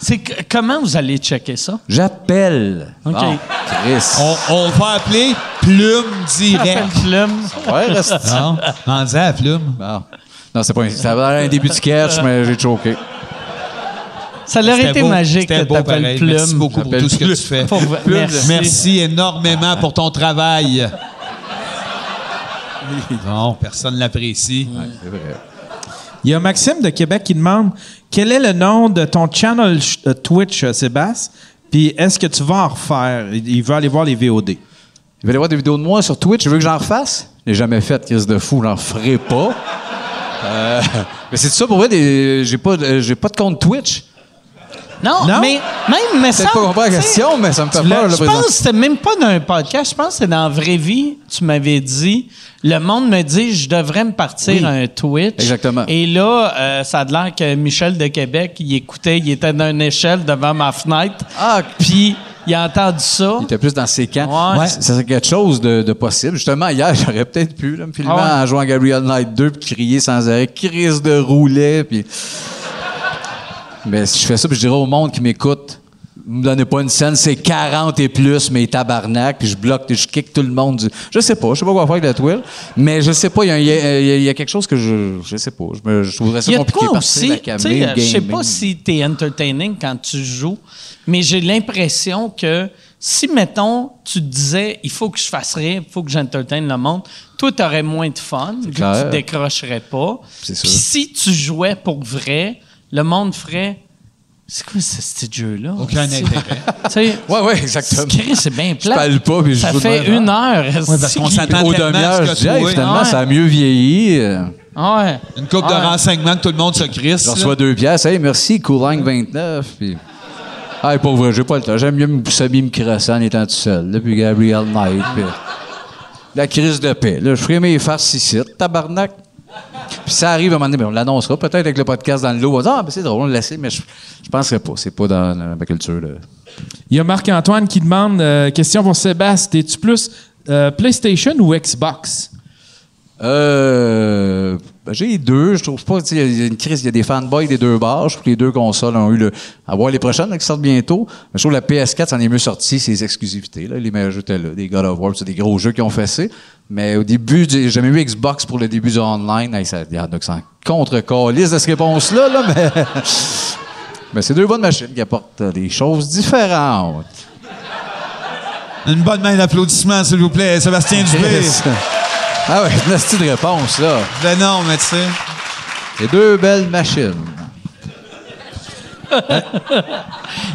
[SPEAKER 1] C'est que- comment vous allez checker ça?
[SPEAKER 6] j'appelle.
[SPEAKER 1] Ok.
[SPEAKER 6] Bon, Chris.
[SPEAKER 2] On, on va appeler Plume
[SPEAKER 1] Appelle
[SPEAKER 2] Direct.
[SPEAKER 1] Plume.
[SPEAKER 6] Ouais, reste-
[SPEAKER 2] Non, on disait à Plume.
[SPEAKER 6] Bon. Non, c'est pas un, ça va être un début de sketch, mais j'ai choqué.
[SPEAKER 1] Ça leur
[SPEAKER 2] C'était
[SPEAKER 1] était
[SPEAKER 2] beau,
[SPEAKER 1] magique
[SPEAKER 2] c'était
[SPEAKER 1] que
[SPEAKER 2] beau
[SPEAKER 1] t'appelles
[SPEAKER 2] pareil.
[SPEAKER 1] Plume.
[SPEAKER 2] Merci beaucoup pour
[SPEAKER 6] J'appelle
[SPEAKER 2] tout ce que
[SPEAKER 6] Plume.
[SPEAKER 2] tu fais.
[SPEAKER 1] Pour vrai,
[SPEAKER 2] Plume,
[SPEAKER 1] merci.
[SPEAKER 2] merci énormément pour ton travail. Non, personne ne l'apprécie.
[SPEAKER 6] C'est vrai.
[SPEAKER 5] Il y a Maxime de Québec qui demande quel est le nom de ton channel ch- euh, Twitch, euh, Sébastien, puis est-ce que tu vas en refaire? Il il veut aller voir les VOD.
[SPEAKER 6] Il va aller voir des vidéos de moi sur Twitch. Je veux que j'en refasse. Je l'ai jamais fait, crise de fou. J'en ferai pas. Euh, mais c'est ça pour vrai. des- J'ai pas, de- j'ai pas de compte Twitch.
[SPEAKER 1] Non,
[SPEAKER 5] Non?
[SPEAKER 1] mais même, mais ça.
[SPEAKER 6] Peut-être pas compris la question, mais ça me fait peur. là,
[SPEAKER 1] je
[SPEAKER 6] présent.
[SPEAKER 1] pense que c'était même pas dans un podcast. Je pense que c'est dans la vraie vie. Tu m'avais dit, le monde me dit, je devrais me partir
[SPEAKER 6] Oui.
[SPEAKER 1] un Twitch.
[SPEAKER 6] Exactement.
[SPEAKER 1] Et là, euh, ça a l'air que Michel de Québec, il écoutait, il était dans une échelle devant ma fenêtre.
[SPEAKER 6] Ah,
[SPEAKER 1] Puis, il a entendu ça.
[SPEAKER 6] Il était plus dans ses camps.
[SPEAKER 1] Ouais.
[SPEAKER 6] Ouais, C'est c'est quelque chose de, de possible. Justement, hier, j'aurais peut-être pu là, me filmer
[SPEAKER 1] Ah ouais.
[SPEAKER 6] en jouant à Gabriel Knight 2 puis crier sans arrêt crise de roulet. Puis... Mais si je fais ça, puis je dirais au monde qui m'écoute, me donnez pas une scène, c'est 40 et plus, mais tabarnak, puis je bloque, je kick tout le monde. Du... Je sais pas, je sais pas quoi faire avec la Twill, mais je sais pas, il y a- il y, a- il y a- il y a quelque chose que je, je sais pas, je, me, je trouverais ça
[SPEAKER 1] Il y a de
[SPEAKER 6] compliqué.
[SPEAKER 1] quoi
[SPEAKER 6] partir
[SPEAKER 1] aussi,
[SPEAKER 6] de la
[SPEAKER 1] tu
[SPEAKER 6] caméra,
[SPEAKER 1] sais, euh, je sais
[SPEAKER 6] gaming.
[SPEAKER 1] pas si t'es entertaining quand tu joues, mais j'ai l'impression que si, mettons, tu te disais, il faut que je fasse rire, il faut que j'entertaine le monde, toi, t'aurais moins de fun, vu que
[SPEAKER 6] clair.
[SPEAKER 1] tu décrocherais pas.
[SPEAKER 6] C'est sûr.
[SPEAKER 1] Puis si tu jouais pour vrai, le monde ferait, c'est quoi ce petit jeu-là?
[SPEAKER 2] Aucun intérêt.
[SPEAKER 1] Tu sais,
[SPEAKER 6] Ouais, ouais, exactement.
[SPEAKER 1] Chris, c'est bien
[SPEAKER 6] Je
[SPEAKER 1] plat.
[SPEAKER 6] parle pas, puis je
[SPEAKER 1] Ça
[SPEAKER 6] joue de
[SPEAKER 1] fait
[SPEAKER 6] même.
[SPEAKER 1] une heure. est-ce
[SPEAKER 2] qu'on
[SPEAKER 1] qu'il-
[SPEAKER 2] s'attend-
[SPEAKER 6] Au
[SPEAKER 2] tellement
[SPEAKER 6] demi-heure,
[SPEAKER 2] ce que
[SPEAKER 6] je
[SPEAKER 2] tu
[SPEAKER 6] dis, hey,
[SPEAKER 2] vois.
[SPEAKER 6] finalement,
[SPEAKER 1] Ouais.
[SPEAKER 6] ça a mieux vieilli. euh.
[SPEAKER 1] Ouais.
[SPEAKER 2] Une coupe de
[SPEAKER 1] Ouais.
[SPEAKER 2] renseignements que tout le monde se crisse.
[SPEAKER 6] Ah. Je
[SPEAKER 2] là.
[SPEAKER 6] reçois deux pièces. Hey, merci, Courang 29. Puis... Hey, pour vrai, j'ai pas le temps. J'aime mieux me sabiller, me crasser en étant tout seul. Là, puis Gabriel Knight. puis- La crise de paix. Là, je ferai mes farces ici. Tabarnak. Puis ça arrive à un moment donné, mais on l'annoncera peut-être avec le podcast dans le lot. On va dire, ah, ben, c'est drôle, on le laissait, mais je, je penserais pas. C'est pas dans euh, ma culture. Là.
[SPEAKER 5] Il y a Marc-Antoine qui demande euh, question pour Sébastien, es-tu plus euh, PlayStation ou Xbox?
[SPEAKER 6] Euh, ben, j'ai les deux. Je trouve pas. tu sais, Il y a une crise. Il y a des fanboys des deux bars. Je trouve que les deux consoles ont eu le. À voir les prochaines là, qui sortent bientôt. Mais je trouve que la PS4 s'en est mieux sortie. Ses exclusivités. Là. Les meilleurs jeux étaient là. Des God of War, c'est des gros jeux qui ont fessé. Mais au début, j'ai jamais eu Xbox pour le début du online. Hey, ça, il y en a qui s'en contre-calissent de cette réponse-là. Là, mais mais c'est deux bonnes machines qui apportent euh, des choses différentes.
[SPEAKER 2] Une bonne main d'applaudissements, s'il vous plaît, Sébastien Dubé.
[SPEAKER 6] ah ouais, une astuce de réponse, là.
[SPEAKER 2] Ben non, mais tu sais.
[SPEAKER 6] Les deux belles machines.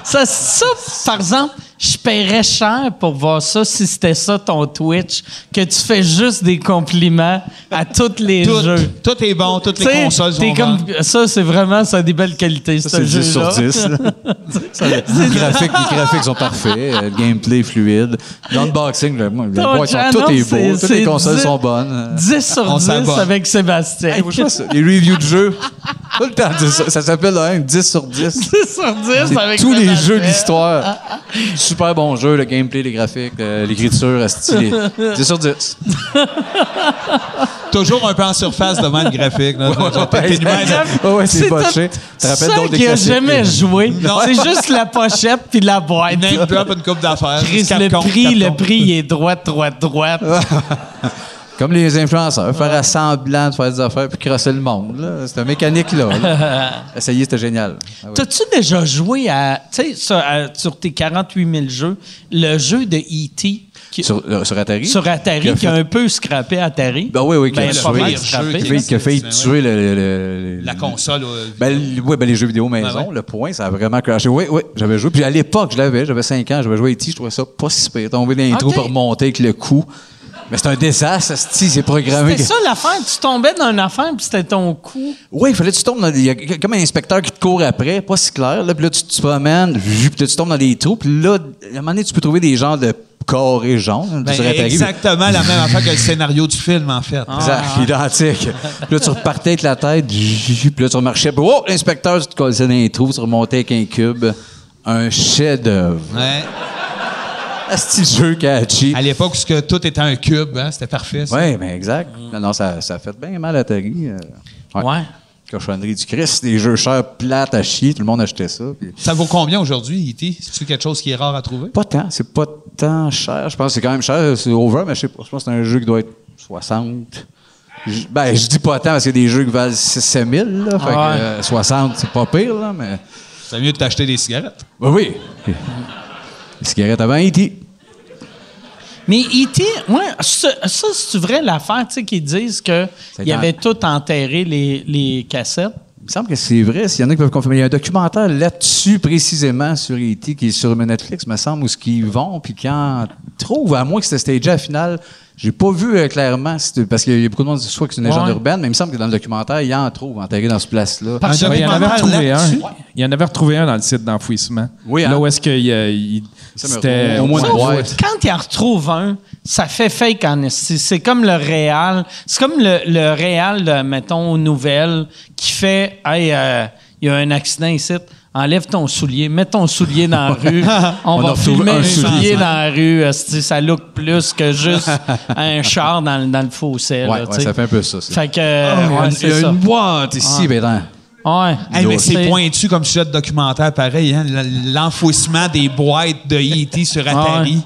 [SPEAKER 1] Ça, ça, par exemple, je paierais cher pour voir ça si c'était ça ton Twitch, que tu fais juste des compliments à tous les
[SPEAKER 2] Tout,
[SPEAKER 1] jeux.
[SPEAKER 2] tout est bon, toutes
[SPEAKER 1] Tu sais,
[SPEAKER 2] les consoles
[SPEAKER 1] t'es
[SPEAKER 2] sont
[SPEAKER 1] comme,
[SPEAKER 2] bonnes.
[SPEAKER 1] Ça, c'est vraiment, ça a des belles qualités, ce
[SPEAKER 6] C'est 10 sur
[SPEAKER 1] jeu-là.
[SPEAKER 6] 10. là. les, graphiques, les graphiques sont parfaits. euh, Le gameplay est fluide. L'unboxing, le, le
[SPEAKER 1] Ton
[SPEAKER 6] boîte,
[SPEAKER 1] channel,
[SPEAKER 6] tout est
[SPEAKER 1] c'est-
[SPEAKER 6] beau. Toutes
[SPEAKER 1] c'est
[SPEAKER 6] les consoles
[SPEAKER 1] dix-
[SPEAKER 6] sont bonnes.
[SPEAKER 1] 10 sur
[SPEAKER 2] On
[SPEAKER 1] 10
[SPEAKER 2] s'abonne.
[SPEAKER 1] avec Sébastien.
[SPEAKER 6] Hey, faut que je fasse les reviews de jeux. Tout le temps, dix sur- ça s'appelle un 10 sur 10.
[SPEAKER 1] 10 sur 10 avec
[SPEAKER 6] Tous les
[SPEAKER 1] Sébastien.
[SPEAKER 6] jeux de l'histoire. Super bon jeu, le gameplay, les graphiques, euh, l'écriture, euh, stylé. 10 sur 10.
[SPEAKER 2] Toujours un peu en surface devant le graphique. là. T'es du même.
[SPEAKER 6] Ouais, ouais, c'est
[SPEAKER 1] C'est
[SPEAKER 6] botché.
[SPEAKER 1] tout-
[SPEAKER 6] Ça rappelle
[SPEAKER 1] ça
[SPEAKER 6] d'autres des
[SPEAKER 1] qu'il a
[SPEAKER 6] classiques.
[SPEAKER 1] jamais joué.
[SPEAKER 2] Non.
[SPEAKER 1] C'est juste la pochette puis la boîte.
[SPEAKER 2] Name drop une coupe d'affaires.
[SPEAKER 1] Chris, le
[SPEAKER 2] Capcom,
[SPEAKER 1] prix,
[SPEAKER 2] Capcom.
[SPEAKER 1] le prix, il est droite, droite, droite.
[SPEAKER 6] Comme les influenceurs, faire à semblant de faire des affaires puis crosser le monde. là. C'est une mécanique là. là. Essayez, c'était génial. Ah ouais.
[SPEAKER 1] T'as-tu déjà joué à, tu sais, sur, à- sur tes 48 000 jeux, le jeu de E.T. qui-
[SPEAKER 6] Sur, euh, sur Atari.
[SPEAKER 1] sur
[SPEAKER 6] Qui
[SPEAKER 1] Atari,
[SPEAKER 6] a
[SPEAKER 1] qui a
[SPEAKER 6] fait-
[SPEAKER 1] un peu scrappé Atari?
[SPEAKER 6] Ben oui, oui, qui a
[SPEAKER 1] Ben,
[SPEAKER 6] tué.
[SPEAKER 1] pas mal
[SPEAKER 6] qui a
[SPEAKER 1] scrappé.
[SPEAKER 6] fait- qui a failli
[SPEAKER 2] Ben ouais.
[SPEAKER 6] tuer le, le- le-
[SPEAKER 2] La
[SPEAKER 6] le-
[SPEAKER 2] console. euh,
[SPEAKER 6] Ben, l- oui, ben, les jeux vidéo maison,
[SPEAKER 2] Ben ouais.
[SPEAKER 6] le point, ça a vraiment crashé. Oui, oui, j'avais joué. Puis à l'époque, je l'avais, j'avais 5 ans, j'avais joué à E.T., je trouvais ça pas si pire. Tomber dans les
[SPEAKER 1] Ok.
[SPEAKER 6] trous pour monter avec le coup. Mais c'est un désastre, esti, c'est programmé.
[SPEAKER 1] C'était ça l'affaire? Tu tombais dans une affaire puis c'était ton coup.
[SPEAKER 6] Oui, il fallait que tu tombes dans des- Il y a comme un inspecteur qui te court après, pas si clair. Là, puis là, tu tu te promènes, vu, puis là, tu tombes dans des trous. Puis là, à un moment donné, tu peux trouver des genres de carrés jaunes.
[SPEAKER 2] ben,
[SPEAKER 6] tu serais atterri,
[SPEAKER 2] exactement la même affaire que le scénario du film, en fait.
[SPEAKER 6] Exact, identique. Puis là, tu repartais avec la tête, puis là, tu remarchais. Puis, oh, l'inspecteur, tu te collais dans un trou, tu remontais avec un cube. Un chef-d'œuvre.
[SPEAKER 2] Ouais.
[SPEAKER 6] C'est Ah, le jeu catchy.
[SPEAKER 2] À l'époque où ce que tout était un cube, hein, c'était parfait. ça.
[SPEAKER 6] Oui, mais exact. Non, non, ça, ça a fait bien mal à Atari. euh,
[SPEAKER 1] Ouais.
[SPEAKER 6] Cochonnerie du Christ, des jeux chers, plates à chier, tout le monde achetait ça. puis-
[SPEAKER 2] Ça vaut combien aujourd'hui, E.T.? C'est-tu quelque chose qui est rare à trouver?
[SPEAKER 6] Pas tant, c'est pas tant cher. Je pense que c'est quand même cher, c'est over, mais je sais pas. Je pense que c'est un jeu qui doit être 60. Je- ben, je dis pas tant parce qu'il y a des jeux qui valent 7 000, là. Fait que,
[SPEAKER 1] Ouais.
[SPEAKER 6] euh, 60, c'est pas pire, là, mais.
[SPEAKER 2] C'est mieux de t'acheter des cigarettes.
[SPEAKER 6] Ben oui! Les cigarettes avant E E.T.
[SPEAKER 1] Mais E.T., ouais, ça, ça, c'est vrai l'affaire, tu sais, qu'ils disent que
[SPEAKER 6] C'est
[SPEAKER 1] il
[SPEAKER 6] dans-
[SPEAKER 1] avait tout enterré les, les cassettes.
[SPEAKER 6] Il me semble que c'est vrai. S'il y en a qui peuvent confirmer, il y a un documentaire là-dessus précisément sur E.T. qui est sur Netflix, me semble, où ce qu'ils vont puis qu'ils en trouvent. À moins que c'était stagé à la finale, j'ai pas vu euh, clairement si tu- parce qu'il y a beaucoup de monde qui dit soit que c'est une légende
[SPEAKER 1] Ouais.
[SPEAKER 6] urbaine, mais il me semble que dans le documentaire, il en trouve enterré dans ce place-là.
[SPEAKER 2] Parce
[SPEAKER 5] Ouais, il y en avait
[SPEAKER 2] documentaire
[SPEAKER 5] retrouvé un.
[SPEAKER 2] là-dessus.
[SPEAKER 5] Il y en avait retrouvé un dans le site d'enfouissement.
[SPEAKER 6] Oui, hein?
[SPEAKER 5] Là où est-ce que il, euh, il-
[SPEAKER 6] Ça me
[SPEAKER 5] c'était
[SPEAKER 6] au moins
[SPEAKER 1] Ça,
[SPEAKER 6] une boîte.
[SPEAKER 1] Quand il en retrouve un, ça fait fake en esti. C'est comme le réal. C'est comme le, le réal, de, mettons, aux nouvelles, qui fait Hey, euh, il y a un accident ici. Enlève ton soulier, mets ton soulier dans la rue. On,
[SPEAKER 6] On a
[SPEAKER 1] va
[SPEAKER 6] retrouvé
[SPEAKER 1] filmer
[SPEAKER 6] un
[SPEAKER 1] un
[SPEAKER 6] soulier.
[SPEAKER 1] soulier, dans la rue. esti. ça look plus que juste un char dans, le- dans le fossé.
[SPEAKER 6] Ouais, ouais, ça fait un peu ça. ça.
[SPEAKER 1] Fait que. euh, ouais,
[SPEAKER 6] Ah, il y a
[SPEAKER 1] c'est
[SPEAKER 6] une
[SPEAKER 1] ça.
[SPEAKER 6] boîte ici, ben, attends.
[SPEAKER 1] Ouais.
[SPEAKER 2] Hey, mais c'est
[SPEAKER 1] C'est-
[SPEAKER 2] pointu comme sujet de documentaire, pareil. hein, l- L'enfouissement des boîtes de E.T.
[SPEAKER 6] Ah
[SPEAKER 2] sur Atari.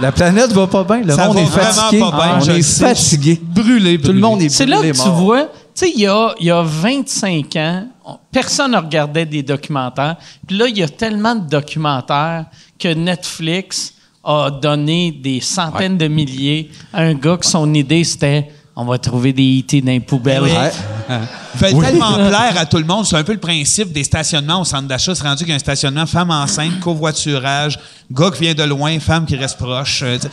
[SPEAKER 6] La planète va pas bien. Le
[SPEAKER 2] Ça
[SPEAKER 6] monde
[SPEAKER 2] va
[SPEAKER 6] est
[SPEAKER 2] vraiment
[SPEAKER 6] fatigué. Ah,
[SPEAKER 2] pas bien,
[SPEAKER 6] on
[SPEAKER 2] je
[SPEAKER 6] est
[SPEAKER 2] le sais.
[SPEAKER 6] fatigué.
[SPEAKER 2] Brûlé,
[SPEAKER 6] Tout le monde est
[SPEAKER 1] C'est là que
[SPEAKER 6] brûlé,
[SPEAKER 1] tu
[SPEAKER 6] mort.
[SPEAKER 1] vois, tu sais, il y a, il y a 25 ans, on- personne ne regardait des documentaires. Puis là, il y a tellement de documentaires que Netflix a donné des centaines de milliers à un gars que son idée, c'était on va trouver des IT dans les poubelles.
[SPEAKER 2] Oui.
[SPEAKER 6] Ouais.
[SPEAKER 2] Hein? Fait tellement plaire à tout le monde. C'est un peu le principe des stationnements au centre d'achat. C'est rendu qu'un stationnement femme enceinte, covoiturage, gars qui vient de loin, femme qui reste proche. euh, t'sais.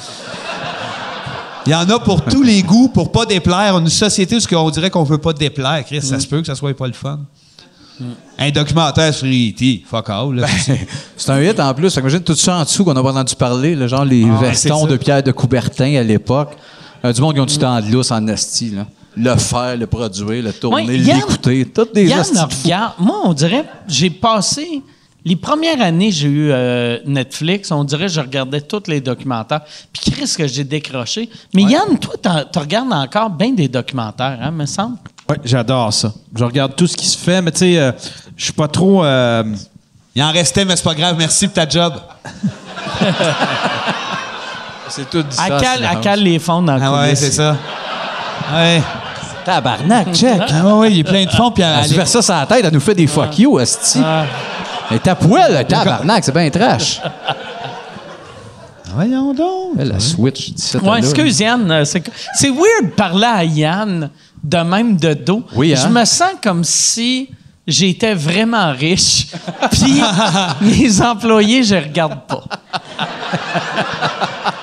[SPEAKER 2] il y en a pour tous les goûts, pour pas déplaire. Une société où ce qu'on dirait qu'on veut pas déplaire, Chris, ça se peut que ça soit pas le fun. Un documentaire sur E.T., fuck all. là.
[SPEAKER 6] C'est un hit en plus. Fait que Imagine tout ça en dessous qu'on n'a pas entendu parler, le genre
[SPEAKER 1] Ah,
[SPEAKER 6] les
[SPEAKER 2] c'est
[SPEAKER 6] vestons
[SPEAKER 2] ça.
[SPEAKER 6] de Pierre de Coubertin à l'époque. Euh, du monde qui ont du temps de lousse en asti, là. Le faire, le produire, le tourner,
[SPEAKER 1] Ouais, Yann-
[SPEAKER 6] l'écouter. Toutes des
[SPEAKER 1] Yann
[SPEAKER 6] astis de fous.
[SPEAKER 1] regarde- Moi, on dirait, j'ai passé. Les premières années, j'ai eu euh, Netflix. On dirait, je regardais tous les documentaires. Puis, Chris, que j'ai décroché. Mais Yann, toi, t'en- tu regardes encore bien des documentaires, hein, me semble.
[SPEAKER 5] Ouais, j'adore ça. Je regarde tout ce qui se fait, mais tu sais, euh, je suis pas trop. euh,
[SPEAKER 2] Il en restait, mais c'est pas grave. Merci pour ta job.
[SPEAKER 6] C'est tout dit
[SPEAKER 1] À
[SPEAKER 6] ça,
[SPEAKER 1] cal,
[SPEAKER 6] silence.
[SPEAKER 1] à cal les fonds dans le
[SPEAKER 2] Ah ouais, c'est ça. Ouais.
[SPEAKER 6] Tabarnak, check. hein.
[SPEAKER 2] Ah ouais, ouais, il est plein de fonds. Puis à-
[SPEAKER 6] Elle se fait ça sur la tête, elle nous fait des fuck you, asti.
[SPEAKER 1] Ah.
[SPEAKER 6] Elle est à poil, elle, tabarnak, c'est bien trash.
[SPEAKER 2] Voyons donc.
[SPEAKER 6] Elle, la switch, 17
[SPEAKER 1] Ouais,
[SPEAKER 6] à l'heure.
[SPEAKER 1] excuse Yann. euh, C'est c'est weird de parler à Yann de même de dos.
[SPEAKER 6] Oui, hein?
[SPEAKER 1] Je me sens comme si j'étais vraiment riche, puis mes employés, je regarde pas.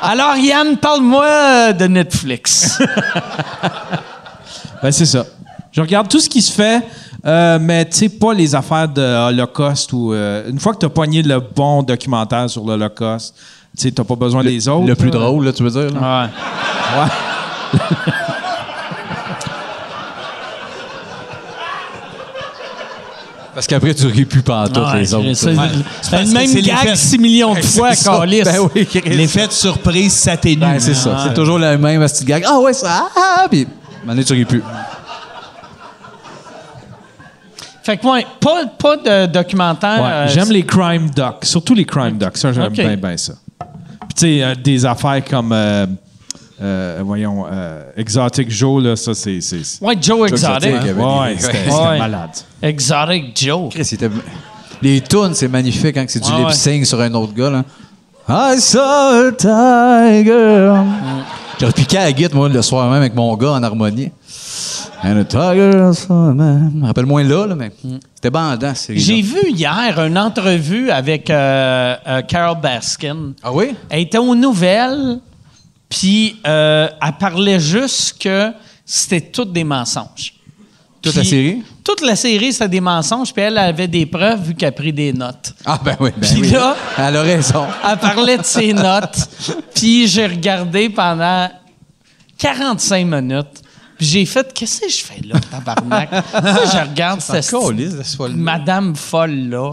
[SPEAKER 1] Alors, Yann, parle-moi euh, de Netflix.
[SPEAKER 5] Ben, c'est ça. Je regarde tout ce qui se fait, euh, mais tu sais, pas les affaires de Holocauste ou. euh, une fois que t'as pogné le bon documentaire sur l'Holocauste, tu sais, t'as pas besoin des autres.
[SPEAKER 6] Le plus
[SPEAKER 5] là.
[SPEAKER 6] drôle, là, tu veux dire? là?
[SPEAKER 5] Ouais.
[SPEAKER 1] Ah,
[SPEAKER 6] Parce qu'après, tu ris plus pendant toutes les autres.
[SPEAKER 1] C'est
[SPEAKER 6] là.
[SPEAKER 1] c'est
[SPEAKER 2] parce
[SPEAKER 1] le
[SPEAKER 2] que
[SPEAKER 1] même
[SPEAKER 2] c'est
[SPEAKER 1] gag
[SPEAKER 2] l'effet.
[SPEAKER 1] 6 millions de fois,
[SPEAKER 6] C'est ça.
[SPEAKER 1] câlisse.
[SPEAKER 6] Ben oui, Chris.
[SPEAKER 2] L'effet de surprise s'atténue.
[SPEAKER 6] Ben, c'est ça.
[SPEAKER 2] Ah,
[SPEAKER 6] C'est toujours la même petite gag. Ah ouais, ça. ah, Ah, puis maintenant tu ris plus.
[SPEAKER 1] Fait que moi, pas, pas de documentaire.
[SPEAKER 5] Ouais,
[SPEAKER 1] euh,
[SPEAKER 5] j'aime les crime docs, surtout les crime docs. Ça, j'aime
[SPEAKER 1] Ok.
[SPEAKER 5] bien, bien ça. Puis, tu sais, euh, des affaires comme, euh, euh, voyons, euh, Exotic Joe, là, ça, c'est. c'est- c'est-
[SPEAKER 1] Ouais, Joe Exotic.
[SPEAKER 6] Exotic,
[SPEAKER 5] Ouais,
[SPEAKER 6] Ouais,
[SPEAKER 5] c'était
[SPEAKER 6] ouais.
[SPEAKER 5] c'était
[SPEAKER 1] Ouais.
[SPEAKER 5] malade.
[SPEAKER 1] Exotic Joe.
[SPEAKER 6] Chris, il était- Les tunes, c'est magnifique quand c'est du
[SPEAKER 1] Ouais, Ah ouais.
[SPEAKER 6] lip sync sur un autre gars. Là. I saw a tiger.
[SPEAKER 1] Mm.
[SPEAKER 6] J'aurais piqué à la guitare, moi, le soir même avec mon gars en harmonie. And a tiger, I saw a man. Rappelle-moi là, là, mais c'était bandant, c'est
[SPEAKER 1] Mm. J'ai vu hier une entrevue avec euh, euh, Carol Baskin.
[SPEAKER 6] Ah oui?
[SPEAKER 1] Elle était aux nouvelles, puis euh, elle parlait juste que c'était toutes des mensonges.
[SPEAKER 6] Toute la
[SPEAKER 1] Puis,
[SPEAKER 6] série?
[SPEAKER 1] Toute la série, c'était des mensonges, puis elle avait des preuves vu qu'elle a pris des notes.
[SPEAKER 6] Ah ben oui, ben
[SPEAKER 1] Puis
[SPEAKER 6] oui.
[SPEAKER 1] là-
[SPEAKER 6] Elle a raison.
[SPEAKER 1] Elle parlait de ses notes, puis j'ai regardé pendant 45 minutes, puis j'ai fait « Qu'est-ce que je fais là, tabarnak? » Là, je regarde cette madame folle-là.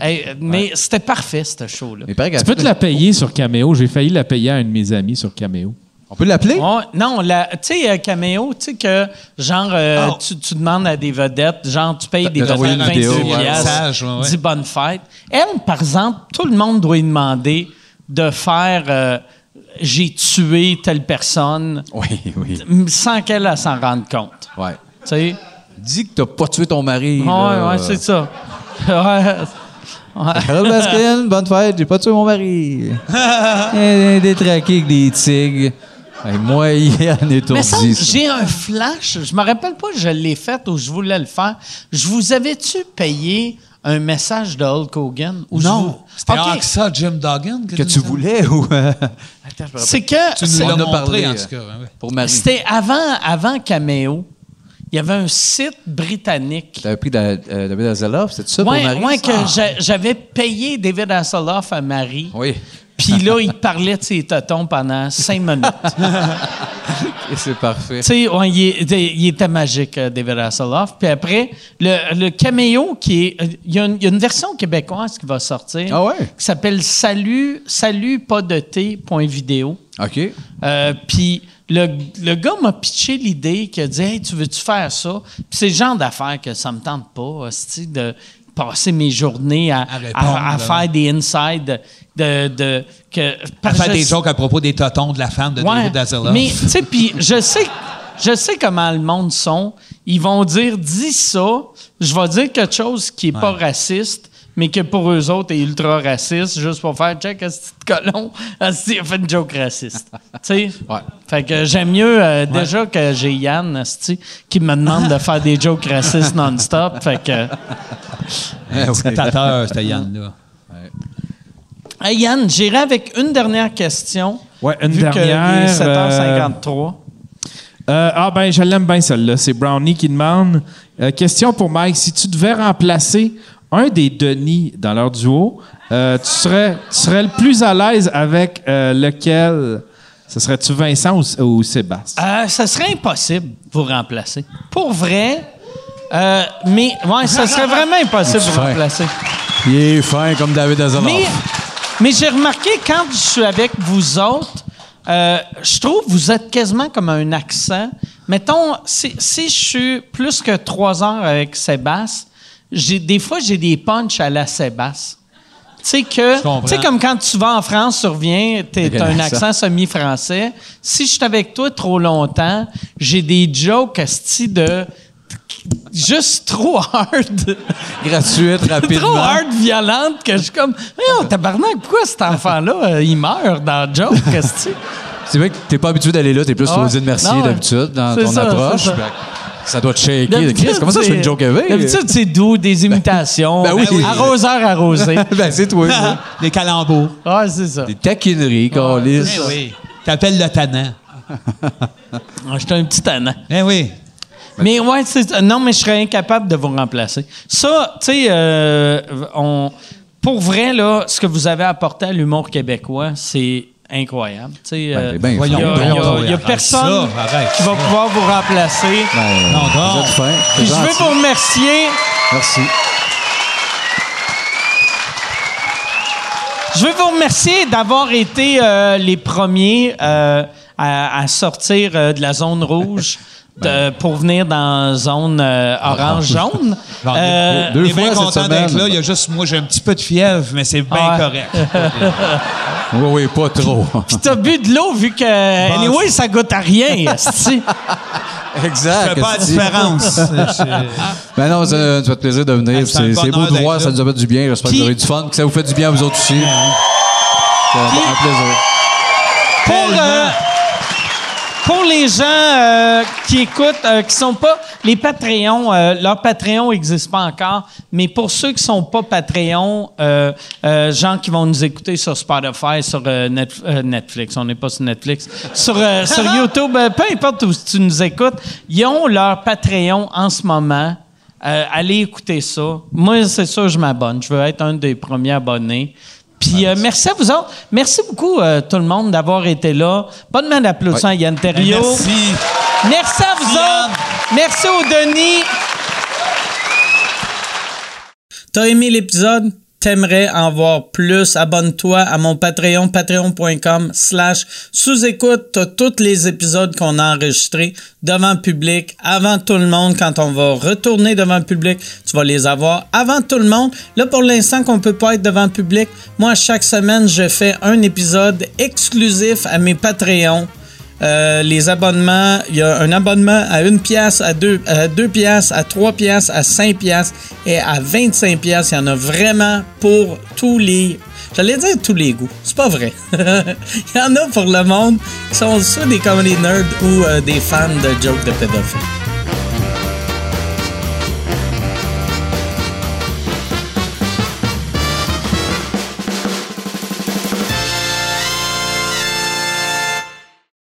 [SPEAKER 1] Hey, mais c'était parfait, ce show-là.
[SPEAKER 6] Mais pareil qu'elle
[SPEAKER 8] Tu peux te la payer sur Cameo. J'ai failli la payer à un de mes amis sur Cameo.
[SPEAKER 6] On peut l'appeler?
[SPEAKER 1] Ouais, non, la- tu sais, euh, Caméo, tu sais que, genre, euh,
[SPEAKER 2] Oh.
[SPEAKER 1] tu, tu demandes à des vedettes, genre, tu payes des
[SPEAKER 6] de
[SPEAKER 1] vedettes
[SPEAKER 6] t'envoyer
[SPEAKER 1] 22
[SPEAKER 6] une vidéo, ouais.
[SPEAKER 2] Message, ouais, ouais.
[SPEAKER 1] piastres, dis bonne fête. Elle, par exemple, tout le monde doit lui demander de faire euh, j'ai tué telle personne
[SPEAKER 6] Oui, oui.
[SPEAKER 1] m- sans qu'elle elle s'en rende compte.
[SPEAKER 6] Ouais.
[SPEAKER 1] Tu sais?
[SPEAKER 6] Dis que t'as pas tué ton mari.
[SPEAKER 1] Ouais,
[SPEAKER 6] là. euh.
[SPEAKER 1] ouais, c'est ça. Ouais. Ouais.
[SPEAKER 6] Carole Baskin, bonne fête, j'ai pas tué mon mari. Elle est détraquée avec des tigres. Et moi, hier, on est
[SPEAKER 1] Mais ça,
[SPEAKER 6] tourdi, ça.
[SPEAKER 1] j'ai un flash. Je me rappelle pas, je l'ai fait ou je voulais le faire. Je vous avais-tu payé un message de Hulk Hogan? Ou je vous-
[SPEAKER 2] Non, c'était
[SPEAKER 1] Ok,
[SPEAKER 2] okay. ça, Jim Doggan.
[SPEAKER 6] Que tu voulais ou. euh,
[SPEAKER 1] C'est que
[SPEAKER 2] Tu
[SPEAKER 1] c'est-
[SPEAKER 2] nous l'as
[SPEAKER 6] On en a
[SPEAKER 2] montré,
[SPEAKER 6] parlé,
[SPEAKER 2] en
[SPEAKER 6] euh,
[SPEAKER 2] tout cas. ouais, ouais.
[SPEAKER 6] pour Marie.
[SPEAKER 1] c'était avant, avant Cameo. Il y avait un site britannique.
[SPEAKER 6] T'avais pris da- euh, David Hasselhoff, c'était ça Ah. pour
[SPEAKER 1] Ouais,
[SPEAKER 6] Marie?
[SPEAKER 1] ouais,
[SPEAKER 6] ça?
[SPEAKER 1] que j'a- j'avais payé David Hasselhoff à Marie.
[SPEAKER 6] Oui.
[SPEAKER 1] Puis là, il parlait de ses totons pendant cinq minutes.
[SPEAKER 6] Et c'est parfait.
[SPEAKER 1] Tu sais, ouais, il, est- il était magique, euh, David Hasselhoff. Puis après, le, le caméo qui est. euh, Il y, a une- il y a une version québécoise qui va sortir.
[SPEAKER 6] Ah ouais?
[SPEAKER 1] Qui s'appelle Salut, salut, pas de thé, point vidéo.
[SPEAKER 6] OK.
[SPEAKER 1] Euh, Puis le, le gars m'a pitché l'idée qu'il a dit Hey, tu veux-tu faire ça? Puis c'est le genre d'affaires que ça me tente pas, hostie, de passer mes journées à, à-
[SPEAKER 2] répondre,
[SPEAKER 1] à
[SPEAKER 2] là.
[SPEAKER 1] faire des insides. De, de, que,
[SPEAKER 2] À
[SPEAKER 1] parce
[SPEAKER 2] faire
[SPEAKER 1] que
[SPEAKER 2] des
[SPEAKER 1] je-
[SPEAKER 2] jokes à propos des totons de la femme de
[SPEAKER 1] Ouais,
[SPEAKER 2] David Hasselhoff.
[SPEAKER 1] Mais tu sais, puis je sais, je sais comment le monde sont. Ils vont dire dis ça, je vais dire quelque chose qui est pas raciste, mais que pour eux autres est ultra raciste, juste pour faire check à ce petit colon, à ce petit- il a fait une joke raciste. tu sais.
[SPEAKER 6] Ouais.
[SPEAKER 1] Fait que j'aime mieux euh, déjà que j'ai Yann asti, qui me demande de faire des jokes racistes non-stop. Fait que
[SPEAKER 6] Eh oui.
[SPEAKER 2] Spectateur, c'était Yann, là.
[SPEAKER 1] Hey, Yann, j'irai avec une dernière question.
[SPEAKER 5] Ouais, une
[SPEAKER 1] vu que il est
[SPEAKER 5] dernière.
[SPEAKER 1] 7h53.
[SPEAKER 5] Euh, ah ben, je l'aime bien celle-là. C'est Brownie qui demande. euh, question pour Mike. Si tu devais remplacer un des Denis dans leur duo, euh, tu, serais, tu serais le plus à l'aise avec euh, lequel? Ce serait-tu Vincent ou, ou Sébastien?
[SPEAKER 1] Euh, ça serait impossible de vous remplacer. Pour vrai. euh, mais ouais, ça serait vraiment impossible de vous
[SPEAKER 6] fin.
[SPEAKER 1] remplacer.
[SPEAKER 6] Il est fin comme David Hasselhoff.
[SPEAKER 1] Mais, mais j'ai remarqué quand je suis avec vous autres, euh, je trouve que vous êtes quasiment comme un accent. Mettons, si, si je suis plus que trois heures avec Sébastien, j'ai, des fois j'ai des punchs à la Sébastien. Tu sais que,
[SPEAKER 2] comprends.
[SPEAKER 1] tu sais comme quand tu vas en France, tu reviens, t'es-
[SPEAKER 6] Avec
[SPEAKER 1] t'as
[SPEAKER 6] un
[SPEAKER 1] un
[SPEAKER 6] accent.
[SPEAKER 1] accent semi-français. Si je suis avec toi trop longtemps, j'ai des jokes style de juste trop hard.
[SPEAKER 6] Gratuite, rapidement.
[SPEAKER 1] trop hard, violente, que je suis comme, oh, tabarnak, pourquoi cet enfant-là, euh, il meurt dans Joke, qu'est-ce que tu
[SPEAKER 6] C'est vrai que t'es pas habitué d'aller là, t'es plus
[SPEAKER 1] Ah ouais.
[SPEAKER 6] aux îles Mercier
[SPEAKER 1] Non, ouais.
[SPEAKER 6] d'habitude dans
[SPEAKER 1] C'est
[SPEAKER 6] ton
[SPEAKER 1] ça,
[SPEAKER 6] approche.
[SPEAKER 1] c'est ça.
[SPEAKER 6] Ça doit te shaker. Chris, comment ça, je fais une joke avec?
[SPEAKER 1] D'habitude, c'est doux, des imitations.
[SPEAKER 6] Ben oui.
[SPEAKER 1] Arroseur arrosé.
[SPEAKER 6] ben, c'est toi. Ah, moi.
[SPEAKER 2] Des calembours.
[SPEAKER 1] Ah, c'est ça.
[SPEAKER 6] Des taquineries, câlisse.
[SPEAKER 2] Eh oui. T'appelles le tannant.
[SPEAKER 1] Ah, J'étais un petit tannant.
[SPEAKER 2] Eh oui.
[SPEAKER 6] Ben.
[SPEAKER 1] Mais ouais, c'est- non, mais je serais incapable de vous remplacer. Ça, tu sais, euh, on- pour vrai, là, ce que vous avez apporté à l'humour québécois, c'est incroyable. Tu sais, euh,
[SPEAKER 6] t'es bien
[SPEAKER 1] il y a-
[SPEAKER 6] fin.
[SPEAKER 1] il y a-
[SPEAKER 6] Ben, Voyons
[SPEAKER 1] il y a
[SPEAKER 2] donc.
[SPEAKER 1] personne
[SPEAKER 2] Arrête ça, arrête
[SPEAKER 1] qui va
[SPEAKER 2] ça.
[SPEAKER 1] pouvoir vous remplacer.
[SPEAKER 6] Ben,
[SPEAKER 2] Non,
[SPEAKER 6] vous
[SPEAKER 2] non.
[SPEAKER 6] êtes fin. c'est
[SPEAKER 1] Puis je veux
[SPEAKER 6] gentil.
[SPEAKER 1] vous remercier.
[SPEAKER 6] Merci.
[SPEAKER 1] Je veux vous remercier d'avoir été euh, les premiers euh, à, à sortir euh, de la zone rouge. de- pour venir dans zone euh, orange-jaune.
[SPEAKER 2] Alors,
[SPEAKER 1] Euh,
[SPEAKER 6] deux
[SPEAKER 2] on est bien
[SPEAKER 6] fois cette
[SPEAKER 2] content d'être
[SPEAKER 6] semaine.
[SPEAKER 2] là. Il y a juste, moi, j'ai un petit peu de fièvre, mais c'est bien
[SPEAKER 1] Ah.
[SPEAKER 2] correct.
[SPEAKER 6] Oui, oui, pas trop.
[SPEAKER 1] Puis t'as bu de l'eau vu que. Anyway, ça goûte à rien, esti.
[SPEAKER 6] exact.
[SPEAKER 2] Ça fait pas la
[SPEAKER 6] esti.
[SPEAKER 2] différence.
[SPEAKER 6] Ben non, ça ça fait plaisir de venir.
[SPEAKER 2] C'est un
[SPEAKER 6] Ben, C'est c'est beau
[SPEAKER 2] bonheur
[SPEAKER 6] de voir,
[SPEAKER 2] d'être
[SPEAKER 6] ça
[SPEAKER 2] là.
[SPEAKER 6] nous a fait du bien. J'espère que
[SPEAKER 1] Puis-
[SPEAKER 6] vous avez du fun, que ça vous fait du bien à vous autres aussi. C'est un un plaisir.
[SPEAKER 1] pour, euh, pour les gens euh, qui écoutent, euh, qui sont pas les Patreons, euh, leur Patreon n'existe pas encore, mais pour ceux qui sont pas Patreons, euh, euh, gens qui vont nous écouter sur Spotify, sur euh, Netf- euh, Netflix, on n'est pas sur Netflix, sur, euh, sur YouTube, euh, peu importe où tu nous écoutes, ils ont leur Patreon en ce moment. Euh, allez écouter ça. Moi, c'est sûr, je m'abonne. Je veux être un des premiers abonnés. Puis euh, merci à vous autres. Merci beaucoup, euh, tout le monde, d'avoir été là. Bonne main d'applaudissements à Yann Terriot.
[SPEAKER 2] Merci.
[SPEAKER 1] Merci à vous
[SPEAKER 2] Yann.
[SPEAKER 1] autres. Merci au Denis.
[SPEAKER 9] T'as aimé l'épisode? T'aimerais en voir plus? Abonne-toi à mon Patreon, patreon.com slash sous-écoute. T'as tous les épisodes qu'on a enregistrés devant le public, avant tout le monde. Quand on va retourner devant le public, tu vas les avoir avant tout le monde. Là, pour l'instant qu'on peut pas être devant le public, moi, chaque semaine, je fais un épisode exclusif à mes Patreons. Euh, les abonnements, il y a un abonnement à 1 pièce, à 2 à deux pièces, à 3 pièces, à 5 pièces et à 25 pièces, il y en a vraiment pour tous les j'allais dire tous les goûts, c'est pas vrai. il y en a pour le monde qui sont soit des comedy nerds ou euh, des fans de jokes de pédophiles.